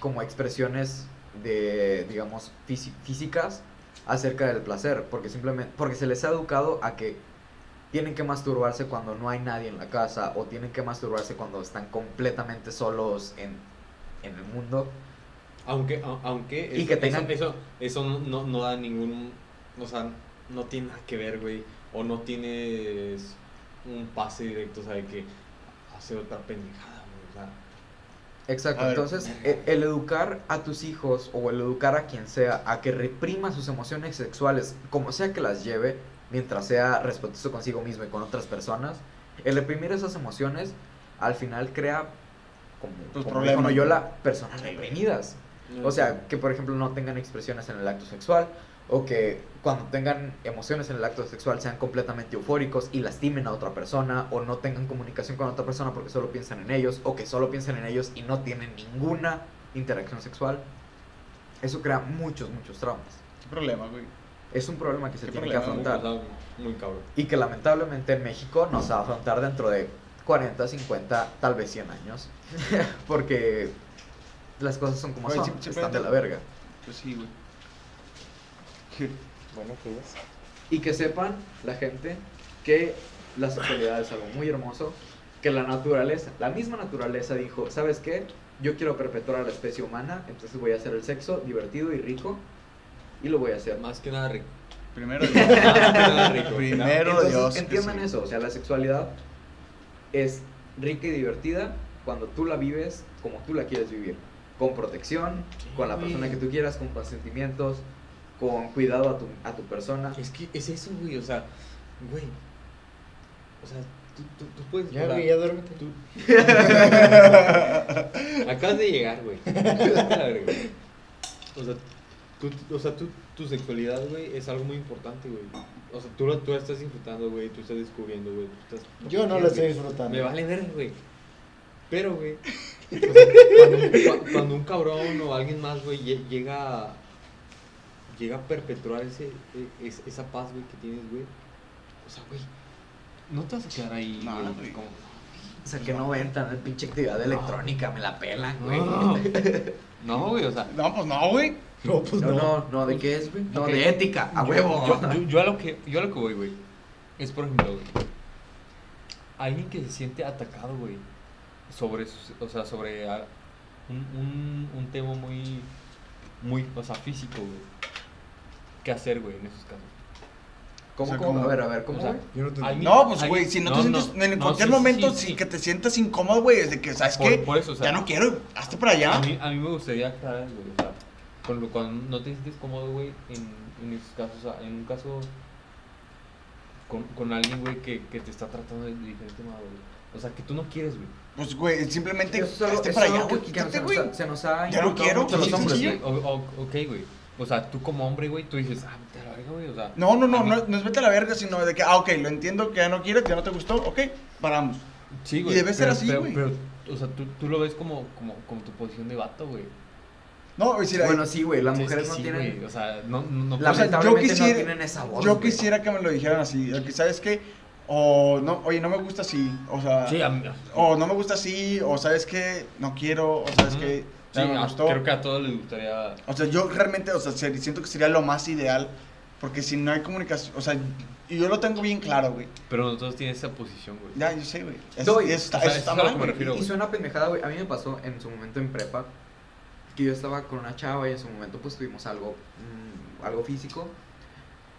como expresiones de, digamos, fisi- físicas acerca del placer, porque simplemente, porque se les ha educado a que tienen que masturbarse cuando no hay nadie en la casa o tienen que masturbarse cuando están completamente solos en, en el mundo.
Aunque, a- aunque
Y
eso,
que tengan-
eso, eso, eso no, no da ningún, o sea, no tiene nada que ver, güey, o no tienes un pase directo, o sea, de que hace otra pendejada, güey, o sea,
Exacto,
A ver.
entonces e- el educar a tus hijos o el educar a quien sea a que reprima sus emociones sexuales, como sea que las lleve, mientras sea respetuoso consigo mismo y con otras personas, el reprimir esas emociones al final crea, como,
Tus
como
problemas.
dijo Noyola, personas reprimidas. O sea, que por ejemplo no tengan expresiones en el acto sexual o que cuando tengan emociones en el acto sexual sean completamente eufóricos y lastimen a otra persona o no tengan comunicación con otra persona porque solo piensan en ellos o que solo piensan en ellos y no tienen ninguna interacción sexual. Eso crea muchos, muchos traumas.
¿Qué problema, güey?
Es un problema que se
Qué
tiene que
problema, Pues,
Muy
afrontar
cabrón, Muy cabrón.
y que lamentablemente en México nos va a afrontar dentro de 40, 50, tal vez 100 años <laughs> porque las cosas son como
Oye,
son,
sí- sí,
están de
espérate.
la verga.
Pues sí, güey.
Bueno,
pues,
¿qué es?
Y que sepan la gente que la sexualidad es algo muy hermoso, que la naturaleza, la misma naturaleza dijo, ¿sabes qué? Yo quiero perpetuar a la especie humana, entonces voy a hacer el sexo divertido y rico y lo voy a hacer más.
Más que nada rico.
<laughs> Primero Dios.
Más que nada rico.
Primero
Entonces,
Dios. que
entiendan
sí.
eso, o sea, la sexualidad es rica y divertida cuando tú la vives como tú la quieres vivir, con protección, con la
güey.
persona que tú quieras, con consentimientos, con cuidado a tu, a tu persona.
Es que es eso, güey, o sea, güey. O sea, tú, tú, tú puedes.
Ya,
o sea,
güey, ya duérmete.
tú- Acabas de llegar,
<laughs>
güey. o sea, tú, o sea tú, tu sexualidad, güey, es algo muy importante, güey. O sea, tú la tú la estás disfrutando, güey, tú estás descubriendo, güey. tú estás-
Yo no
güey,
lo estoy disfrutando.
Me vale ver, güey. Pero, güey, o sea, cuando, cua- cuando un cabrón o alguien más, güey, lle- llega a- llega a perpetuar ese, e- es- esa paz, güey, que tienes, güey. O sea, güey, no te vas a quedar ahí,
No,
güey,
güey.
como-
O sea, que no entran en pinche actividad electrónica, me la pelan, güey.
No, <laughs> no, güey, o sea,
<laughs> No, pues no, güey.
No, pues
No,
no.
no, no, ¿de qué es, güey? No,
Ok.
de ética, a huevo. <laughs>
Yo, yo- yo a lo que, yo a lo que voy, güey. Es por ejemplo, güey. Alguien que se siente atacado, güey. Sobre, sus- o sea, sobre ah, un, un, un tema muy, muy, o sea, físico, güey. ¿Qué hacer, güey, en esos casos?
¿Cómo,
O sea,
cómo?
¿cómo?
A ver, a ver, ¿cómo,
O sea,
güey?
Yo no te-
alguien-
No, pues
alguien-
güey, si no, te sientes en
no,
cualquier
sí,
momento
sí, sí.
si que te sientas incómodo, güey, es de que sabes
Por-
que
por eso, o sea,
ya no quiero, hazte para allá.
A mí, a mí me gustaría aclarar, algo, güey. O sea, con lo, cuando no te sientes cómodo, güey, en, en esos casos, o sea, en un caso con, con alguien, güey, que, que te está tratando de diferente manera, güey. O sea, que tú no quieres, güey.
Pues güey, simplemente
Eso es algo-
hazte
es
este para
algo
allá,
que-
güey,
que nos-
quítate,
nos-
güey.
Se nos ha
Ya no
inculcado
quiero,
mucho a los
sí, sí,
hombres,
sí.
güey.
O- o- ok, güey. O sea, tú como hombre, güey, tú dices, ah, vete a la verga, güey. O sea,
No, no,
a
no,
mí-
no, no es vete a la verga, sino de que, ah, ok, lo entiendo que ya no quieres, que ya no te gustó, ok, paramos.
Sí,
y
güey.
debe ser
pero-
así,
pero-
güey.
Pero, o sea, tú, tú lo ves como, como, como tu posición de vato, güey.
No, güey, si la-
Bueno, sí, güey, las
Sí, es
mujeres
que
no
sí,
tienen...
güey, O sea, no, no, no
La
o sea,
puedes-
lamentablemente
yo
no
quisiera-
tienen esa voz,
yo
güey.
quisiera que me lo dijeran así, de que sabes que, o no, oye, no me gusta así, o sea,
Sí, a mí-
o no me gusta así, o sabes que no quiero, o sabes
Ujú.
que
sí,
ya no me
a-
gustó.
creo que a todos les gustaría.
O sea, yo realmente, o sea, ser- siento que sería lo más ideal, porque si no hay comunicación, o sea, y yo lo tengo bien claro, güey.
Pero no todos tienen esa posición, güey.
Ya, yo sé, güey. Es-
Soy-
eso está,
o sea,
eso está
eso es a lo
mal,
que me
güey.
refiero.
Y suena pendejada, güey. A mí me pasó en su momento en prepa que yo estaba con una chava y en su momento pues tuvimos algo, mm, algo físico.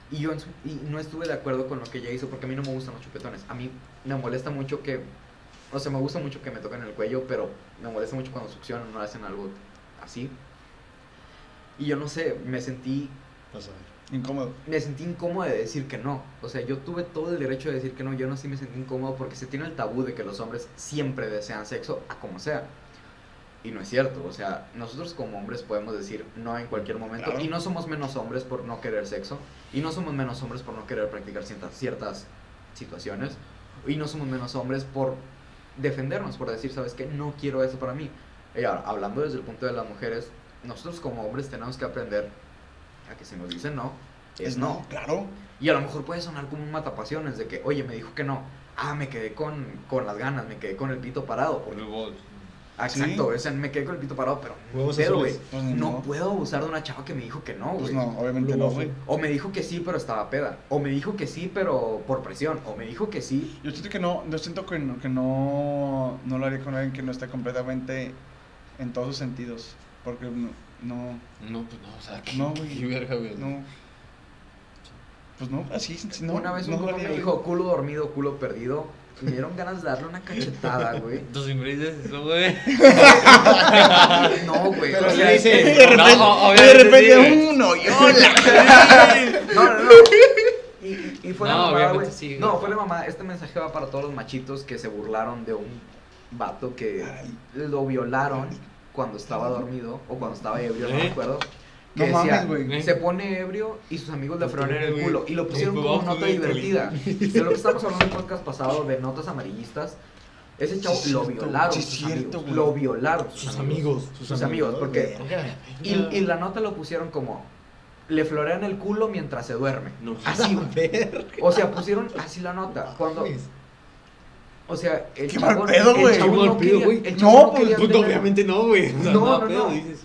Y yo en su- y no estuve de acuerdo con lo que ella hizo porque a mí no me gustan los chupetones. A mí me molesta mucho que... O sea, me gusta mucho que me toquen el cuello, pero me molesta mucho cuando succionan no hacen algo así. Y yo no sé, me sentí
Vas a ver.
Incómodo.
me sentí incómodo de decir que no. O sea, yo tuve todo el derecho de decir que no. Yo no sí me sentí incómodo porque se tiene el tabú de que los hombres siempre desean sexo a como sea. Y no es cierto. O sea, nosotros como hombres podemos decir no en cualquier momento.
Claro.
Y no somos menos hombres por no querer sexo. Y no somos menos hombres por no querer practicar ciertas, ciertas situaciones. Y no somos menos hombres por defendernos, por decir, ¿sabes qué? No quiero eso para mí. Y ahora, hablando desde el punto de las mujeres, nosotros como hombres tenemos que aprender a que si nos dicen no, es no.
Claro.
Y a lo mejor puede sonar como un matapasiones de que, oye, me dijo que no. Ah, me quedé con, con las ganas, me quedé con el pito parado.
Por
Porque,
el voz.
Ah,
Sí.
exacto, o sea, me quedé con el pito parado, pero no
Huevos
puedo,
azules.
güey.
Pues
No, puedo abusar de una chava que me dijo que no, güey.
Pues no, obviamente no,
Luego,
güey.
O me dijo que sí, pero estaba peda. O me dijo que sí, pero por presión. O me dijo que sí.
Yo siento que no, yo siento que no, que no, no lo haría con alguien que no está completamente en todos sus sentidos. Porque no, no,
No, pues no, o sea, que.
No, güey.
qué verga, güey.
no. Pues no, así, si no.
una vez un
no lo
compa
haría,
me
güey.
dijo, culo dormido, culo perdido. Me dieron ganas de darle una cachetada,
<laughs>
güey.
Tus ingleses, eso, güey.
No, güey.
Pero
o sea,
le
es que-
dice,
<laughs>
de repente,
no, o-
de
obviamente
repente,
sí, güey.
uno, y hola.
<laughs>
<laughs>
No, no, no. Y, y fue la
No,
mamada,
obviamente
güey.
sí, güey.
no, fue la mamada. Este mensaje va para todos los machitos que se burlaron de un vato que lo violaron cuando estaba dormido o cuando estaba ebrio, no
¿Eh?
me acuerdo.
No
Que decía,
mames, güey.
se pone ebrio y sus amigos le
Lo
frenaron
tuve,
el
güey.
culo. Y lo pusieron
Lo
como
tuve,
nota
güey.
divertida. De lo que estamos hablando en el podcast pasado de notas amarillistas. Ese chavo
Sí,
lo
cierto,
violaron.
sí,
sus
cierto,
amigos,
güey.
lo violaron.
Sus amigos.
Sus, amigos, porque. Y, y la nota lo pusieron como. Le florean el culo mientras se duerme.
No,
Así, Ah, güey. O sea, pusieron así la nota. Cuando. O sea, el
Qué
chavo.
mal pedo,
el
güey.
chavo
Qué mal
no
pedo,
quería-
güey.
el chavo
No,
no
pues,
quería
Puta,
tener-
obviamente no, güey. O sea,
No,
no,
no,
pedo,
no.
dices.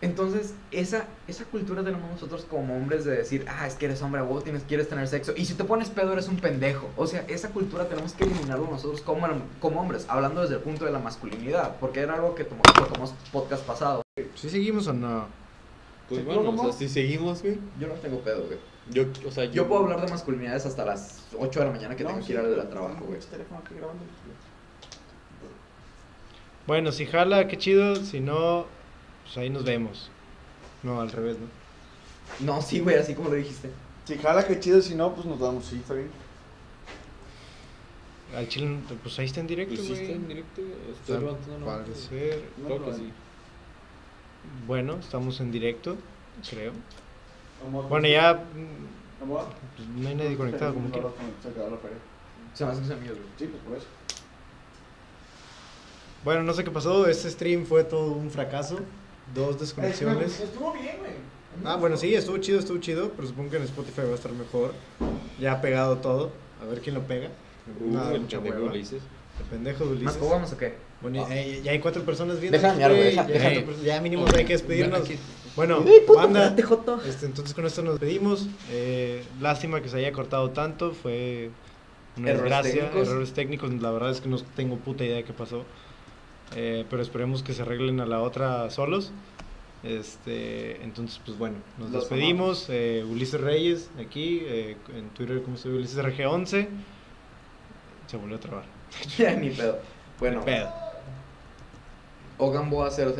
Entonces, esa, esa cultura tenemos nosotros como hombres de decir, ah, es que eres hombre, vos tienes, quieres tener sexo. Y si te pones pedo, eres un pendejo. O sea, esa cultura tenemos que eliminarlo nosotros como, como hombres, hablando desde el punto de la masculinidad. Porque era algo que tomamos, tocamos podcast pasado.
¿Sí seguimos o no?
Pues
¿Sí,
bueno,
cómo?
o sea, si seguimos, güey.
Yo no tengo pedo, güey.
Yo, o sea, yo.
Yo puedo hablar de masculinidades hasta las 8 de la mañana que
No,
tengo que
sí,
ir al
pero-
trabajo, güey.
Este teléfono aquí grabando.
Bueno, si jala, qué chido. Si no, pues ahí nos vemos. No, al revés, ¿no?
No, sí, güey, así como lo dijiste.
Si jala, qué chido. Si no, pues nos damos. Sí, está bien.
Al chile, pues ahí está en directo,
Pues sí,
güey.
está en directo.
O
Estoy
sea,
levantando una mano.
parecer.
Creo que sí.
Bueno, estamos en directo, creo.
Vamos a-
Bueno, ya mm,
Vamos a-
pues, no hay nadie conectado, como
Se
quiera.
acabó la- Se acabó la feria.
Se me hacen sus amigos, güey.
Sí, pues por eso.
Bueno, no sé qué pasó. Este stream fue todo un fracaso. Dos desconexiones.
Estuvo bien, güey.
Ah, bueno, sí, estuvo chido, estuvo chido. Pero supongo que en Spotify va a estar mejor. Ya ha pegado todo. A ver quién lo pega.
Uh,
Nada,
el
mucha
pendejo
hueva.
Ulises.
El pendejo de
¿Más
Ulises.
cobamos o qué? <laughs>
Bueno, eh, ya hay cuatro personas viendo.
Deja de mirar, güey,
güey,
deja-
ya,
deja.
cuatro personas- ya mínimo hay que despedirnos.
Aquí.
Bueno, banda, este, entonces con esto nos despedimos. Eh, lástima que se haya cortado tanto, fue una
Errores
desgracia,
técnicos.
errores técnicos. La verdad es que no tengo puta idea de qué pasó. Eh, pero esperemos que se arreglen a la otra solos. Este, entonces, pues bueno, nos
Los
despedimos. Eh, Ulises Reyes, aquí, eh, en Twitter, como se ve, Ulises RG11. Se volvió a trabar.
Ni pedo. Bueno,
Pedo.
Ogan Boa 00.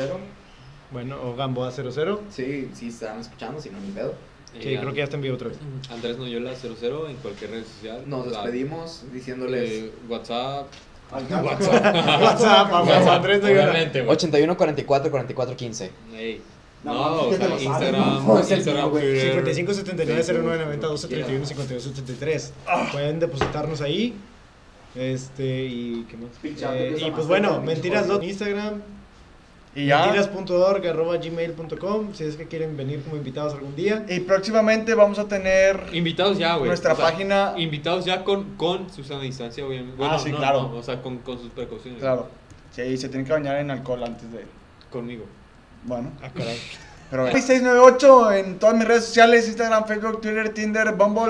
Bueno, o Gamboa 00.
Sí, sí, están escuchando, si no, ni pedo.
Sí,
Eh,
creo que ya está en vivo
<laughs>
otra vez.
Andrés Noyola 00 en cualquier red social.
Nos
La-
despedimos diciéndoles
eh, <laughs> WhatsApp.
<laughs>
<laughs> WhatsApp, vamos, Andrés Noyola.
Obviamente, güey.
81 44 44 15.
Ey.
No, mames,
No, o
¿qué
sea,
te lo
Instagram,
sabes? No, es el mío,
Instagram,
güey.
Twitter.
55 79 09 90 12 31
31
52 73. Pueden depositarnos ahí. Este, y qué más.
Pincha,
Eh,
pincha
y
más,
pues
pincha
bueno,
más.
mentiras en Instagram,
Y ya.
mentiras.org, arroba gmail.com. Si es que quieren venir como invitados algún día.
Y próximamente vamos a tener
Invitados ya, güey.
nuestra
O sea,
página.
Invitados ya con, con Susana Distancia, obviamente. Bueno,
Ah, sí,
no,
claro.
no, o sea, con, con sus precauciones.
Claro. Sí, se tienen que bañar en alcohol antes de.
Conmigo.
Bueno.
Ah, caray.
Pero 698 en todas mis redes sociales, Instagram, Facebook, Twitter, Tinder, Bumble,